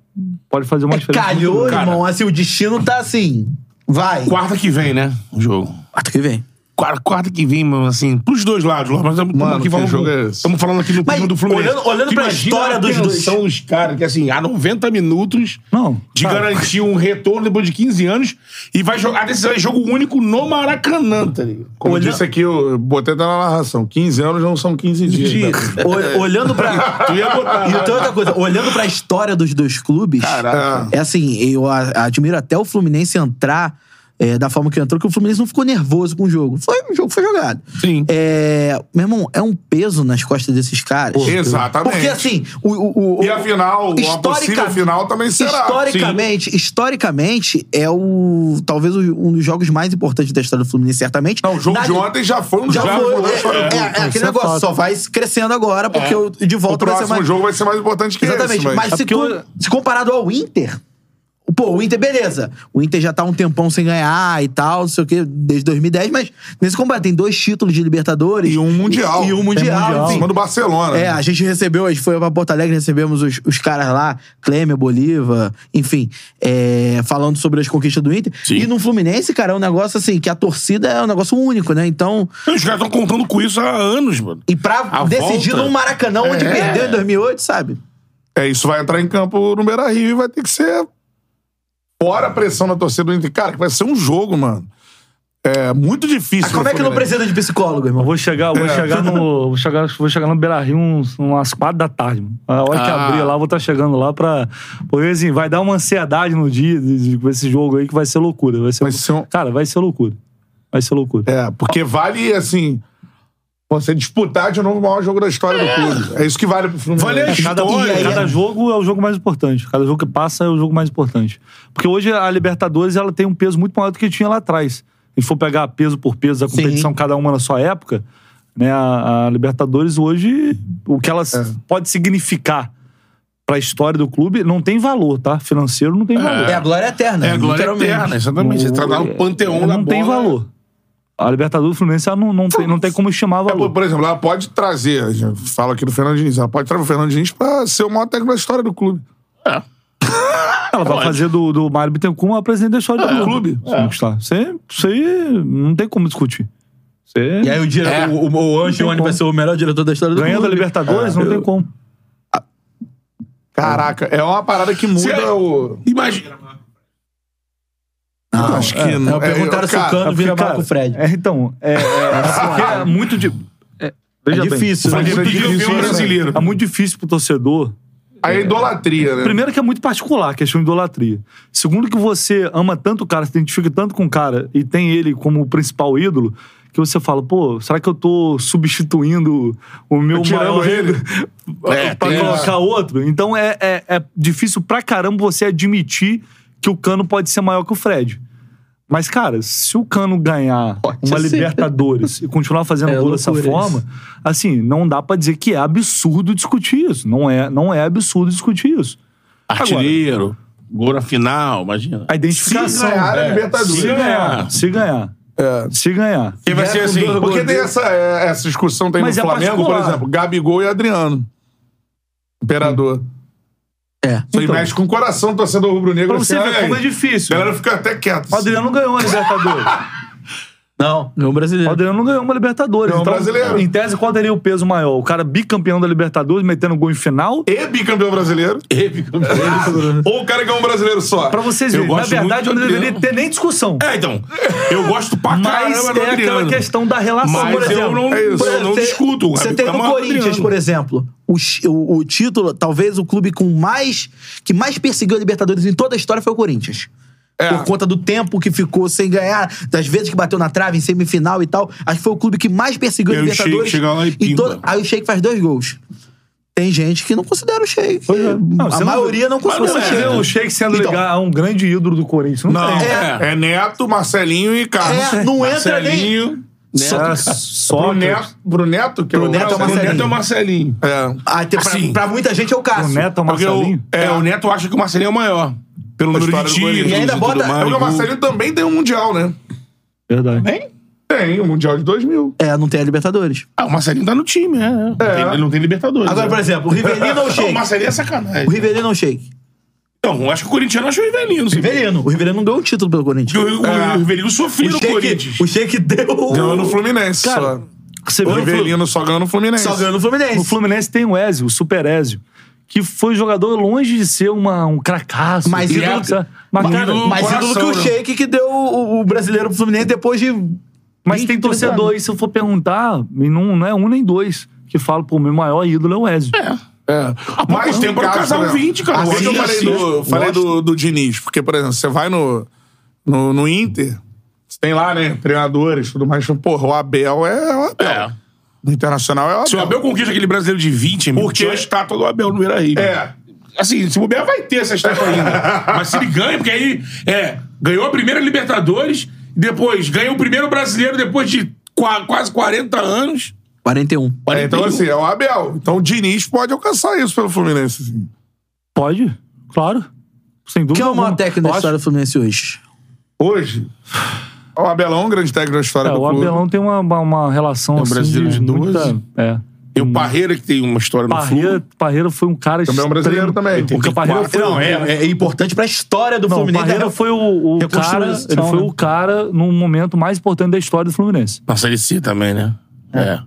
pode fazer É uma diferença. muito Calhou, grande. irmão. Assim, o destino tá assim. Vai. Quarta que vem, né? O jogo. Quarto que vem. Quarta, quarta que vem, mano, assim, pros dois lados, Lorma. Mas estamos Mano, aqui que falando. jogo é esse? Estamos falando aqui no Mas clima do Fluminense. olhando- olhando Tu pra imagina história a dos dois. São os caras que, assim, há 90 minutos Não, de cara. garantir um retorno depois de 15 anos e vai jogar. A decisão é jogo único no Maracanã, tá ligado? Como Olha- disse aqui, eu botei até na narração. 15 anos não são 15 dias. Dias. né? Ol- olhando pra. Tu ia botar. E tem outra coisa, olhando pra história dos dois clubes, Caraca. é assim, eu a- admiro até o Fluminense entrar é, da forma que entrou, que o Fluminense não ficou nervoso com o jogo. Foi, o jogo foi jogado. Sim. É, meu irmão, é um peso nas costas desses caras. Exatamente. Porque assim, o. o, o E a final, a possível final também será. Historicamente, historicamente, é o. Talvez o- um dos jogos mais importantes da história do Fluminense, certamente. Não, o jogo Na- de ontem já foi um dos já jogos foi. mais É, importantes. é, é Isso é aquele negócio, fato. só vai crescendo agora, porque o de O volta vai ser próximo mais. jogo né? vai ser mais importante que Exatamente. esse. mas se, É porque com- o- se comparado ao Inter. Pô, o Inter, beleza. O Inter já tá um tempão sem ganhar e tal, não sei o quê, desde 2010, mas nesse combate tem dois títulos de Libertadores. E um Mundial. E, e um Tem Mundial. Mundial. enfim. Em cima do né? Barcelona. É, a gente recebeu, a gente foi pra Porto Alegre, recebemos os, os caras lá, Clemer, Bolívar, enfim, é, falando sobre as conquistas do Inter. Sim. E no Fluminense, cara, é um negócio assim, que a torcida é um negócio único, né? Então, Os caras estão contando com isso há anos, mano. e pra A decidir volta- num Maracanã onde É. perdeu em 2008, sabe? É, isso vai entrar em campo no Beira Rio e vai ter que ser. Fora a pressão da torcida do Inter. Cara, que vai ser um jogo, mano. É muito difícil. Mas como pro é que não Fluminense. precisa de psicólogo, Eu irmão? vou chegar, vou chegar É, no. Vou chegar, vou chegar no Beira Rio uns, umas quatro da tarde. mano. A hora que Ah. abrir lá, eu vou estar chegando lá pra. Porque assim, vai dar uma ansiedade no dia de- de- com esse jogo aí que vai ser loucura. Vai ser, Vai ser um- Cara, vai ser loucura. Vai ser loucura. É, porque vale, assim. Você disputar de novo o maior jogo da história do clube. É isso que vale pro Fluminense. Vale a É, Cada, história. cada jogo é o jogo mais importante. Cada jogo que passa é o jogo mais importante. Porque hoje a Libertadores ela tem um peso muito maior do que tinha lá atrás. Se for pegar peso por peso da competição, cada uma na sua época, né, a, a Libertadores hoje, o que ela s- pode significar pra história do clube, não tem valor, tá? Financeiro não tem valor. É a glória eterna. É a glória literalmente. eterna, exatamente. Você tá lá no panteão Ela da é, não tem bola. é valor. A Libertadores do Fluminense ela não, não, tem, não tem como estimar É, por, valor. por exemplo, ela pode trazer, a gente fala aqui do Fernando Diniz, ela pode trazer o Fernando Diniz pra ser o maior técnico da história do clube. Ela vai fazer do, do Mário Bittencourt a presidente da história do clube. Se não custar. Isso aí- isso aí não tem como discutir. Isso aí- E aí o, dire... É. o, o, o Angione como. vai ser o melhor diretor da história do ganhando a clube. Libertadores, É. não tem como. Caraca, é uma parada que muda Cê- é o. Imagina. Não, acho que É, eu perguntaram se o cara, Cano vira Porque, Marco cara, Fred. É, então, é, é, é porque é muito de, é, veja É bem, difícil, Fred né? é um Bicampeão difícil, né? brasileiro. É muito difícil pro torcedor. A idolatria, né? Primeiro que é muito particular, questão de idolatria. Segundo que você ama tanto o cara, se identifica tanto com o cara e tem ele como o principal ídolo, que você fala, pô, será que eu tô substituindo o meu Tirando maior ele. ídolo? É, pra tem colocar outro. Então é, é, é difícil pra caramba você admitir que o Cano pode ser maior que o Fred. Mas, cara, se o Cano ganhar uma ser. Libertadores e continuar fazendo É gol dessa loucura forma, assim, não dá pra dizer que é absurdo discutir isso. Não é, não é absurdo discutir isso. Artilheiro, gol na final, imagina. A identificação. Se ganhar, é Libertadores. Se ganhar, se ganhar. Se ganhar. Porque vai ser assim. Porque tem essa, é, essa discussão tem Mas no é Flamengo, por particular. exemplo, Gabigol e Adriano. Imperador. É. Isso aí Então. mexe com o coração do torcedor rubro-negro. Pra você assim, ver ai, como é A difícil. galera fica até quieta. O Adriano ganhou a Libertadores. Não, um ganhou o O brasileiro. Adriano não ganhou uma Libertadores. Ganhou um então, brasileiro. em tese, qual teria o peso maior? O cara bicampeão da Libertadores, metendo gol em final? E bicampeão brasileiro. Ou o cara ganhou um brasileiro só. Pra vocês Eu verem, na gosto muito verdade, do não deveria Adriano. ter nem discussão. É, então. Eu gosto pra Mas caramba do é aquela Adriano. questão da relação, Mas por eu exemplo. não- É isso. eu não Você- discuto. Você Gabi, tem É tá no maior que o Corinthians, Adriano. por exemplo, o, chi- o, o título, talvez o clube com mais que mais perseguiu a Libertadores em toda a história foi o Corinthians. É. Por conta do tempo que ficou sem ganhar, das vezes que bateu na trave em semifinal e tal. Acho que foi o clube que mais perseguiu a E aí o Sheik Libertadores. chega lá e em pimba. toda- Aí o Sheik faz dois gols. Tem gente que não considera o Sheik. é. Não, a você não- maioria não, Mas considera não o você Sheik. vê o Sheik sendo Então. ligar a um grande ídolo do Corinthians. Não, Não, tem. é. É. Neto, Marcelinho e Carlos. É, não entra nem. Marcelinho. Cara, Pro só Neto, pro Neto, que é o Pro Neto é o O Neto é Marcelinho. o Marcelinho. É. Ah, tem- pra, Assim. pra muita gente é o o caso. Neto é o Porque o, Marcelinho. é, o Neto acha que o Marcelinho é o maior. Pelo número história de do Corinthians. títulos E ainda tudo bota- mais. É porque o Marcelinho também tem um Mundial, né? Verdade. Bem? Tem, o Mundial de 2000. É, não tem a Libertadores. Ah, o Marcelinho tá no time, é. Não tem- Ele não tem Libertadores. Agora, é. né? por exemplo, o Rivelino ou o Não, o Sheik? Marcelinho é sacanagem. O Rivelino ou o Sheik? Não, Então, eu acho que o Corinthians acha o Rivelino. não sei por quê. Rivelino. O Rivelino não deu um título pelo Porque Corinthians. Ah, O, o, o Rivelino sofreu O no Corinthians. Sheik, o Sheik deu... Ganhou no Fluminense. Cara, você só. O viu no Flu- Rivelino só ganhou no Fluminense. Só ganhou no Fluminense. O Fluminense tem o Ezio, o Super Ezio, que foi um jogador longe de ser uma, um cracaço. Mas ele ídolo- sabe? mas, mas cara, ídolo- mas, Mais Coração, ídolo que né? o Sheik que deu o, o brasileiro pro Fluminense depois de... mas tem torcedor aí, se eu for perguntar, e não, não é um nem dois, que falam, pô, meu maior ídolo é o Ezio. Há Ah, Mas tem pra casar um 20, cara. Ontem né? eu Assim, falei, assim. do, falei do, do Diniz, porque, por exemplo, você vai no, no, no Inter, você tem lá, né, treinadores e tudo mais. Porra, o Abel é o Abel. É. O Internacional é o Abel. Se o Abel conquista aquele brasileiro de 20, amigo, Porque- tinha a estátua do Abel no Beira Rio. É. Assim, se bobear, vai ter essa estátua ainda. Mas se ele ganha, porque aí é, ganhou a primeira Libertadores, depois ganhou o primeiro brasileiro depois de qua- quase 40 anos. 41. É, então, 41. assim, é o Abel. Então o Diniz pode alcançar isso pelo Fluminense. assim. Pode, claro. Sem Quem dúvida. é o maior alguma. técnico Eu da acho- história do Fluminense hoje? Hoje, o Abelão é um grande técnico da história É, do o clube. Abelão tem uma, uma, uma relação um assim, brasileiro de muita- 12. É. Tem o Parreira que tem uma história no Parreira, Flu. Parreira foi um cara Também é um brasileiro extremo- também. O que o Parreira foi um Não, é, é importante pra história do Não, o Fluminense. Parreira foi o, o reconstrução, cara, né? ele foi o cara no momento mais importante da história do Fluminense. Marcelo C também, né? É.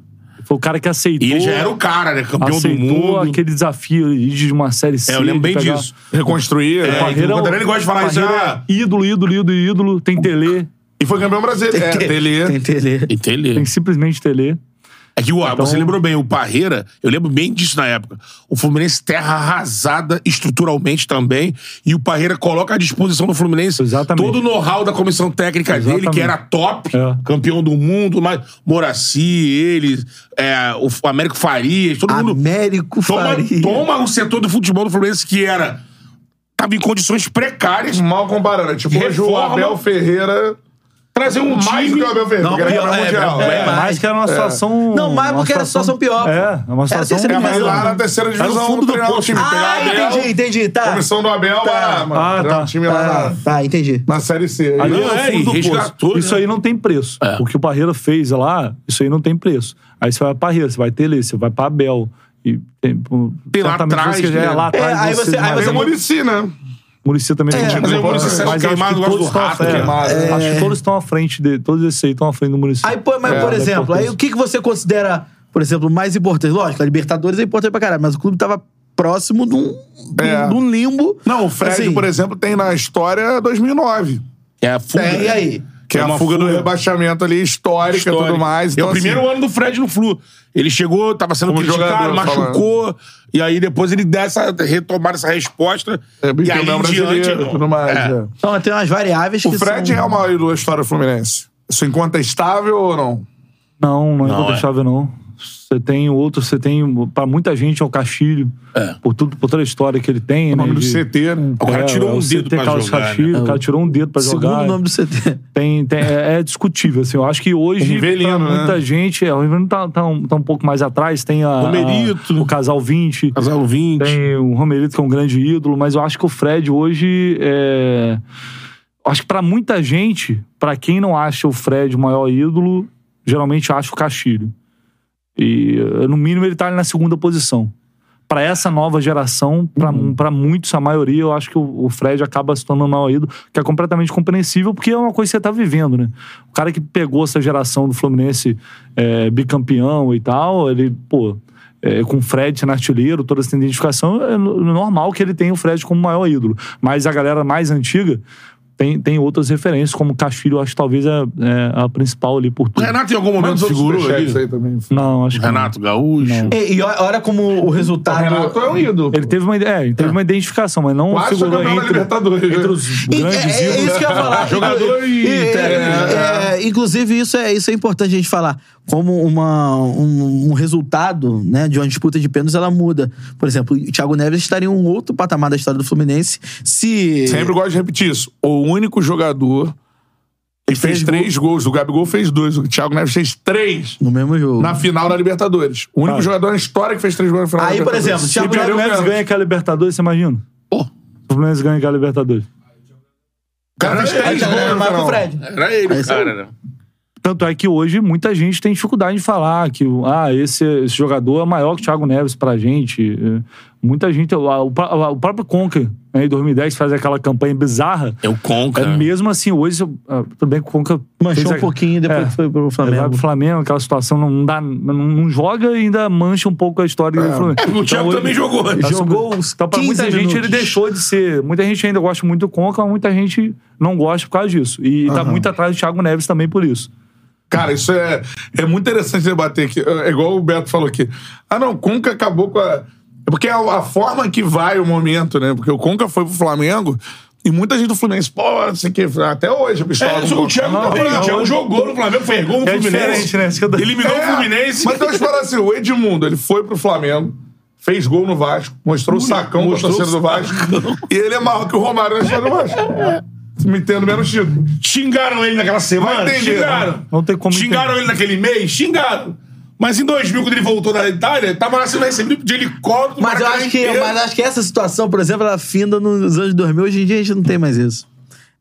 Foi o cara que aceitou, E ele já era o cara, né? Campeão do aceitou mundo. aquele desafio de uma série C. É, eu lembro bem de pegar- disso. Reconstruir. né? É, Parreira o é um- Cantarelli gosta de falar isso, Parreira ah, é ídolo, ídolo, ídolo, ídolo, tem Tele, E foi campeão brasileiro. É, Tele. Tem Tele. E tem ele. tem simplesmente Tele. É que o, Então- você lembrou bem, o Parreira, eu lembro bem disso na época. O Fluminense terra arrasada estruturalmente também, e o Parreira coloca à disposição do Fluminense Exatamente. todo o know-how da comissão técnica dele, Exatamente. que era top, É. campeão do mundo, mas Moraci, ele, é, o F- Américo Farias, todo mundo Américo toma, Faria. toma o setor do futebol do Fluminense que era tava em condições precárias, Mal comparando. é Tipo, hoje o Reforma. Abel Ferreira... trazer um Mais do time que o Abel Ferreira. Não, porque ele é pior, campeão é, mundial. é, É. Mas- Mas que era uma situação... Não, mas uma porque era a situação pior. É, é Era uma a situação... terceira É, mas lá divisão. na terceira Era o divisão, fundo do treinar o poço. time. Pegar Ah, o Abel, entendi, entendi. Tá. comissão do Abel, Tá. lá, mano. Ah, treinar tá. o time lá Ah, na, tá, entendi. na Série C. Ali Não, é o é, fundo e do poço. resgatou, Isso né? aí não tem preço. É. O que o Parreira fez lá, isso aí não tem preço. Aí você vai pra Parreira, você vai Tele, você vai pra Abel. E tem, pô, Tem lá certamente atrás, você- né? é, lá É, atrás aí você- aí Tem mas o Murici, né? Muricy também É, tem tipo mas aí o Muricy saiu acho que queimado, gosto todos do estão à rato, frente. um queimado, né? Acho que todos estão à frente de, todos esses aí estão à frente do Muricy. Aí, pô, mas, É, por da exemplo, aí importância. o que, que você considera, por exemplo, mais importante? Lógico, a Libertadores é importante pra caralho, mas o clube tava próximo de um, de um- É. de um limbo. Não, o Fred, Assim, por exemplo, tem na história 2009. é a fuga. É, e aí? Que é, É a uma fuga, do fuga. rebaixamento ali, histórica e histórico. tudo mais. é Então, o primeiro assim, ano do Fred no Flu. Ele chegou, tava sendo Como criticado, jogador, machucou. E aí depois ele dá essa, retomar essa resposta. é e aí bicampeão em brasileiro diante... e tudo mais. É. é. Então tem umas variáveis O que Fred são... é o maior ídolo da história do Fluminense. Isso enquanto é estável ou não? Não, não é Não, incontestável, não. Você tem outro, você tem. Pra muita gente é o Castilho. É. Por, tudo, por toda a história que ele tem. O nome né, do de- CT, né? O cara tirou é, um o dedo CT pra Carlos jogar, né? Castilho, O cara tirou um dedo pra Segundo jogar. nome do CT. Tem, tem- é, é discutível, assim. Eu acho que hoje, O Rivelino, pra né? muita gente, é, o Rivelino tá, tá, um, tá um pouco mais atrás. Tem a, a- Romerito. o Casal 20. Casal 20. Tem o Romerito, que é um grande ídolo, mas eu acho que o Fred hoje é. Acho que pra muita gente, pra quem não acha o Fred o maior ídolo, geralmente acha o Castilho. E eh, no mínimo ele tá ali na segunda posição. Pra essa nova geração, pra pra muitos, a maioria, eu acho que o, o Fred acaba se tornando o maior ídolo, que é completamente compreensível, porque é uma coisa que você tá vivendo, né? O cara que pegou essa geração do Fluminense eh, bicampeão e tal, ele, pô, eh, com o Fred na artilheiro, toda essa identificação, é no- normal que ele tenha o Fred como maior ídolo. Mas a galera mais antiga tem, tem outras referências, como o Castilho, eu acho que talvez é, é a principal ali por O tudo. Renato em algum Manda os momento outros figurou superchats ali. aí também. Não, acho que não. Renato Gaúcho. E, e olha olha como o O resultado. Renato é um ídolo. Ele teve uma, é, ele teve uma identificação, mas não Quase figurou campeão da entre, Libertadores, entre né? os E- grandes é, é ídolos. isso que eu ia falar. Jogador né? e- é, é, Inclusive, isso é, isso é importante a gente falar. Como uma, um, um resultado né, de uma disputa de pênaltis, ela muda. Por exemplo, o Thiago Neves estaria em um outro patamar da história do Fluminense se. Sempre gosto de repetir isso. O único jogador que fez fez três gols. O Gabigol fez dois. O Thiago Neves fez três No mesmo jogo. na final da Libertadores. O Ah. único jogador na história que fez três gols na final Aí, da por Libertadores. exemplo, Thiago E perdeu O Fluminense pênalti. ganha aquela Libertadores, você imagina? Pô. O Fluminense ganha aquela Libertadores. O cara fez Aí, três tá, gols né, no Marco final. Fred. é um- Era ele, o cara, né? Tanto é que hoje muita gente tem dificuldade de falar que o- ah, esse, esse jogador é maior que o Thiago Neves pra gente. É, Muita gente. O, o pró- o próprio Conca, né, em 2010, faz aquela campanha bizarra. É o Conca. É, mesmo assim, hoje, ah, tudo bem que o Conca. fez Manchou a- um pouquinho depois É. que foi pro Ele vai Flamengo. pro Flamengo, aquela situação não, dá, não, não joga e ainda mancha um pouco a história É. do Flamengo. O Thiago hoje- também jogou. Tá Jogou sobre- uns Então, pra 15 muita gente, ele minutos. deixou de ser. Muita gente ainda gosta muito do Conca, mas muita gente não gosta por causa disso. E tá muito atrás do Thiago Neves também por isso. Cara, isso é, é muito interessante debater aqui. É igual o Beto falou aqui. Ah, não, o Conca acabou com a. É porque é a forma que vai o momento, né? Porque o Conca foi pro Flamengo e muita gente do Fluminense, pô, não sei o quê. Até hoje, pistola. É, com isso, o Conca. Thiago Não, também. não, o Thiago hoje- jogou no Flamengo, fergou no É Fluminense. diferente, né? Isso que eu tô- Eliminou o É, Fluminense. Mas tem uma história assim: o Edmundo, ele foi pro Flamengo, fez gol no Vasco, mostrou o sacão mostrou mostrou torcida do Vasco. E ele é maior que o Romário na história do Vasco. Me entendo menos título. Xingaram ele naquela semana? Vai entender, xingaram. Não tem como Xingaram ele naquele mês? Xingaram. Mas em 2000, quando ele voltou da Itália, tava lá sendo recebido de helicóptero. Mas eu, Maracanã acho que, inteiro. mas acho que essa situação, por exemplo, ela finda nos anos 2000. Hoje em dia a gente não tem mais isso.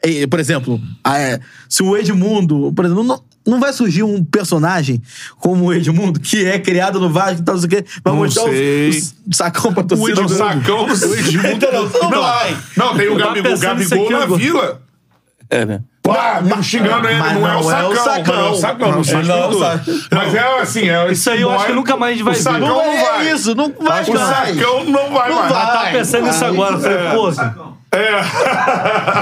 E, por exemplo, a- é, se o Edmundo... Por exemplo, não, não vai surgir um personagem como o Edmundo, que é criado no Vasco e tal, não sei o quê. Vai mostrar o, sei. o sacão pra O torcida. Edmundo sacão, o Edmundo. Então, não, Não, vai. não, tem o Eu tava Gabigol, tá pensando nisso Gabigol aqui na agora. vila. É, né? Pá, me xingando ele, Mas não, é o não é sacão. o Não é o sacão, não, sacão. sei Não é o tudo. sacão. Mas é assim, é Isso aí eu acho que nunca mais a gente vai o ver. sacão Não não, vai. é isso, não vai, O cara. sacão não vai Não mais. vai. Tá pensando nisso agora. eu É. Falei, pô, Tá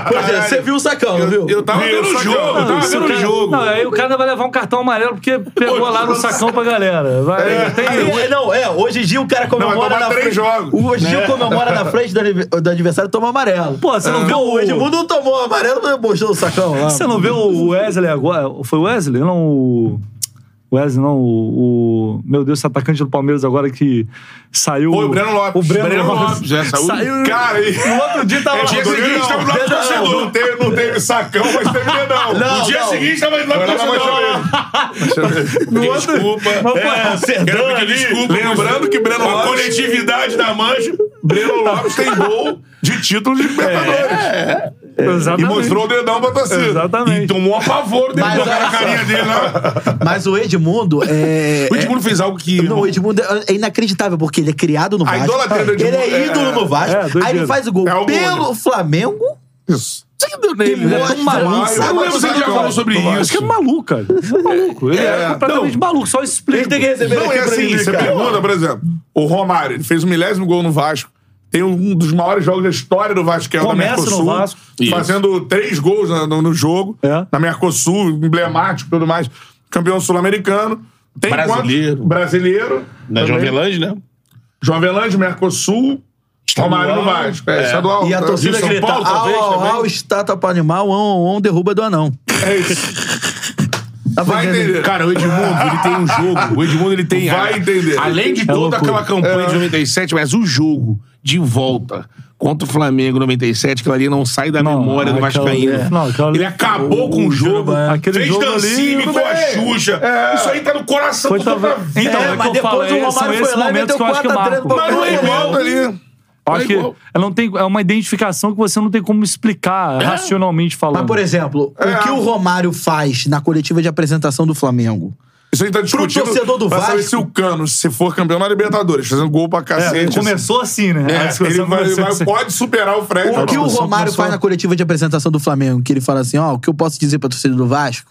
Pois é, você viu o sacão, não viu? Eu tava Viu, vendo o sacão. jogo, eu Não, tava isso vendo o cara- jogo. Não, aí o cara vai levar um cartão amarelo porque pegou lá no sacão pra galera. Vai, tem- É, não, é, hoje em dia o cara Não, vai comemora tomar na três frente. jogos. o- Hoje em dia comemora na frente do anive- do adversário e toma amarelo. Pô, você não viu o o. Edmundo não tomou amarelo, mas mostrou o sacão lá. Você não viu o Wesley agora? Foi o Wesley? Não, o. Wesley, não, o, o- Meu Deus, esse atacante do Palmeiras agora que saiu. Foi é o Breno Lopes. O Breno, Lopes. Lopes, é, saiu. Saiu- Cara, e... No outro dia tava É, lá. dia Rodrigo, seguinte, não. tava lá no Pedro, torcedor. Não teve, não teve sacão, mas teve dedão. Não, No dia não. seguinte, tava indo lá Agora pro vai torcedor. chover. Desculpa. Mas, pô, É, Serdan quero pedir ali, desculpa. Lembrando que Breno A Lopes, coletividade da mancha. Breno Lopes tem gol de título de Libertadores. E Exatamente. mostrou o dedão pra torcida. Exatamente. E tomou um pavor dele Mas do olha cara, a só. carinha dele né? lá. Mas o Edmundo é. O Edmundo fez algo que. é- não, o Edmundo é- é inacreditável, porque ele é criado no A Vasco. idolatria do ele Edmundo é é- ídolo no Vasco. é, doideira. aí ele faz o gol É algo pelo único. Flamengo. Isso. Isso que deu nele, Ele é tão maluco. Eu lembro se ele já falou sobre Acho que é isso. maluco, cara. Ele é maluco. Ele é, É, completamente maluco. Só explica. Ele tem que é receber Não, e aqui pra assim, ele, você cara. pergunta, por exemplo, o Romário, ele fez o milésimo gol no Vasco. Tem um dos maiores jogos da história do Vasco, que é o da Começa no Mercosul. Vasco. Isso. Fazendo três gols na- no, no jogo. É. Na Mercosul, emblemático e tudo mais. Campeão sul-americano. Tem Brasileiro. quanto- Brasileiro. Na João também. Avelange, né? João Velange, Mercosul, Romário no Vasco. É, estadual. E a De torcida São grita: Paulo, talvez, au, au, também. au, estátua pra animal, on, on, on, derruba do anão. É isso. Tá Vai entendendo? entender. Cara, o Edmundo, ele tem um jogo. O Edmundo, ele tem. Vai entender. É. Além de toda É loucura. aquela campanha de 97, mas o jogo de volta contra o Flamengo 97, que ali não sai da Não, memória do aquela- Vascaíno. é. Não, aquela- Ele acabou com o jogo. Aquele fez jogo ali, dancinha, tudo imitou a bem. Xuxa. É. Isso aí tá no coração Foi da tua talvez- vida. Então, É, é, o mas que eu falo, depois o é, são Romário esses foi lá e momentos meteu que eu acho que 4 a 3 marcam. pro Mas não é igual ali. Eu acho que igual. ela não tem, é uma identificação que você não tem como explicar racionalmente falando. Mas, por exemplo, o que o Romário faz na coletiva de apresentação do Flamengo? Isso aí tá discutindo. torcedor do pra Vasco. saber se o Cano, se for campeão na Libertadores, fazendo gol pra É, cacete. começou assim, né? A assim, discussão é, ele vai- começou vai- assim. pode superar o Fred. O que o começou, Romário começou. faz na coletiva de apresentação do Flamengo? Que ele fala assim: ó, o que eu posso dizer pra torcida do Vasco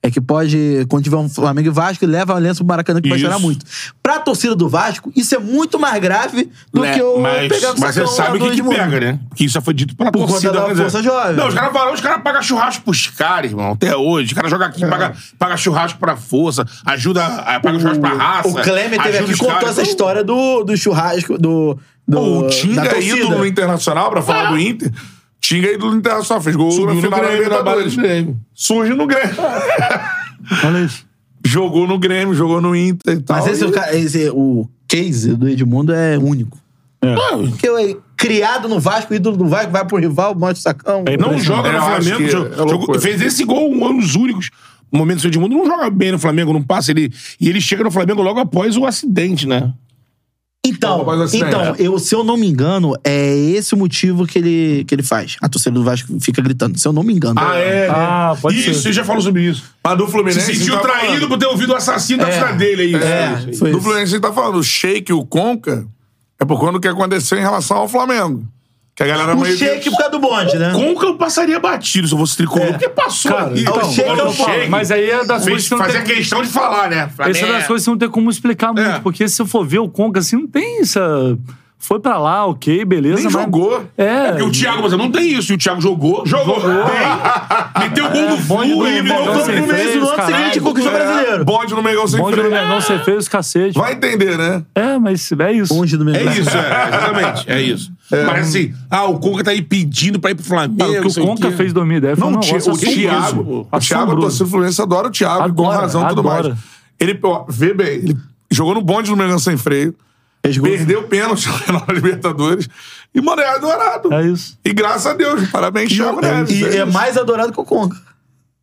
é que pode, quando tiver um Flamengo e Vasco, leva a aliança pro Maracanã que vai Isso. chorar muito. Pra torcida do Vasco, isso é muito mais grave do Né? que eu mas, pegar no mas você sacão tá lá sabe o do que, que Edmundo. pega, né? Que isso já foi dito pela Por conta torcida. da quer dizer, Força Jovem. Não, os caras falam, os caras pagam churrasco pros caras, irmão. Até hoje. Os caras jogam aqui, pagam paga churrasco pra força, ajuda, a- paga churrasco pra raça. É. O Klemer teve ajuda aqui os contou caras. essa história do, do churrasco, do. do Pô, o Tinga da é torcida. ídolo no Internacional, pra falar do Inter. Tinga é ídolo no Internacional, fez gol Subiu na no final da Grêmio, Libertadores. na base do Grêmio. Surge no Grêmio. Olha isso. jogou no Grêmio, jogou no Inter e tal. Mas esse, é e... o ca- esse- o case do Edmundo é único. Porque é criado no Vasco, ídolo do Vasco, vai pro rival, mostra o sacão. É, Não joga Eu no acho Flamengo. que jo- é jogou- loucura. fez esse gol, um dos únicos momentos do Edmundo. Não joga bem no Flamengo, não passa. Ele, e ele chega no Flamengo logo após o acidente, né? Então, Alguma coisa assim, então né? eu, se eu não me engano, é esse o motivo que ele, que ele faz. A torcida do Vasco fica gritando, se eu não me engano. Ah, é? né? Ah, pode isso, ser. você já falou sobre isso. Mas do Se Fluminense. a gente sentiu tá traído falando. por ter ouvido o assassino da cidade dele, é isso. É, foi Do isso. Fluminense a gente tá falando. O shake e o Conca é por conta do que aconteceu em relação ao Flamengo. Que a galera O meio que- shake por causa do bonde, né? Conca eu passaria batido se eu fosse tricolor, porque passou. Cara, ali. então, Agora Sheik eu o falo, Sheik Mas aí é das coisas fez que não fazer tem... questão de falar, né? Essa é das coisas que não tem como explicar muito, É. porque se eu for ver o Conca, assim, não tem essa... Foi pra lá, ok, beleza, Nem mas- jogou. É. E o Thiago, mas eu não tem isso. E o Thiago jogou. Jogou. Bem. Meteu o gol do bonde Flu do- e bonde virou do o sem Fluminense. É. freio. no ano caralho. seguinte conquistou o é brasileiro. Bonde no Mengão sem Bonde do freio. Mengão, Ah! você fez os cacete. Vai entender, né? É, mas é isso. Bonde do É Mengão. isso, é. Exatamente. É isso. Mas assim, ah, o Conca tá aí pedindo pra ir pro Flamengo. Cara, o não que sei o Conca quê. fez em 2010 foi um Não, ti- negócio o Thiago. assombroso. O Thiago, a Assombroso. torcida do Fluminense adora o Thiago, com Adora, razão e tudo adora. mais. Ele, ó, vê bem, ele jogou no bonde do Mengão sem freio, Fez gol. perdeu o pênalti na final da Libertadores e, mano, é adorado. É isso. E graças a Deus, parabéns, E, Thiago Neves. e é isso. mais adorado que o Conca.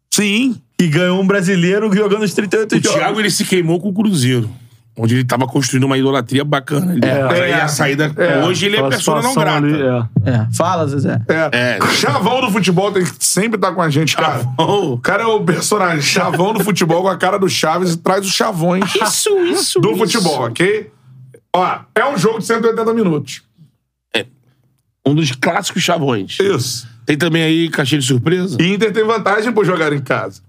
Sim. E ganhou um brasileiro jogando os 38 O jogos. Thiago, ele se queimou com o Cruzeiro. Onde ele tava construindo uma idolatria bacana. Ele É. a saída. Hoje ele é Aquela persona não grata. situação ali, é. É, fala, Zezé. É. É. Chavão do futebol tem que sempre estar com a gente, cara. Oh, O cara é o personagem chavão do futebol com a cara do Chaves e traz os chavões Isso, isso. do isso. futebol, ok? Ó, é um jogo de 180 minutos. Um dos clássicos chavões. Isso. Tem também aí caixinha de surpresa? E Inter tem vantagem por jogar em casa.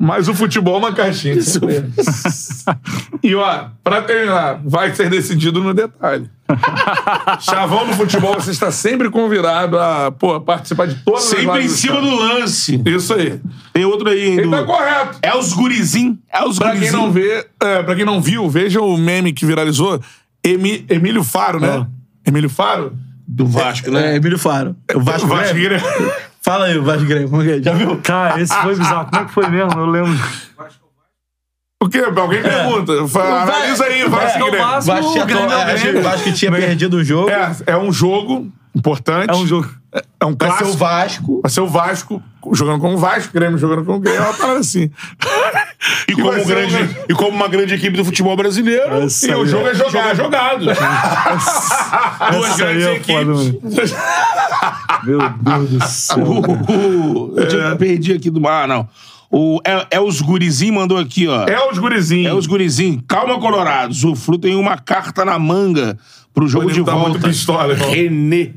Mas o futebol é uma caixinha. de surpresa. E ó, pra terminar, vai ser decidido no detalhe. Chavão do futebol, você está sempre convidado a pô, participar de todas as Sempre em lives cima do do lance. Chavão. Isso aí. Tem outro aí, hein? Ele do- tá correto. É os gurizim. É os Pra quem gurizinho. não vê, é, pra quem não viu, veja o meme que viralizou. Emi- Emílio Faro, né? Emílio Faro? Do Vasco, É, né? Emílio Faro. O Vasco, Vasco né? Grêmio? Grêmio. Fala aí, o Vasco Grêmio. Como é que é? Já viu? Cara, Ah, esse foi bizarro. Como é que foi mesmo? Eu lembro. O quê? Alguém pergunta. Fala, assim, Vai- Analisa aí, Vasco É, e o Grêmio. Vasco- Vasco tinha, Grêmio to- é o é, achei que Grêmio. o Vasco tinha perdido o jogo. É, é um jogo importante. É um jogo. É um Vai ser clássico. o Vasco. Vai ser o Vasco jogando com o Vasco, Grêmio jogando com o Grêmio. É uma parada assim. E como, vai um ser grande, um- e como uma grande equipe do futebol brasileiro. Essa e o aí jogo né? é- é jogado. jogado. Duas Essa aí grandes é foda, equipes. mano. Meu Deus do céu. Uh. O- o- eu tinha- perdi aqui do mar, não. O, é, é os gurizinho mandou aqui, ó. É, É os gurizinhos. os gurizinho. Calma, Colorados. O Flu tem uma carta na manga pro jogo Ele de tá muito volta. pistola, irmão. Renê.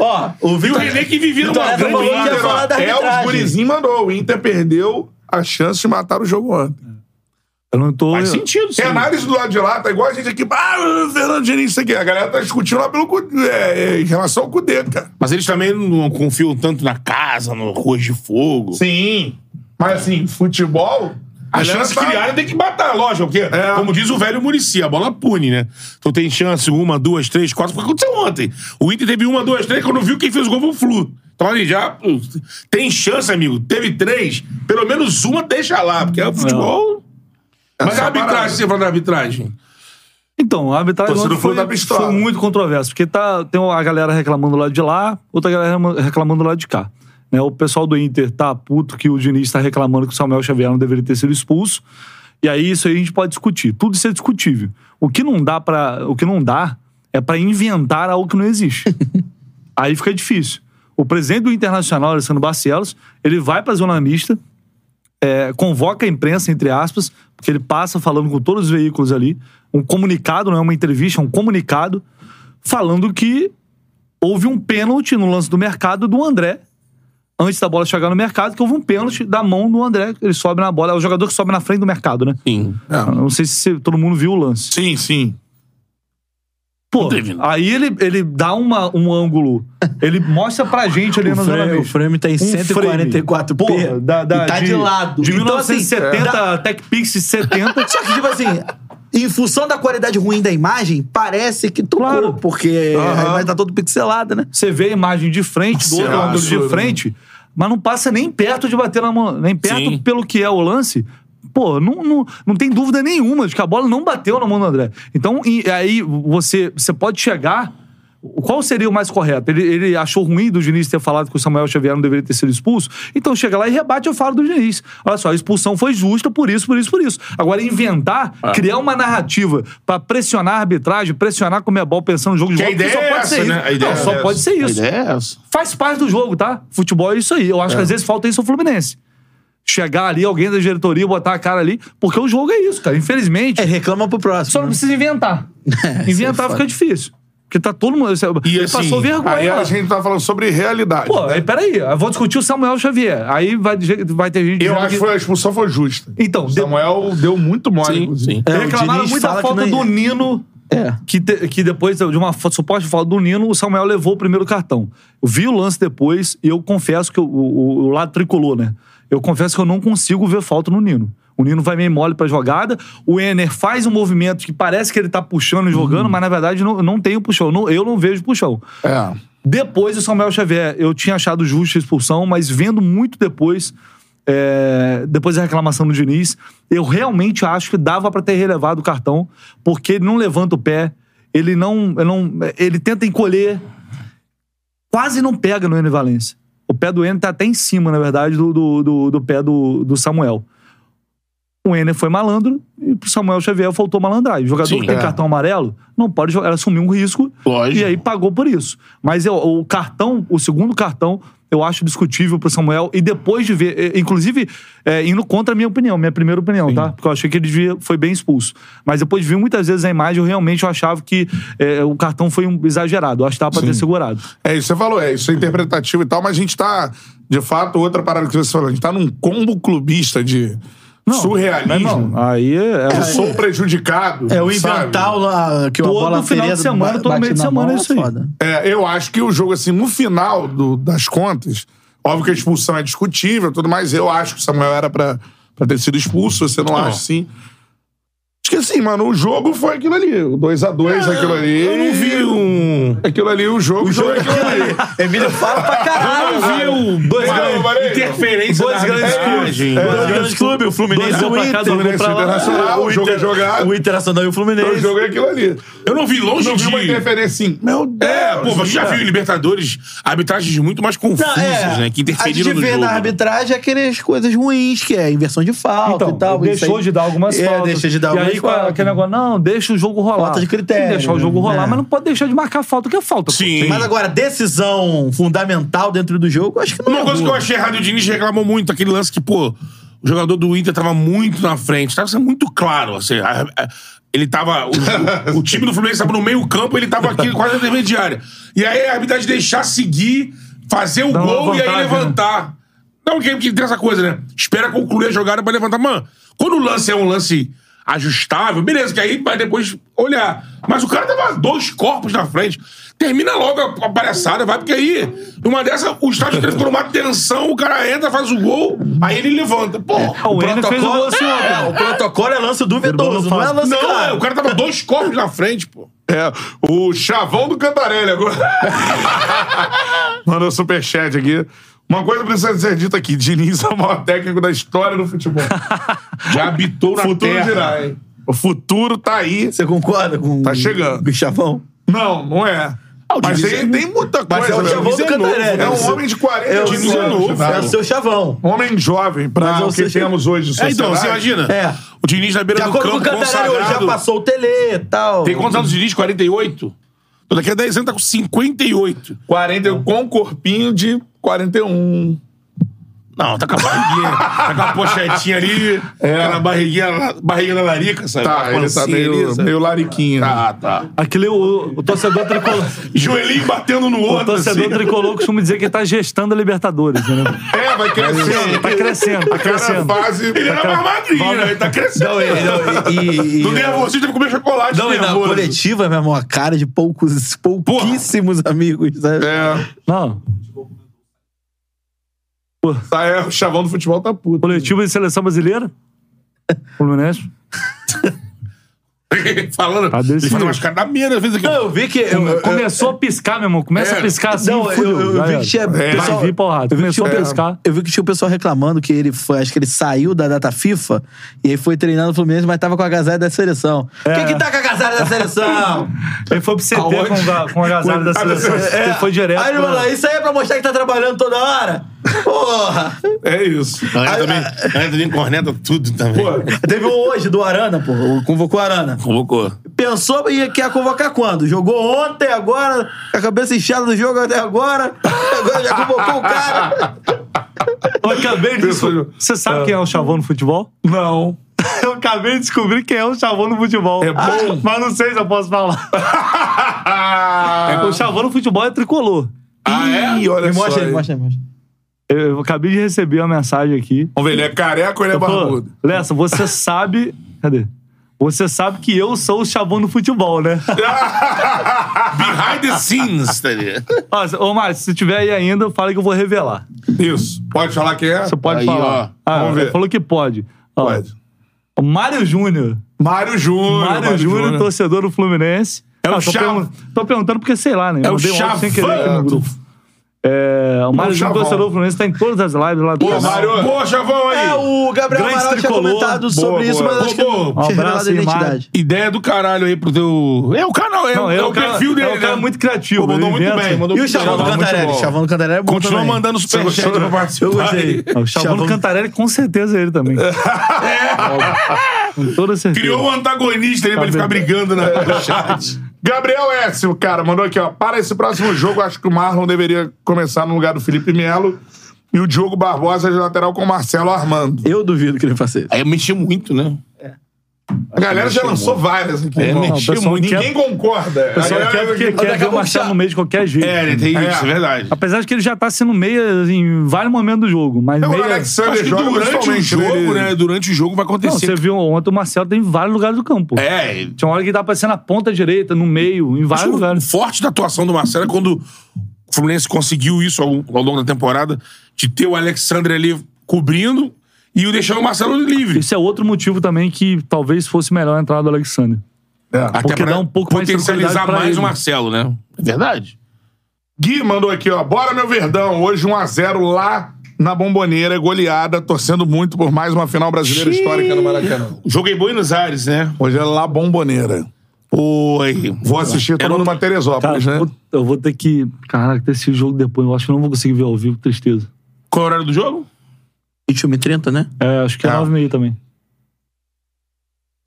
Ó, o E o Vitor... Renê que vivia Então, numa essa grande... falou que ia vida. falar da É os arbitragem. gurizinhos mandou. O Inter perdeu a chance de matar o jogo ontem. Eu não tô. Faz sentido, sim. Tem análise do lado de lá, tá igual a gente aqui. Ah, o Fernando Diniz, isso aqui. A galera tá discutindo lá pelo, cu- é, é, em relação ao Cudê, cara. Mas eles também não confiam tanto na casa, no Ruas de Fogo. Sim. Mas assim, futebol. A galera chance tá- criada tem que matar, lógico, porque, É. como diz o velho Murici, a bola pune, né? Então tem chance, uma, duas, três, quatro. Foi o que aconteceu ontem. O Inter teve uma, duas, três, quando viu quem fez o gol foi o Flu. Então ali já. uh, Tem chance, amigo. Teve três, pelo menos uma deixa lá, porque é o futebol. Mas Essa a arbitragem, parada. você fala da arbitragem. Então, a arbitragem Torcida ontem do Flu foi, tá pistola. foi muito controverso, porque tá, tem a galera reclamando lá de lá, outra galera reclamando lá de cá. Né, o pessoal do Inter tá puto que o Diniz tá reclamando que o Samuel Xavier não deveria ter sido expulso. E aí isso aí a gente pode discutir. Tudo isso é discutível. O que não dá para, o que não dá é para inventar algo que não existe. aí fica difícil. O presidente do Internacional, Alessandro Barcelos, ele vai para zona mista, é, convoca a imprensa, entre aspas, porque ele passa falando com todos os veículos ali, um comunicado, não é uma entrevista, é um comunicado, falando que houve um pênalti no lance do mercado do André, antes da bola chegar no mercado, que houve um pênalti da mão do André, ele sobe na bola, é o jogador que sobe na frente do mercado, né? Sim. É. Eu Não sei se todo mundo viu o lance. Sim, sim. Pô, teve, né? aí ele, ele dá uma, um ângulo, ele mostra pra gente ali O na zona frame, o mista. frame tá em frame. 144p. Porra, da, da- e tá de, lado. De Então, assim, 1970, da- TechPix de 70. Só que, tipo assim, em função da qualidade ruim da imagem, parece que tocou, Claro. porque a imagem tá toda pixelada, né? Você vê a imagem de frente, do outro é um ângulo de absurdo, frente, mas não passa nem perto de bater na mão. Nem perto Sim. pelo que é o lance. Pô, não, não, não tem dúvida nenhuma de que a bola não bateu na mão do André. Então, e aí você, você pode chegar Qual seria o mais correto? Ele, ele achou ruim do Diniz ter falado que o Samuel Xavier não deveria ter sido expulso? Então chega lá e rebate eu falo do Diniz. Olha só, a expulsão foi justa por isso, por isso, por isso. Agora, inventar, Ah. criar uma narrativa pra pressionar a arbitragem, pressionar como é bom pensando no jogo de Que a volta, ideia só é pode essa, ser né? isso. A ideia não, só é essa. pode ser A isso ideia é essa. faz parte do jogo, tá? Futebol é isso aí. Eu acho que às vezes falta isso ao Fluminense. Chegar ali, alguém da diretoria, botar a cara ali, porque o jogo é isso, cara. Infelizmente, É, reclama pro próximo. É, só não né? precisa inventar. inventar foda. fica difícil. Porque tá todo mundo. E ele assim, passou vergonha. Aí lá. a gente tá falando sobre realidade. Pô, né? aí, peraí, eu vou discutir o Samuel Xavier. Aí vai, vai ter gente. Eu dizendo acho que foi- a expulsão foi justa. Então, O Samuel deu muito mole, Sim, inclusive. sim. É, o reclamaram Diniz muito da fala que falta não do é- Nino. É. Que, te- que depois de uma fa- suposta falta do Nino, o Samuel levou o primeiro cartão. Eu vi o lance depois e eu confesso que o, o, o lado tricolor, né? Eu confesso que eu não consigo ver falta no Nino. O Nino vai meio mole pra jogada, o Ener faz um movimento que parece que ele tá puxando e jogando, mas na verdade não, não tem o puxão. Não- eu não vejo puxão. É. Depois o Samuel Xavier, eu tinha achado justa a expulsão, mas vendo muito depois, é, depois da reclamação do Diniz, eu realmente acho que dava pra ter relevado o cartão, porque ele não levanta o pé, ele não, ele, não- ele tenta encolher, quase não pega no Enio Valência. O pé do Enio tá até em cima, na verdade, do, do, do- do pé do, do Samuel. O Enio foi malandro e pro Samuel Xavier faltou malandragem. O jogador Sim, que tem é. cartão amarelo não pode jogar, assumiu um risco Lógico. e aí pagou por isso. Mas eu- o cartão, o segundo cartão, eu acho discutível pro Samuel. E depois de ver, eh, inclusive, eh, indo contra a minha opinião, minha primeira opinião, tá? Porque eu achei que ele devia- foi bem expulso. Mas depois de ver muitas vezes a imagem, eu realmente eu achava que eh, o cartão foi um exagerado. Eu acho que tava pra ter segurado. É isso que você falou, é isso é interpretativo e tal, mas a gente tá, de fato, outra parada que você falou, a gente tá num combo clubista de surrealismo. aí é. Eu sou prejudicado. É o sabe? inventar o lá, que Todo a bola final de ferida semana, ba- todo bate meio de na semana mão, é isso aí. foda. É, eu acho que o jogo, assim, no final do- das contas, óbvio que a expulsão é discutível e tudo mais, eu acho que o Samuel era pra, pra ter sido expulso, você não, acha, sim. Acho que assim, mano, o jogo foi aquilo ali. O 2x2, aquilo ali. Eu não vi um. Aquilo ali, o jogo, o jogo é aquilo ali. Emílio fala pra caralho. Eu não vi um. Dois Valeu, grandes- valeu. Interferência Dois da grandes arbitragem. clubes. É. Dois Dois grandes clubes. O Fluminense Dois e o gols pra Inter. cada um, gol Fluminense pra lá. Internacional, o jogo é jogado. O Internacional e o O Fluminense. jogo é aquilo ali. Eu não vi longe Não vi uma de. interferência assim. Meu Deus. É, pô, você já viu em Libertadores arbitragens muito mais confusas, é, né? Que interferiram é, a gente no vê jogo. na arbitragem aquelas coisas ruins, que é inversão de falta Então, e tal. isso deixou aí. de dar algumas é, faltas. deixa de dar e algumas aí, com faltas. aquele negócio, não, deixa o jogo rolar. Falta de critério, Tem que deixar o jogo rolar, né? mas não pode deixar de marcar falta, que é falta. pô. Sim. Mas agora, decisão fundamental dentro do jogo, eu acho que não Uma é coisa que eu boa. achei errado, o Diniz reclamou muito, aquele lance que, pô, o jogador do Inter tava muito na frente, tava sendo muito claro, assim, a- a- ele tava, o, o- o time do Fluminense tava no meio campo, ele tava aqui quase na intermediária. E aí a arbitragem deixar seguir, fazer o Dá uma gol e aí vantagem, né? levantar. Não, porque porque tem essa coisa, né? Espera concluir a jogada pra levantar. Mano, quando o lance é um lance ajustável, beleza, que aí vai depois olhar. Mas o cara tava dois corpos na frente. Termina logo a a palhaçada, vai, porque aí, numa dessa, o estádio inteiro ficou numa tensão, o cara entra, faz o gol, aí ele levanta. Pô, É, O Ender fez o gol assim, ó. É, o protocolo é lance duvidoso, não é lance Não, é, claro. o cara tava dois corpos na frente, pô. É, o chavão do Cantarelli agora. Mandou superchat aqui. Uma coisa precisa ser dita aqui: Diniz é o maior técnico da história do futebol. Já habitou na futuro terra. dirá, hein? O futuro tá aí. Você concorda com Tá chegando. com o Chavão? Não, não é. Ah, Mas Diniz tem, é- tem muita coisa. Mas é o né? Chavão do Diniz é novo, Cantarelli. É o um seu- homem de 40 é o anos. Diniz é novo, né? É o seu Chavão. Um homem jovem Mas pra é o o que seu- temos hoje. É, então, você imagina. É. O Diniz na beira De do acordo com o campo, Cantarelli, hoje já consagrado. passou o Tele e tal. Tem quantos anos o Diniz? 48? Então, daqui a 10 anos tá com 58. 40 com um corpinho de 41. Não, tá com a barriguinha. tá com a pochetinha ali. É. Aquela barriguinha, barriguinha na larica, sabe? Tá, Com a ele tá pancinha ali, meio, sabe? meio lariquinho. né? Tá, tá. Aquele o, o torcedor tricolor. Joelhinho batendo no O outro. torcedor assim. tricolor costuma dizer que tá gestando a Libertadores, entendeu? É, vai crescendo. Tá crescendo, tá Cada crescendo. fase. Ele era uma madrinha, né? Ele tá crescendo. Não, e- não, e- e- Do nervosismo, teve que comer chocolate Não, e na nervoso. coletiva, meu irmão, a cara de poucos, pouquíssimos amigos, sabe? É, Não. tá, é, o chavão do futebol tá puto. Coletivo de seleção brasileira? Fluminense? Falando. Tá desse ele faz jeito. umas cadameiras, né, às vezes aqui. Não, eu vi que. eu- eu- começou a piscar, meu irmão. Começa É. a piscar assim. Não, eu- eu- fudeu, eu já vi que era. tinha- Vai pessoal- vir eu porrada. vi que Começou a tinha- um piscar. Eu vi que tinha o pessoal reclamando que ele foi, acho que ele saiu da data FIFA e aí foi treinar no Fluminense, mas tava com a agasalho da seleção. Quem que tá com a agasalho da seleção? Ele foi pro CT com, a- com a agasalho da seleção. Ele foi direto. É. Aí ele pra- falou, isso aí é pra mostrar que tá trabalhando toda hora? Porra! É isso. A galera também- a galera também corneta tudo também. Pô, Teve um hoje do Arana, pô. Convocou o Arana. Convocou. Pensou e ia- que ia convocar quando? Jogou ontem, agora, com a cabeça inchada do jogo até agora. Agora já convocou o cara. Eu acabei de descobrir. Pessoal- Você sabe quem é o Chavão no futebol? não. Eu acabei de descobrir quem é o Chavão no futebol. É bom? Mas não sei se eu posso falar. Ah, É O Chavão no futebol é tricolor. ah, é? Ih, olha Me só. mostra aí, aí. me mostra aí, me mostra. Eu, eu acabei de receber uma mensagem aqui. Vamos ver, ele é careca ou ele é Pô, barbudo? Lessa, você sabe. Cadê? Você sabe que eu sou o Chavão no futebol, né? Behind the scenes, tá ligado? Ó, se- Ô, Márcio, se tiver aí ainda, fala que eu vou revelar. Isso. Pode falar quem é? Você pode Aí, falar. ó. Ah, Vamos ele ver. falou que pode. Ó, Pode. o Mário Júnior. Mário Júnior. Mário Júnior, torcedor do Fluminense. Ah, É o tô, Chav- tô perguntando porque, sei lá, né? É o Mandei um áudio sem querer aqui Chavão. no grupo. É, o Mário o Júnior, Chavão. torcedor do Fluminense, tá em todas as lives lá do Pô, canal. Mário. Pô, Chavão aí. É, o Gabriel Grande Amaral tinha tricolor. comentado Boa, sobre isso, boa. mas acho que Boa, não boa. tinha revelado Abraço a aí, Mário. identidade. Ideia do caralho aí pro teu. É o canal, é, Não, o- é é o o cara- perfil dele. é o cara né? muito criativo, Pô, mandou ele muito inventa. bem. Mandou E o muito Chavão bem. do muito Cantarelli? bom. O Chavão do Cantarelli é bom Continua também. mandando superchat. gostou da participação? Eu gostei. Não, É, O Chavão do Cantarelli, com certeza é ele também. Óbvio. com toda certeza. Criou um antagonista aí pra ele ficar brigando né? na no chat. Gabriel S, o cara, mandou aqui, ó. Para esse próximo jogo, acho que o Marlon deveria começar no lugar do Felipe Melo e o Diogo Barbosa de lateral com o Marcelo Armando. Eu duvido que ele faça isso. Aí mexeu muito, né? A galera já lançou várias aqui. É, irmão. não, mexeu pessoal muito. quer- Ninguém concorda. O pessoal A quer galera- daqui porque a quer ver o pouco Marcelo já- no meio de qualquer jeito. É, ele tem É. isso, é verdade. Apesar de que ele já tá sendo meia assim, em vários momentos do jogo. Mas É, o meia... Alexander Acho que joga durante o principalmente jogo, nele. né? Durante o jogo vai Não, acontecer. você viu ontem o Marcelo tem em vários lugares do campo. É, ele- Tinha uma hora que ele tava aparecendo na ponta direita, no meio, em vários Acho que o lugares. forte da atuação do Marcelo é quando o Fluminense conseguiu isso ao, ao longo da temporada, de ter o Alexandre ali cobrindo e o deixando o Marcelo livre. Isso é outro motivo também que talvez fosse melhor a entrada do Alexander. É. Até porque pra dá um pouco mais de potencializar tranquilidade mais, pra ele. o Marcelo, né? É verdade. Gui mandou aqui, ó. Bora, meu Verdão. Hoje 1x0 lá na Bomboneira, goleada, torcendo muito por mais uma final brasileira histórica no Maracanã. Joguei Buenos Aires, né? Hoje é lá Bomboneira. Oi. Vou assistir todo um- mundo pra Cara, Tá. Teresópolis, eu, né? vou, eu vou ter que. Caraca, esse jogo depois. Eu acho que eu não vou conseguir ver ao vivo, que tristeza. Qual é o horário do jogo? 21 e 30, né? É, acho que é Tá. 9h30 também.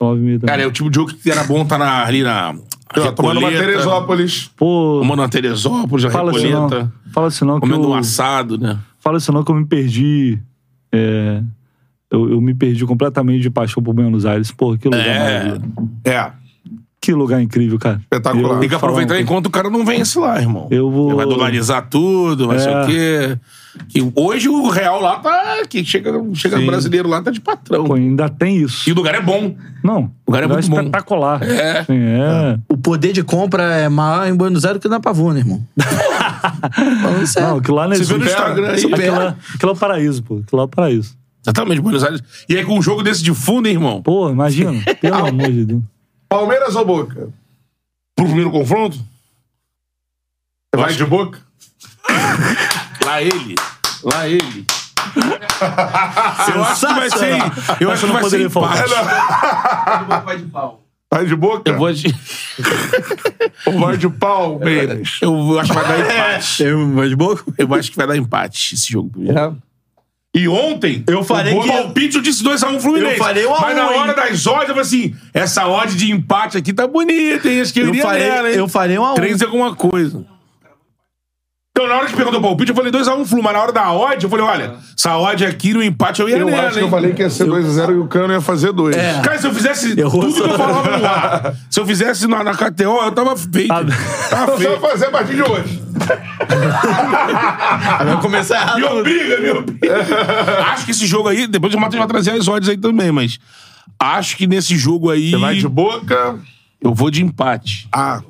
9h30 também. Cara, é o tipo de jogo que era bom tá na, ali na Ó, Tomando uma Recoleta. Teresópolis. Pô, Tomando uma Teresópolis, a fala isso Recoleta. não. Fala isso não, que Comendo eu, um assado, né? fala isso não que eu me perdi. É, eu, eu me perdi completamente de paixão por Buenos Aires. Porra, que lugar É. maravilhoso. É, Que lugar incrível, cara. espetacular. Tem que aproveitar enquanto o cara não vence lá, irmão. Eu vou- Ele vai dolarizar tudo, vai ser o quê. Que hoje o real lá tá. Que chega, chega Sim. brasileiro lá, tá de patrão. Pô, ainda tem E isso. o lugar é bom. Não, O cara é muito bom. espetacular. É. Sim, é. O poder de compra é maior em Buenos Aires que na Pavuna, irmão. Falando sério. Não, aquilo lá não É. Você viu no existe. Instagram aí? Aquilo lá, aquilo é o paraíso, pô. Aquilo lá é o paraíso. Exatamente, Buenos Aires. E aí com um jogo desse de fundo, hein, irmão? Pô, imagina. Pelo amor de Deus. Palmeiras ou Boca? Pro primeiro confronto? Você vai de Boca? Lá ele. Lá ele. Eu acho que vai ser. Eu acho que não vai ser poderia faltar. empate. Vai de Boca? Eu vou de- Ou vai de Palmeiras? Eu acho que vai dar empate. Eu, mas um boa. Eu acho que vai dar empate esse jogo. E ontem. Eu falei o que- palpite eu disse 2x1 Fluminense. Eu falei um a Mas na um, hein? hora das odds, eu falei assim: essa odd de empate aqui tá bonita, hein? Acho que eu Eu iria falei, nela, hein? eu falei um a um. 3 alguma coisa. Então, na hora que perguntou o palpite, eu falei 2x1 Flu, mas na hora da odd, eu falei: olha, essa odd aqui no empate eu ia Eu nela, acho que hein? eu falei que ia É. ser 2x0 e o Cano ia fazer 2. É. Cara, se eu fizesse Errou tudo que eu essa- falava no ar, se eu fizesse na, na KTO, eu tava feito. Tá tava Então Você vai feito. fazer a partir de hoje. Vai começar errado. Me é obriga, me obriga. acho que esse jogo aí, depois o Matheus vai trazer as odds aí também, mas acho que nesse jogo aí Você vai de Boca? eu vou de empate. Ah,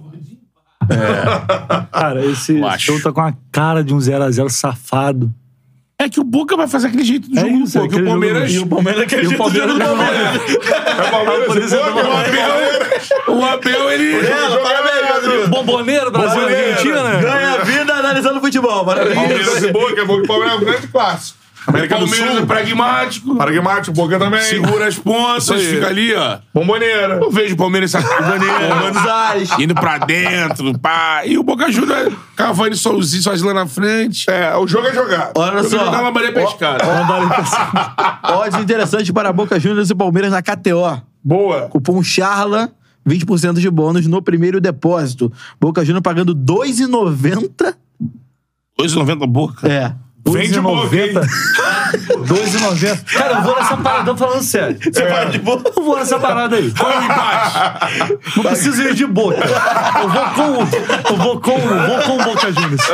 Cara, esse Eu acho. show tá com a cara de um 0x0 safado. É que o Boca vai fazer aquele jeito do É jogo do Boca. isso, é e o aquele Palmeiras. jogo do- Palmeiras é aquele E o Palmeiras do jogo do não. Palmeiras. É o Palmeiras, Por isso e é Boca, do o Abel. O Abel, ele. jogo é Ela, parabéns, ganhado. Rodrigo. Bomboneiro, Brasil e Bomboneiro. né? Argentina. Ganha a vida analisando futebol. Palmeiras Parabéns. e Boca, Boca e Palmeiras é um grande clássico. América do Palmeiras é Sul, pragmático. Paraguai, Boca também. Segura as pontas, Isso aí. fica ali, ó. Bomboneira. Eu vejo o Palmeiras sacando, Buenos indo pra dentro, pá. E o Boca Juniors, né? Cavani sozinho, sozinho lá na frente. É, o jogo é jogar. Olha Eu só. jogava na Maria Pescada. Odds interessantes para Boca Juniors e Palmeiras na KTO. Boa. Cupom CHARLA, 20% de bônus no primeiro depósito. Boca Juniors pagando 2,90. 2,90 Boca. É. Vem de boca, hein? 12,90. Cara, eu vou nessa paradão falando sério. Você para de boca? Eu vou nessa parada aí. Qual é o empate? Não preciso ir de boca. Eu vou com o. Eu vou com o. Vou com o Boca Juniors.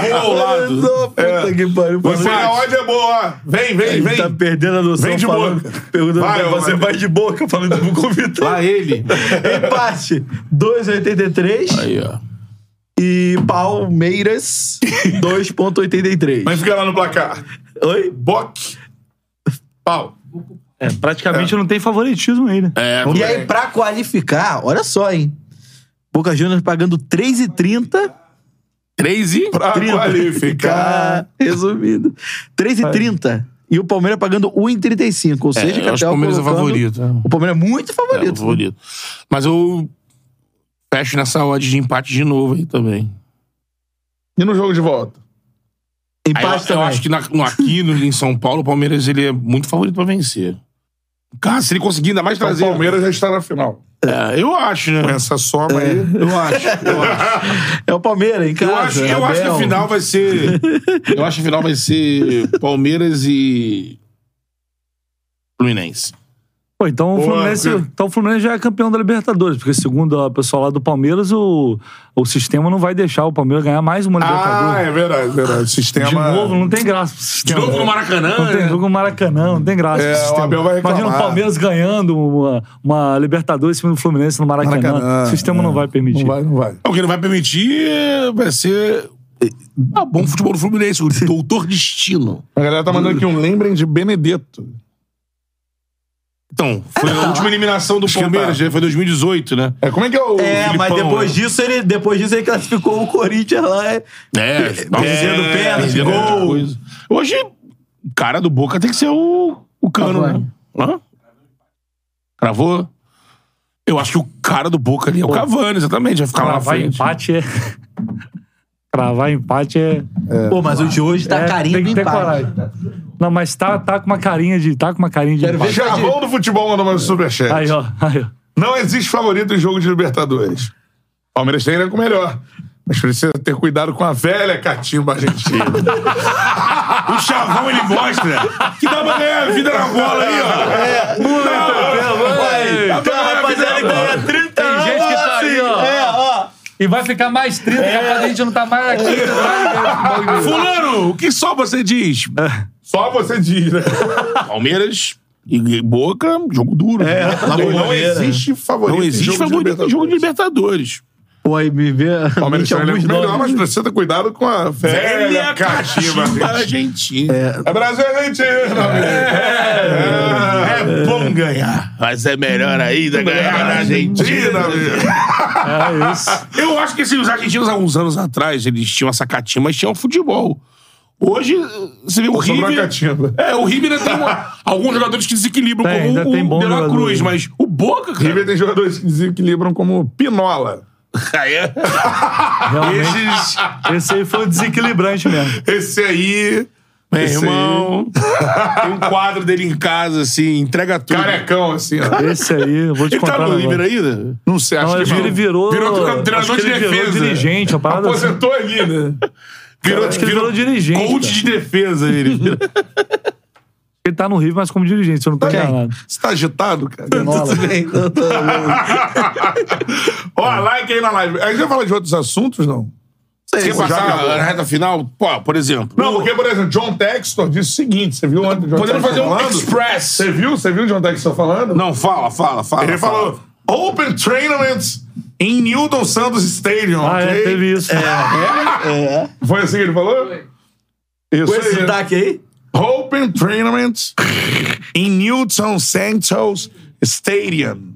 Vou ao lado. Não, puta que pariu. É. Você Palmeiras. a ódio é boa, ó. Vem, vem, Ele vem. tá perdendo a noção. Vem de falando, boca. Perguntando Vai, pra ô, você, mano. vai de boca, falando pro convidado. Lá ele. Empate, 2,83. Aí, ó. E Palmeiras, 2,83. Mas fica lá no placar. Oi? Boc. Pau. É, praticamente não tem favoritismo aí, né? É, E aí, pra qualificar, olha só, hein? Boca Juniors pagando 3,30. 3 e. Pra qualificar. Tá resumido. 3,30. E o Palmeiras pagando 1,35. Ou seja, eu acho que o Catel Palmeiras é colocando- favorito, é. O Palmeiras é muito É, favorito. o favorito. Mas eu fecho nessa odd de empate de novo aí também. E no jogo de volta? Aí eu, Empate eu também. acho que na- no- aqui no, em São Paulo, o Palmeiras ele é muito favorito pra vencer. Cara, Ah, se ele conseguir ainda mais Então, o trazer. Palmeiras já está na final. É, eu acho, né? Com essa soma aí. Eu acho, eu acho. É o Palmeiras, em casa. Eu acho, eu acho que é, Abel. a final vai ser. Eu acho que a final vai ser Palmeiras e. Fluminense. Pô, então, o Boa, Fluminense, cara. então o Fluminense já é campeão da Libertadores, porque segundo o pessoal lá do Palmeiras, o, o sistema não vai deixar o Palmeiras ganhar mais uma Ah, Libertadores. é verdade, verdade. Sistema. tá De novo, não tem graça pro sistema. Maracanã. né? Não tem jogo no Maracanã, não tem graça. né? É, pro sistema. o Abel vai reclamar. Imagina o Palmeiras ganhando uma, uma Libertadores em cima do Fluminense no Maracanã. Maracanã, é. o sistema não vai permitir. Não vai, não vai. O que não vai permitir é- vai ser. Ah, bom futebol do Fluminense, o doutor destino. A galera tá mandando aqui um lembrem de Benedetto. Então, foi a última eliminação do Esquentar. Palmeiras, né? foi 2018, né? tá. É, como é que é o. É, Filipão, mas depois né? disso, ele, depois disso ele classificou o Corinthians lá. é. É, perdendo pênalti, perdendo gol. muita coisa. Hoje, o cara do Boca tem que ser o, o Cano, né? Hã? Cravou? Eu acho que o cara do Boca ali é o Cavani, exatamente. Vai ficar lá na Cravar frente. empate é. Cravar empate é. Pô, mas o de hoje tá é, carinho tem do que ter empate. coragem. Não, mas tá, tá com uma carinha de. Tá com uma carinha de. Quero ver empate. Javão do futebol mandou mais um superchat. Aí, ó. Aí, ó. Não existe favorito em jogo de Libertadores. O Palmeiras tem elenco melhor. Mas precisa ter cuidado com a velha catimba argentina. O chavão ele mostra que dá pra ganhar a vida na bola aí, ó. Vai, tá, rapaziada, ele ganha 30 Tem anos. gente que tá assim. ali, ó. É, ó. E vai ficar mais 30, capaz a gente não tá mais aqui. Fulano, o que só você diz? Só você diz, né? Palmeiras e Boca, jogo duro. É, Não existe favorito. não em existe jogo favorito em de jogo de Libertadores. Libertadores. Pô, aí me vê. a Palmeiras mente tem um alguns elenco melhor, nomes. mas precisa ter cuidado com a velha, é catimba catimba argentina. argentina. É Brasil e Argentina, amigo. É. É bom ganhar, mas é melhor ainda ganhar na Argentina. Argentina, amigo. É isso. Eu acho que assim, os argentinos, há uns anos atrás, eles tinham essa catinha, mas tinham futebol. Hoje, você vê o Sobrou a River... catimba. É, o River ainda tem uma- alguns jogadores que desequilibram, Tem, como ainda o tem bom De La jogador. Cruz, mas o Boca, cara... River tem jogadores que desequilibram como Pinola. Aí é- Realmente. Esses- Esse aí foi um desequilibrante mesmo. Esse aí. É. Meu esse aí, irmão, tem um quadro dele em casa, assim, entrega tudo. Carecão, assim, ó. Esse aí, eu vou te ele contar. tá no agora. River é ainda? Não sei, acho Não, que eu vi, não. ele virou. Virou treinador acho que de ele virou defesa. dirigente, a parada. assim. Aposentou ali, né? Virou, acho que ele virou dirigente, Coach cara. de defesa, ele. Ele tá no River, mas como dirigente, se eu não tô Quem? enganado. Você tá agitado, cara? Tudo bem, não tô louco. Ó, like aí na live. A gente vai falar de outros assuntos, não? Quer passar na reta final? Pô, por exemplo. Não, porque, por exemplo, John Textor disse o seguinte: você viu ontem o John Podemos Textor fazer um falando? express. Você viu? Você viu o John Textor falando? Não, fala, fala, fala. Ele fala. falou: Open Tournaments em Newton Santos Stadium. Ah, ok? é, teve isso. Foi assim que ele falou? Isso Com esse aí. sotaque aí? Open Tournament in Newton Santos Stadium.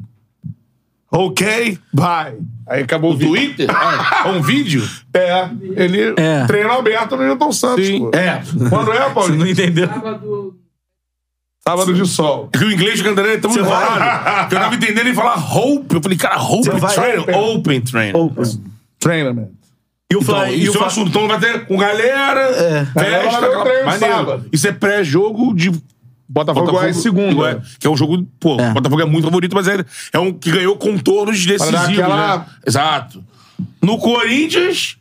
Ok? Bye. Aí acabou o No vídeo. Twitter? Ah, um vídeo? É, ele É. treina aberto no Newton Santos, Sim. pô. É. Quando é, Você Paulinho? não entendeu? Sábado de sol. Que o inglês do Cantarelli é tão enrolado. que eu tava entendendo ele falar hope. Eu falei, cara, hope vai- train, open train. Tournament. E o Então, Flamengo. isso é um assunto. Então vai ter com galera, Galera, festa, vai ter aquela- treino maneiro. sábado. Isso é pré-jogo de Botafogo, é segunda. Goiás, Que é um jogo, pô, É. Botafogo é muito favorito, mas é, é um que ganhou contornos Pra decisivos, dar aquela- né? Exato. No Corinthians,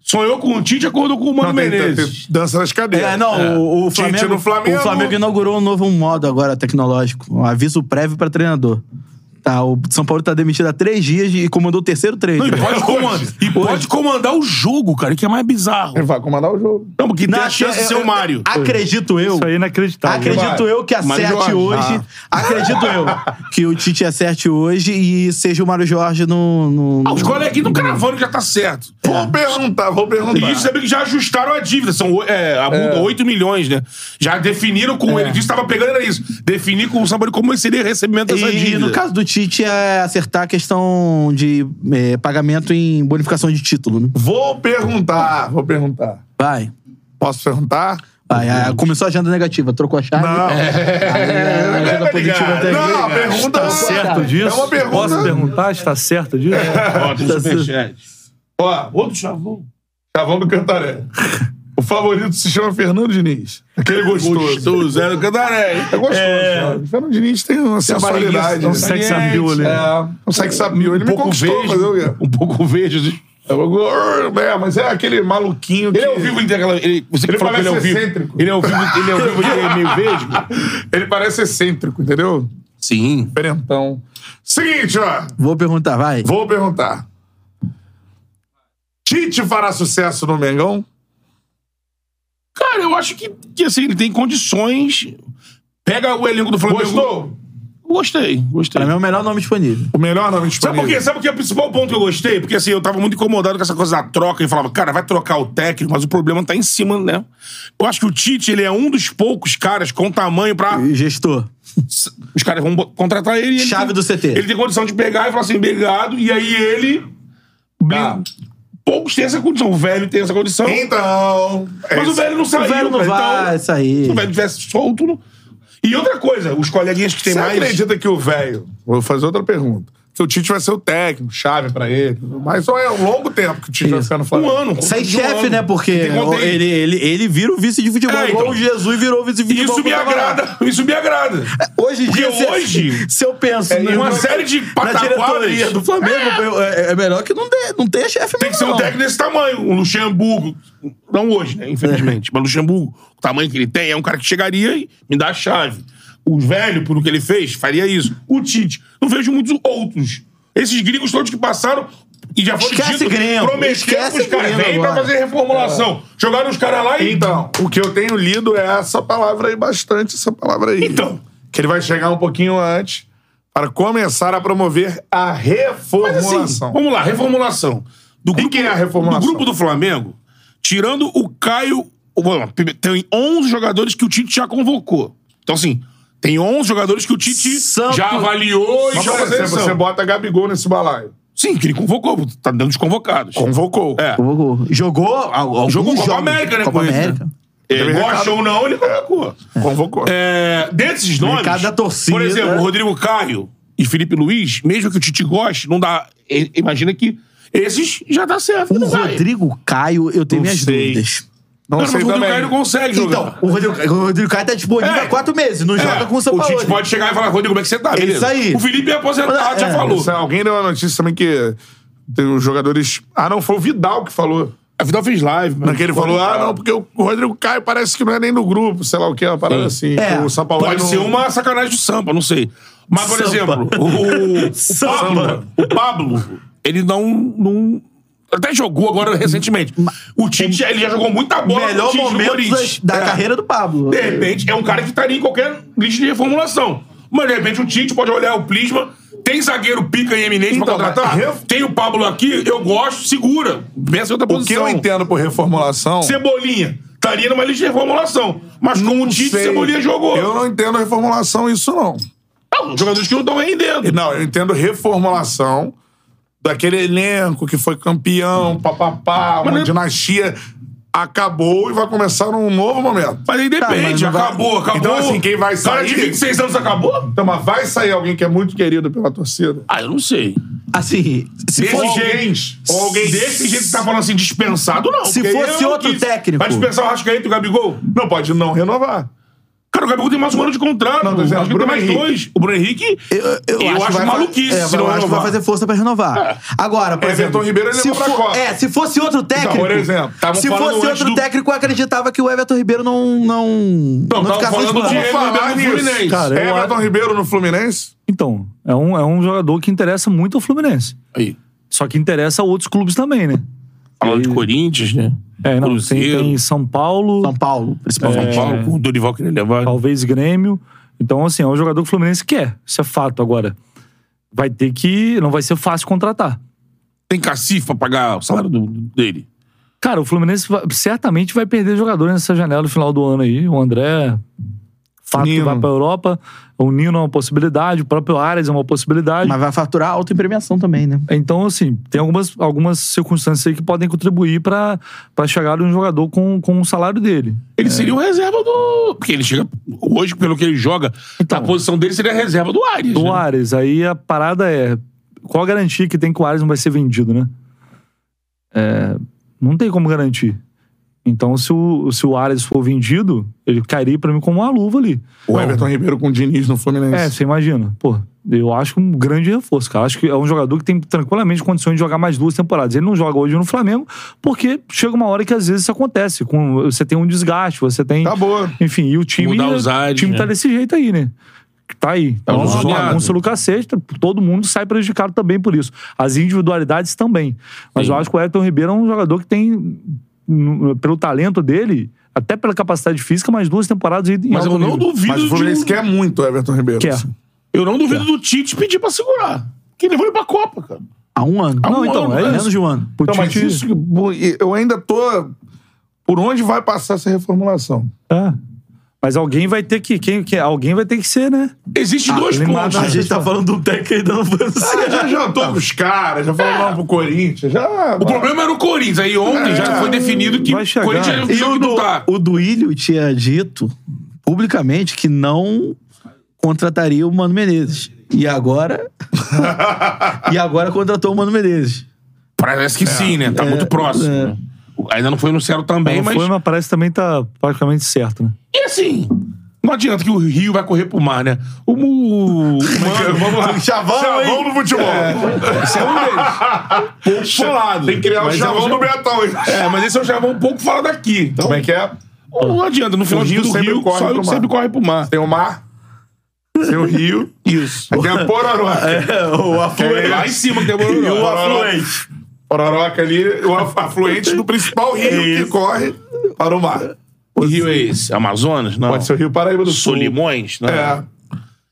sonhou com o Tite e acordou com o Mano Não, tem- tem- Menezes. tem dança nas cadeiras. É, não, o, o Tite Flamengo, no Flamengo. O Flamengo inaugurou um novo modo agora tecnológico. Um aviso prévio pra treinador. Tá, o São Paulo tá demitido há três dias e comandou o terceiro treino. E pode, comandar, e pode comandar o jogo, cara, que é mais bizarro. Ele vai comandar o jogo. Não, porque tem Na- a chance é, de eu- ser o eu- Mário. é, Acredito eu. Isso aí é inacreditável. Acredito eu que acerte Mário Jorge. hoje. Acredito eu que o Tite acerte hoje e seja o Mário Jorge no. no- Ah, os coleguinhas estão cravando que já tá certo. Vou perguntar, vou perguntar. E é- isso também que já ajustaram a dívida. São oi- é, a multa, 8 milhões, né? Já definiram com É. ele. Disse que tava pegando era isso. Definir com o Sampaio como seria o recebimento dessa E, dívida. no caso do Tite é acertar a questão de é, pagamento em bonificação de título, né? Vou perguntar, vou perguntar. Vai. Posso perguntar? Vai, ah, começou a agenda negativa, trocou a chave. É. Não. Aí, a agenda é positiva Não, tem. a pergunta Tá certo É disso? uma Posso pergunta. perguntar se tá certo disso? Tá Ó, tem um superchat. Ó, outro chavão. Chavão do Cantaré. O favorito se chama Fernando Diniz. Aquele gostoso. É Gostoso, era o Cantarelli. É gostoso. cara. O Fernando Diniz tem uma sensualidade. barriguinha, né? um sex appeal ali. É, um sex appeal. Ele Um me pouco conquistou, fazer o vejo. quê? Um pouco vejo. Eu- É, mas é aquele maluquinho que... Ele é ao vivo, ele tem aquela. Ele, você que Ele falou que ele é ao parece vivo. excêntrico. Ele é ao vivo, ele é ao vivo, ele é meio vejo. Ele parece excêntrico, entendeu? Sim. Diferentão. Seguinte, ó. Vou perguntar, vai. Vou perguntar. Tite fará sucesso no Mengão? Cara, eu acho que, que assim, ele tem condições. Pega o elenco do Flamengo. Gostou? Gostei, gostei. Pra mim é o melhor nome disponível. O melhor nome Sabe disponível. por quê? Sabe por quê? O principal ponto que eu gostei? Porque assim, eu tava muito incomodado com essa coisa da troca e falava, cara, vai trocar o técnico, mas o problema tá em cima, né? Eu acho que o Tite, ele é um dos poucos caras com tamanho pra. E Gestor. Os caras vão bo- contratar ele. e ele Chave tem- do CT. Ele tem condição de pegar e falar assim, obrigado, e aí ele. Tá. Poucos têm essa condição. O velho tem essa condição. Então... é Mas o isso. velho não saiu. O velho não cara, vai então, sair. Se o velho tivesse solto. não- E outra coisa, os coleguinhas que tem Você mais. acredita que o velho... Vou fazer outra pergunta. Que o Tite vai ser o técnico, chave pra ele. Mas só é um longo tempo que o Tite vai ficar no Um Flamengo. ano. Sem um chefe, ano. né? Porque Tem que manter- ele, ele, ele vira o vice de futebol. É, igual o então. Jesus virou o vice de futebol. Isso me quando tava lá. agrada. Isso me agrada. Hoje em Porque dia, se- hoje- se eu penso É, numa- uma série de na diretoria pataquadas. do Flamengo, eu- é, é melhor que não, dê, não tenha chefe Tem que ser um técnico desse tamanho. Um Luxemburgo. Não hoje, né? É. Infelizmente. Mas Luxemburgo, o tamanho que ele tem, é um cara que chegaria e me dá a chave. O velho, por o que ele fez, faria isso. O Tite. Não vejo muitos outros. Esses gringos todos que passaram e já foram Esquece dito, Grêmio. prometeram Esquece pros caras. Grêmio Vem pra agora. É. fazer reformulação. Jogaram os caras lá e... Então, o que eu tenho lido é essa palavra aí, bastante essa palavra aí. Então. Que ele vai chegar um pouquinho antes para começar a promover a reformulação. assim, Vamos lá, reformulação. Do grupo, que é a reformulação? Do grupo do Flamengo, tirando o Caio... o- vamos lá, primeiro, Tem 11 jogadores que o Tite já convocou. Então, assim, tem 11 jogadores que o Tite Santos. já avaliou e Mas, já por exemplo, seleção. você bota Gabigol nesse balaio. Sim, que ele convocou. Tá dando os convocados. Convocou. É. Jogou. Jogou al- alguns Jogou Copa jogos. América, né, Copa com isso, né? América. É, gosta ou não, ele convocou. Convocou. É, desses nomes. Mercado da torcida. Por exemplo, o Rodrigo Caio e Felipe Luiz, mesmo que o Tite goste, não dá. e- Imagina que esses já dá certo. O não vai. Um Rodrigo Caio, eu tenho minhas sei. dúvidas. Não Cara, mas o sei Rodrigo também. Caio não consegue jogar. Então, o Rodrigo, o Rodrigo Caio tá disponível É. há quatro meses, não joga com o São O Paulo. Tite pode chegar e falar, Rodrigo, como é que você tá? Beleza. Isso aí. O Felipe é aposentado, É, já falou. Isso, Alguém deu uma notícia também que tem os jogadores... Ah, não, foi o Vidal que falou. A Vidal fez live, mano. Naquele falou, ah, não, porque o Rodrigo Caio parece que não é nem do grupo, sei lá o que, uma parada assim. É, o São Paulo Pode não- ser uma sacanagem do Sampa, não sei. Mas, por Sampa. exemplo, o, o Pablo, o Pablo, ele não, não... Até jogou agora recentemente. O Tite, ele já jogou muita bola com o Melhor Tite no momento Corinthians. da, da É. carreira do Pablo. De repente, é um cara que estaria em qualquer lista de reformulação. Mas, de repente, o Tite pode olhar o Prisma. Tem zagueiro pica e eminente Então, pra contratar? mas ref- Tem o Pablo aqui, eu gosto, segura. Pensa em outra O que posição. eu entendo por reformulação... Cebolinha. estaria numa lista de reformulação. Mas como o Tite, Sei. Cebolinha jogou. Eu não entendo reformulação isso, não. Não, jogadores que não estão rendendo. Não, eu entendo reformulação daquele elenco que foi campeão, papapá, uma Hum. Mas não- é- dinastia acabou e vai começar um novo momento. Mas aí depende, Tá, mas não vai- acabou, acabou. Então, assim, quem vai Cara de sair- 26 anos acabou? Então, mas vai sair alguém que é muito querido pela torcida? Ah, eu não sei. Assim, se Desse for... jeito. Ou alguém Desse jeito que tá falando assim, dispensado, não. Se Porque fosse eu não outro técnico. Vai dispensar o Rascaeta e é o Gabigol? Não pode não renovar. Cara, o Gabigol tem mais um ano de contrato. Não, tô dizendo, o Rascaeta Bruno tem mais Henrique. dois. O Bruno Henrique, eu, acho, que vai fa- maluquice É, se eu acho que não vai renovar. fazer força pra renovar. Agora, por É. Everton exemplo... Ribeiro, ele se levou pra for- Copa. Então, É, se fosse outro técnico... por exemplo, tavam se falando fosse antes outro do- técnico, eu acreditava que o Everton Ribeiro não... Não, não, tava ficasse falando no do time. Diego falar Ribeiro no nisso. Fluminense. Cara, eu Everton Ribeiro no Fluminense? Então, é um, é um jogador que interessa muito ao Fluminense. Aí. Só que interessa a outros clubes também, né? Falando de Corinthians, né? É, não, tem, Cruzeiro. tem São Paulo, São Paulo, principalmente. São Paulo, com o Dorival querendo levar. talvez Grêmio. Então, assim, é um jogador que o Fluminense quer. Isso é fato agora. Vai ter que. Não vai ser fácil contratar. Tem cacife pra pagar o salário do- dele. Cara, o Fluminense vai- certamente vai perder jogadores nessa janela no final do ano aí. O André, fato que Nino. vai pra Europa. O Nino é uma possibilidade, o próprio Ares é uma possibilidade. Mas vai faturar alta em premiação também, né? Então, assim, tem algumas, algumas circunstâncias aí que podem contribuir pra pra chegar de um jogador com, com o salário dele. Ele seria o reserva do. Porque ele chega. Hoje, pelo que ele joga, Tá, a posição dele seria a reserva do Ares. Do né? Ares, aí a parada é. Qual a garantia que tem que o Ares não vai ser vendido, né? É, não tem como garantir. Então, se o, se o Ares for vendido, ele cairia pra mim como uma luva ali. O Everton Ribeiro com o Diniz no É, Fluminense. você imagina. Pô, eu acho um grande reforço, cara. Acho que é um jogador que tem tranquilamente condições de jogar mais duas temporadas. Ele não joga hoje no Flamengo, porque chega uma hora que às vezes isso acontece. Com, você tem um desgaste, você tem. Acabou. Enfim, e o time. Mudar os o ares, time né? tá desse jeito aí, né? Tá aí. Tá um uma zoneado. bagunça do cacete, tá- todo mundo sai prejudicado também por isso. As individualidades também. Mas eu acho que o Everton Ribeiro é um jogador que tem, n- pelo talento dele, até pela capacidade física, mais duas temporadas em Mas é um eu alto não nível. duvido. Mas o Fluminense de um- quer muito o Everton Ribeiro. Quer. assim. Eu não duvido do Tite pedir pra segurar. Quem levou ele pra Copa, cara. Há um ano. Há Não, um então, ano, né? é isso. Menos de um ano. O Então, mas Tite- isso... que- bu- Eu ainda tô... Por onde vai passar essa reformulação? É. Mas alguém vai ter que. Quem, quem- alguém vai ter que ser, né? Existem dois ele pontos. mata- Ah, A gente tá falando de um técnico aí dando Ah, já jantou com os caras, já falou mal pro Corinthians, já... O problema era o Corinthians. Aí ontem É. já foi definido que Vai o chegar. Corinthians E já o, não do, tá. o Duílio tinha dito publicamente que não contrataria o Mano Menezes. E agora. e agora contratou o Mano Menezes. Parece É. que sim, né? Tá muito próximo. né? Ainda não foi anunciado também, Não mas. foi, mas parece que também tá praticamente certo, né? E assim, não adianta que o Rio vai correr pro mar, né? O. o- Vamos lá. Chavão, Chavão hein? no futebol. Esse é um deles. Pulado. Tem que criar o Mas é chavão o no Chavão. Betão, hein? É, mas esse é um chavão um pouco fora daqui. Então, um Como é que é? não adianta. No final O de Rio tudo, o sempre Rio corre só- pro mar. sempre corre pro mar. Tem o mar, tem o rio, Isso. tem a é Pororoca. o É lá em cima que tem o Bororó. o Bororó. afluente. Pororoca ali, o af- afluente do principal rio que corre para o mar. Que rio é esse? Amazonas? Não. Pode ser o Rio Paraíba do Sul. Solimões? Não. É.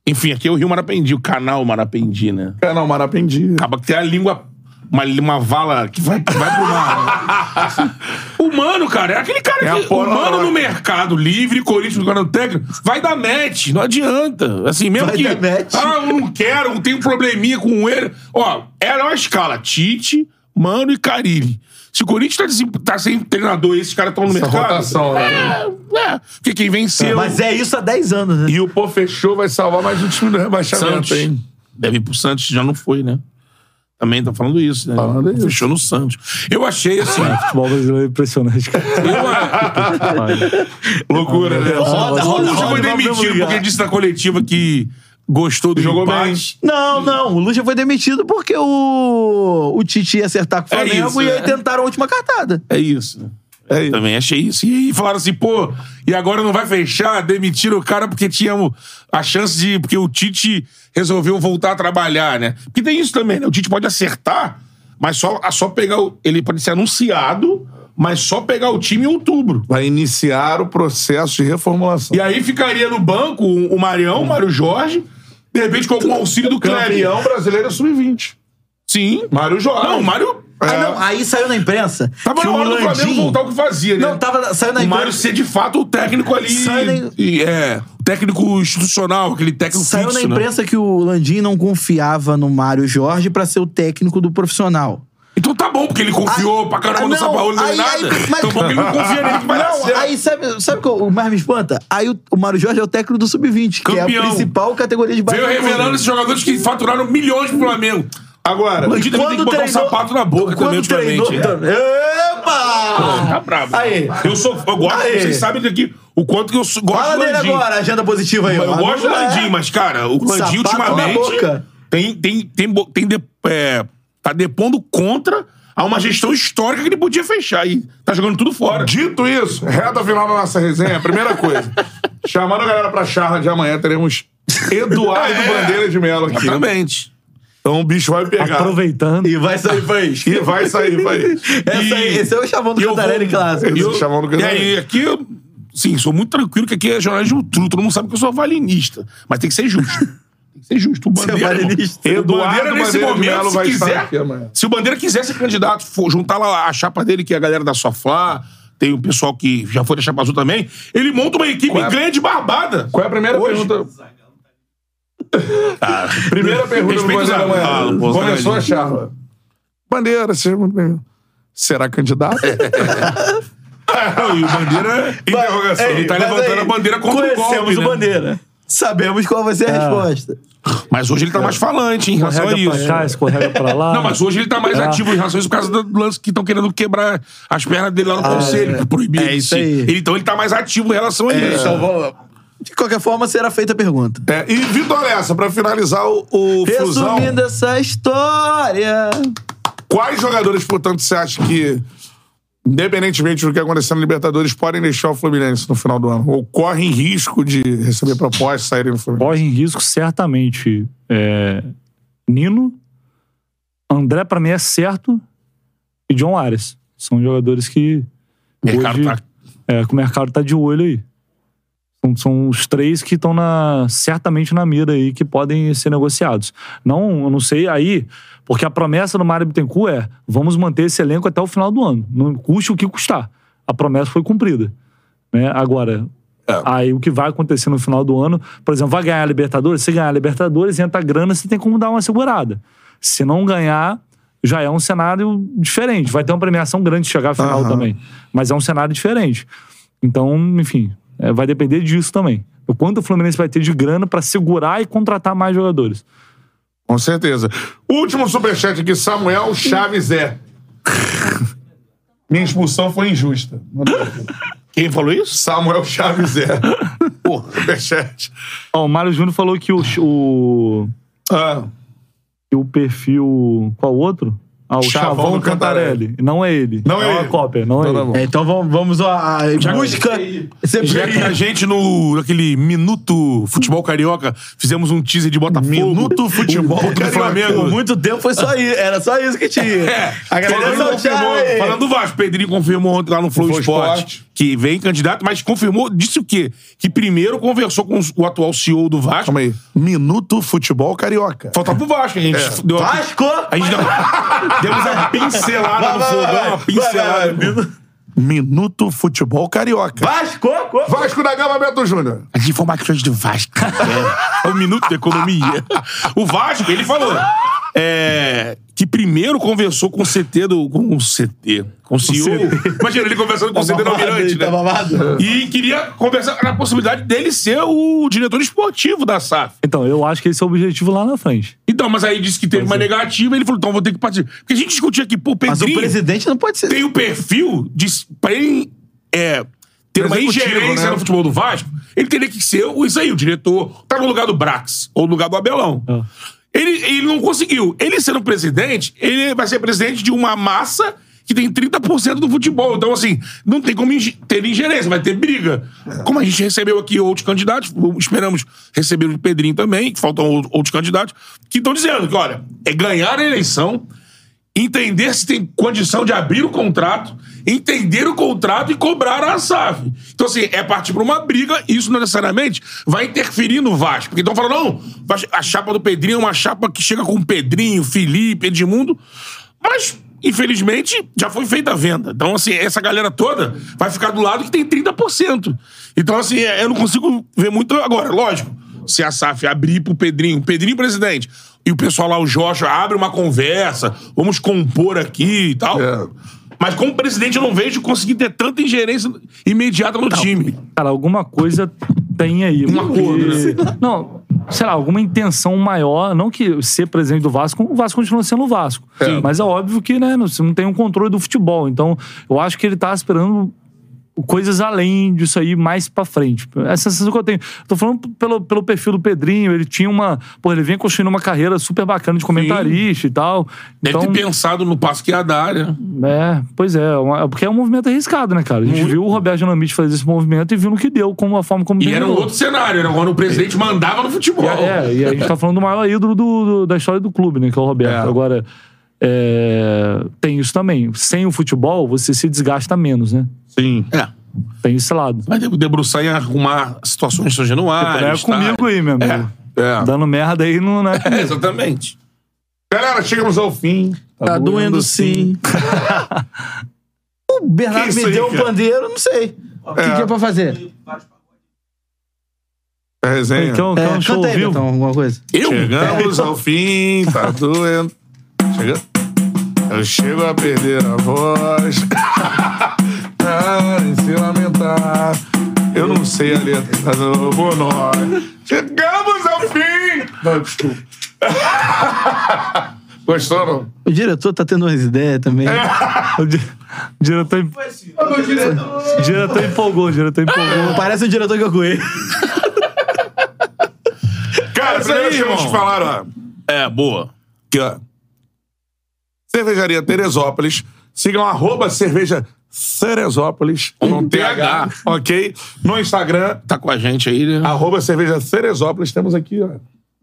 Enfim, aqui é o Rio Marapendi, o canal Marapendi, né? É, não, Marapendi. Acaba que tem a língua. Uma, uma vala que vai, que vai pro mar. né? o mano, cara, é aquele cara É a que. O porra mano louca. no mercado livre, Corinthians no Guarani técnico, vai dar match, não adianta. Assim, mesmo Vai que. dar match. Ah, eu não quero, eu tenho um probleminha com ele. Ó, era uma escala: Tite, Mano e Carilli. Se o Corinthians tá, desem- tá sem treinador e esses caras estão no Essa mercado. rotação, né? É, é, porque quem venceu. Mas é isso há 10 anos, né? E o Pô fechou, vai salvar mais um time do rebaixamento, Santos. hein? Deve ir pro Santos, já não foi, né? Também tá falando isso, né? Falando isso. Ah. Fechou no Santos. Eu achei assim. futebol brasileiro é impressionante, cara. eu, Tá a- Loucura, né? Roda, o roda, Lucha foi tá roda. demitido porque disse na coletiva que gostou do Jogou empate. Não, não. O Lucha foi demitido porque o, o Tite ia acertar com o É Flamengo isso, e aí é. tentaram a última cartada. É isso. né? É isso. Também achei isso. E aí falaram assim, pô, e agora não vai fechar? Demitiram o cara porque tinha o- a chance de. Porque o Tite resolveu voltar a trabalhar, né? Porque tem isso também, né? O Tite pode acertar, mas só, a só pegar. O, ele pode ser anunciado, mas só pegar o time em outubro. Vai iniciar o processo de reformulação. E aí ficaria no banco o o Marião, o Mário Jorge, de repente com algum auxílio do Kleber. Campeão brasileiro sub-20. Sim. Mário Jorge. Não, o Mário Ah, É. não, aí saiu na imprensa. Tava que na o hora do Flamengo Landim- voltar o que fazia, né? Não, tava, saiu na O imprensa. Mário ser de fato o técnico ali. Saiu na- e, é, o técnico institucional, aquele técnico Saiu fixo, na né? imprensa que o Landim não confiava no Mário Jorge pra ser o técnico do profissional. Então tá bom, porque ele confiou pra caramba Ah, no não, Sampaoli, não é aí- nada. aí- mas- Então bom que ele não confia nele que vai dar Não, certo. aí sabe, sabe qual- o mais me espanta? Aí o, o Mário Jorge é o técnico do Sub-20, que é a Campeão. principal categoria de base. Veio do mundo. revelando esses jogadores que faturaram milhões pro Flamengo. Agora, O Landim também tem que botar um sapato na boca também, quando treinou, ultimamente. É. Epa! Tá bravo. Aí. Eu sou. Eu gosto, Aí. vocês sabem daqui o quanto que eu sou- gosto Fala do dele Landim. agora, agenda positiva aí. Eu ó. gosto do É. Landim, mas, cara, o Landim Sapato na ultimamente boca. tem, tem, tem, bo- tem de- é, tá depondo contra a uma gestão histórica que ele podia fechar e tá jogando tudo fora. Dito isso, reta final da nossa resenha, primeira coisa. Chamando a galera pra charla de amanhã, teremos Eduardo Bandeira de Mello aqui. Exatamente. Então o bicho vai pegar. Aproveitando. E vai sair, vai. E vai sair, vai. Essa aí, esse é o chavão do eu vou- Cantarelli clássico. Esse chamão do E Cantarelli. aí, aqui, eu- sim, sou muito tranquilo que aqui é jornalismo true. Todo mundo sabe que eu sou valinista. Mas tem que ser justo. tem que ser justo. O é Bandeira, irmão, valinista. o Eduardo Bandeira nesse Bandeira de momento, Mello se vai estar quiser, aqui amanhã. se o Bandeira quiser ser candidato, for juntar lá a chapa dele, que é a galera da Soflá, tem o pessoal que já foi da Chapa Azul também, ele monta uma equipe é? grande barbada. Qual é a primeira Hoje? pergunta? Primeira pergunta do Respeita os Ah, Bandeira amanhã. Ah, alunos, pô, Começou a Zagallo. charla. Bandeira, seja muito bem-vindo. Será candidato? Não, É, e o Bandeira... Interrogação. Ele tá é, Mas levantando aí, a bandeira contra o Conhecemos golpe, o né? Bandeira. Sabemos qual vai ser a resposta. Mas hoje ele É. tá mais falante em relação a Escorrega isso. pra cá, escorrega pra lá. Não, mas hoje ele tá mais É. ativo em relação a isso por causa do lance que estão querendo quebrar as pernas dele lá no conselho, que proibido. É isso aí. Ele- Então ele tá mais ativo em relação a isso. Então, vamos- De qualquer forma, será feita a pergunta. É, e Vitor Lessa, pra finalizar o, o Fusão, Resumindo essa história. quais jogadores, portanto, você acha que, independentemente do que acontecer na Libertadores, podem deixar o Fluminense no final do ano? Ou correm risco de receber propostas e saírem do Fluminense? corre em risco certamente é, Nino, André pra mim é certo e John Ares. São jogadores que O mercado hoje, tá- é, que o mercado tá de olho aí. São, são os três que estão na, certamente na mira aí que podem ser negociados. Não, eu não sei aí, porque a promessa do Mário Bittencourt é vamos manter esse elenco até o final do ano, não custe o que custar. A promessa foi cumprida. Né? Agora, aí o que vai acontecer no final do ano, por exemplo, vai ganhar a Libertadores? Se ganhar a Libertadores, entra a grana, você tem como dar uma segurada. Se não ganhar, já é um cenário diferente. Vai ter uma premiação grande chegar à final também. Mas é um cenário diferente. Então, enfim, é, vai depender disso também. O quanto o Fluminense vai ter de grana pra segurar e contratar mais jogadores. Com certeza. Último superchat aqui, Samuel Chaves é. Minha expulsão foi injusta. Quem falou isso? Samuel Chaves é. Pô, superchat. Ó, o Mário Júnior falou que o, o, Ah, que o perfil. Qual outro? Ah, o Chavão Chavão, do Cantarelli. Cantarelli. Não é ele. Não é uma ele. cópia, não, é não, ele. não, não. É, então vamos, vamos a, a busca. Você Já que a gente, no, naquele Minuto Futebol Carioca, fizemos um teaser de Botafogo. Minuto Futebol do Carioca. Flamengo. Por muito tempo foi só isso. Era só isso que tinha. É, Agradeço falando, ao confirmou- Thiago. falando do Vasco, Pedrinho confirmou ontem lá no Flow, Flow Sport, Sport. que vem candidato, mas confirmou, disse o quê? Que primeiro conversou com os- o atual CEO do Vasco. Calma aí. Minuto Futebol Carioca. É. Falta pro Vasco, a gente deu a- Vasco! A gente deu, demos a pincelada Vai, no vai, fogão, vai. uma Vai, pincelada. vai, vai. Minuto Futebol Carioca. Vasco! Vasco da Gama, Beto Júnior. As informações do Vasco. É, é o minuto da economia. O Vasco, ele falou é, que primeiro conversou com o CT do. Com o CT. Com o CEO. Imagina ele conversando com o CT do Almirante, né? Tá babado? E queria conversar na possibilidade dele ser o diretor esportivo da SAF. Então, eu acho que esse é o objetivo lá na frente. Então, mas aí disse que teve uma negativa, ele falou, então vou ter que partir. Porque a gente discutia aqui, pô, Mas o Pedrinho presidente não pode ser. tem o perfil de, pra ele é, ter uma Executivo, ingerência né? no futebol do Vasco, ele teria que ser o, isso aí, o diretor, tá no lugar do Brax, ou no lugar do Abelão. Ah. Ele, ele não conseguiu. Ele sendo presidente, ele vai ser presidente de uma massa que tem 30% do futebol. Então, assim, não tem como inge- ter ingerência, vai ter briga. É. Como a gente recebeu aqui outros candidatos, esperamos receber o Pedrinho também, que faltam ou- outros candidatos, que estão dizendo que, olha, é ganhar a eleição, entender se tem condição de abrir o contrato, entender o contrato e cobrar a SAF. Então, assim, é partir para uma briga, e isso não necessariamente vai interferir no Vasco. Porque então falam, não, a chapa do Pedrinho é uma chapa que chega com o Pedrinho, Felipe, Edmundo. Mas infelizmente, já foi feita a venda. Então, assim, essa galera toda vai ficar do lado que tem 30%. Então, assim, é- eu não consigo ver muito agora. Lógico, se a SAF abrir pro Pedrinho, Pedrinho presidente, e o pessoal lá, o Jorge, abre uma conversa, vamos compor aqui e tal. É. Mas como presidente, eu não vejo conseguir ter tanta ingerência imediata no Então, time. Cara, alguma coisa tem aí. Um porque- acordo, né? Não, sei lá, alguma intenção maior. Não que ser presidente do Vasco, o Vasco continua sendo o Vasco. Mas é óbvio que, né, não- você não tem um controle do futebol. Então, eu acho que ele tá esperando coisas além disso aí mais pra frente. Essa é a sensação que eu tenho. Tô falando pelo, pelo perfil do Pedrinho, ele tinha uma. Pô, ele vinha construindo uma carreira super bacana de comentarista e tal. Deve então, ter pensado no passo que ia dar, né? é, pois é, uma- é porque é um movimento arriscado, né, cara? A gente viu o Roberto Dinamite fazer esse movimento e viu no que deu, como a forma como E era um terminou. outro cenário, era quando o presidente mandava no futebol. É, Uhum. e a gente tá falando do maior ídolo do- do- da história do clube, né? Que é o Roberto. Agora, é, tem isso também. Sem o futebol, você se desgasta menos, né? Sim. É. Tem esse lado. Vai debruçar em arrumar situações de São Januário. é estádio. comigo aí, meu amigo. É. Dando merda aí não, não é É, comigo. exatamente. Galera, chegamos ao fim. Tá, doendo sim. o Que Bernardo isso me aí, deu um cara? pandeiro, não sei. O que, que é pra fazer? A resenha. Então, É, então um show canta ao aí, vivo. Betão, alguma coisa. Eu? Chegamos ao fim, tá doendo. Chega. Eu chego a perder a voz. Cara, se lamentar. Eu não sei a letra, mas eu vou nós. Chegamos ao fim! Não, desculpa. Gostou, não? O diretor tá tendo umas ideias também. O di- o diretor, em- o diretor empolgou, o diretor É. empolgou. Parece o diretor que eu conheço. Cara, É isso primeiro que aí, eles irmão. falaram, ó. É, boa. Aqui, ó. Cervejaria Teresópolis. Sigam arroba cerveja Teresópolis. Com TH. Ok? No Instagram, Tá com a gente aí, Uhum. né? arroba cerveja Teresópolis. Temos aqui, ó.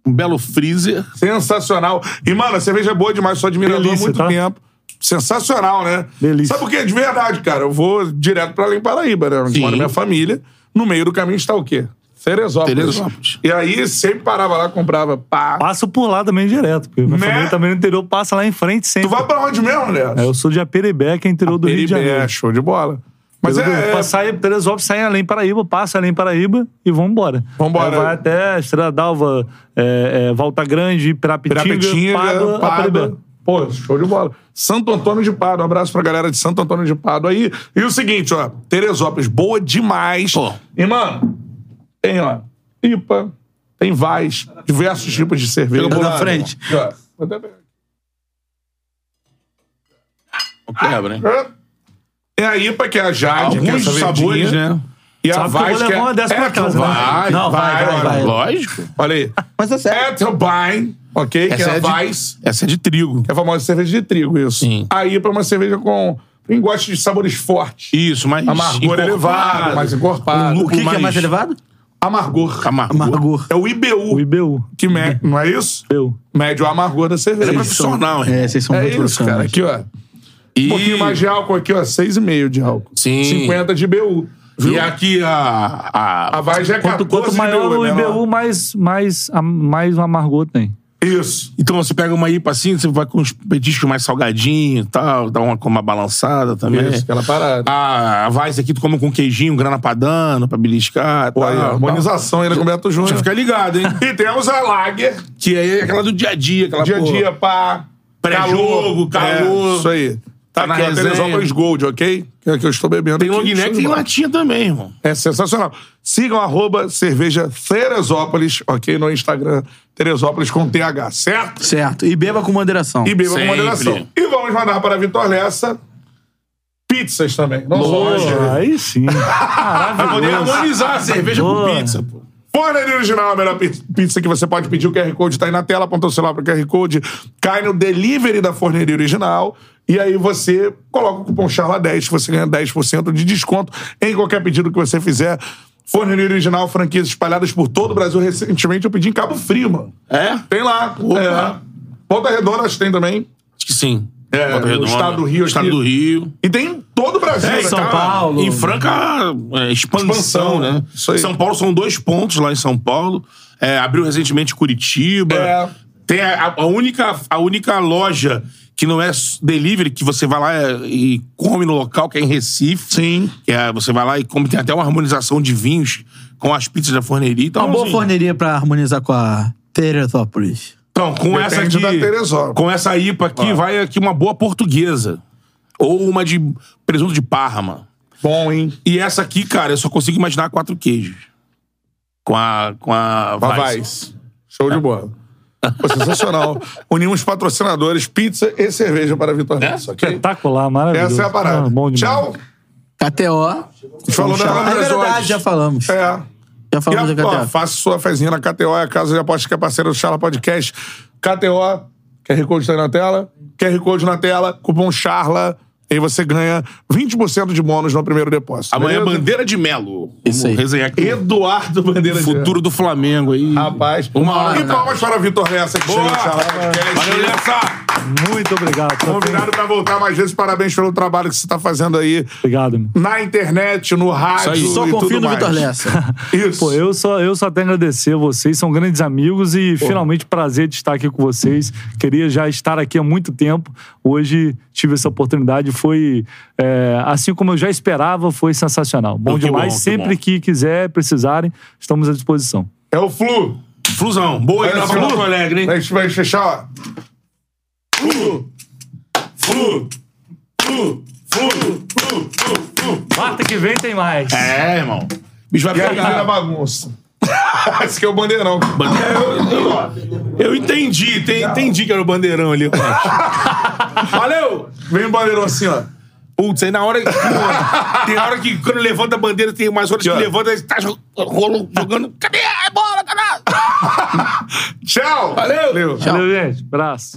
Um belo freezer. Sensacional. E, mano, a cerveja é boa demais, sou admirador há Delícia, muito tá? tempo. Sensacional, né? Delícia. Sabe o que? De verdade, cara, eu vou direto pra Além Paraíba, né? Onde Sim. mora minha família. No meio do caminho está o quê? Teresópolis. Teresópolis. E aí, sempre parava lá, comprava pá. Passo por lá também direto, porque minha Né? família também no interior passa lá em frente sempre. Tu vai pra onde mesmo, né? É, Eu sou de Aperibé, que é interior do Rio de Janeiro. É, show de bola. Mas Mas é, é, Passar em Teresópolis, sair além Paraíba, passa além Paraíba e vambora. Vambora. Aí vai até Estrela d'Alva, é, é, Volta Grande, Pirapitinga, Pirapetinga, Pádua, Aperibé. Pádua. Pô, show de bola. Santo Antônio de Pádua. Um abraço pra galera de Santo Antônio de Pádua aí. E o seguinte, ó. Teresópolis, boa demais. Pô. E, mano, tem, ó, IPA, tem Vaz, diversos tipos de cerveja. Tá na Mano, frente. ó, vou até pegar. Não Quebra, né? Hã? É a IPA, que é a Jade, que é Alguns essa sabores, verdinha. né? E a Sabe que eu Vaz, vou que é... levar uma dessa pra é, tu casa, né? vai, Não, vai, vai, olha. vai. Lógico. Olha aí. Mas é sério. Ethelbein, ok? que é Essa a é de- Vaz. Essa é de trigo. É a famosa cerveja de trigo, isso. Sim. Aí para uma cerveja com. Quem gosta de sabores fortes. Isso, mas. Amargor elevado, mais encorpado. O que, que é mais elevado? Amargor. Amargor. Amargor. É o IBU, O IBU. que mede, não é isso? Eu. Mede o amargor da cerveja. É profissional, hein? É, vocês são É muito isso, cara. profissionais. Aqui, ó. E... Um pouquinho mais de álcool aqui, ó. 6,5 de álcool. Sim. 50 de IBU. Viu? E aqui a. a... A Vaz é Quanto, 14 quanto maior o né, IBU, lá? mais, mais, a- mais o amargor tem. Isso. Então você pega uma IPA assim, você vai com uns petiscos mais salgadinhos e tal, dá uma, com uma balançada também. Isso, aquela parada. A, a Vice aqui tu come com queijinho, grana padano, pra beliscar. Pô, tal, aí, ó, tal. harmonização ainda com o Beto Deixa Júnior. eu ficar ligado, hein? E temos a Lager. que aí é aquela do dia a dia, aquela dia a pô, dia, pá. Pré-jogo, calor. É, isso aí. Tá, Tá na aqui, ó, resenha. Teresópolis Gold, ok? Que é que eu estou bebendo Tem long aqui. neck e Show de tem bola. latinha também, irmão. É sensacional. Sigam arroba cerveja Teresópolis, ok? No Instagram, Teresópolis com TH, certo? Certo. E beba com moderação. E bebam com Sempre. moderação. E vamos mandar para Vitor Lessa pizzas também. Não só né? Pô, lanche. aí sim. Ah, Pra poder Maravilhoso. harmonizar a cerveja Boa. com pizza, pô. Forneria Original, a melhor pi- pizza que você pode pedir. O QR Code tá aí na tela, aponta o celular pro QR Code, cai no delivery da Forneria Original e aí você coloca o cupom CHARLA10 que você ganha 10% de desconto em qualquer pedido que você fizer. Forneria Original, franquias espalhadas por todo o Brasil. Recentemente eu pedi em Cabo Frio, mano. É? Tem lá. É. Volta Redonda acho que tem também. Acho que sim. É, Volta no Redonda, estado do Rio Estado aqui. do Rio. E tem em todo o Brasil. É, né, então, cara? Paulo. Em franca é, expansão, Expansão, né? isso aí. São Paulo são dois pontos lá em São Paulo. É, abriu recentemente Curitiba. É. Tem a, a única, a única loja que não é s- delivery, que você vai lá é, e come no local, que é em Recife. Sim. Que é, você vai lá e come, tem até uma harmonização de vinhos com as pizzas da forneria. Então, Uma boa assim, forneria pra harmonizar com a Teresópolis. Então, com Depende essa aqui, da Teresópolis. com essa IPA aqui, vai aqui uma boa portuguesa. Ou uma de presunto de Parma. Bom, hein? E essa aqui, cara, eu só consigo imaginar quatro queijos. Com a. Com a. Pavais. Show de bola. Pô, sensacional. Unimos patrocinadores, pizza e é, cerveja para Vitor Né? Neto, ok? tá Espetacular, maravilhoso. Essa é a parada. Ah, bom demais. Tchau. KTO. A gente falou da É Palavras verdade, Ódios. já falamos. É. Já falamos E, da ó, KTO. faça sua fezinha na KTO, é a casa de apostas que é parceira do Charla Podcast. KTO, QR Code tá aí na tela. QR Code na tela, cupom CHARLA, e aí você ganha 20% de bônus no primeiro depósito. Amanhã, é beleza? Bandeira de Melo. Isso Vamos aí. resenhar aqui. Eduardo Bandeira de Futuro do Flamengo aí. Rapaz. Uma hora. né? E palmas para Vitor Lessa, que Boa! chegou no Charla Podcast. Valeu, Lessa! Muito obrigado. Convidado para voltar mais vezes. Parabéns pelo trabalho que você está fazendo aí Obrigado, meu. na internet, no rádio. Isso aí. e Só confio tudo no mais. Vitor Lessa. Isso. Pô, eu só, eu só tenho a agradecer a vocês, são grandes amigos e finalmente prazer de estar aqui com vocês. Queria já estar aqui há muito tempo. Hoje tive essa oportunidade, foi é, assim como eu já esperava, foi sensacional. Bom Que bom, demais. que Sempre bom. que quiser, precisarem, estamos à disposição. É o Flu. Flusão. Boa aí, Olha Nova só. Porto Alegre, hein? A gente vai fechar, ó. Flu! Flu! Flu! Flu! Flu! Flu! Flu! Quarta que vem tem mais. É, irmão. O bicho vai E aí vira pegar. bagunça. Esse que é o bandeirão. Eu entendi, te- entendi que era o bandeirão ali. Valeu! Vem o bandeirão assim, ó. Putz, aí na hora que. tem hora que quando levanta a bandeira, tem mais horas que levanta, aí tá jo- rolo, jogando. Cadê a bola? Cadê? Tchau! Valeu. Valeu! Valeu, gente. Abraço.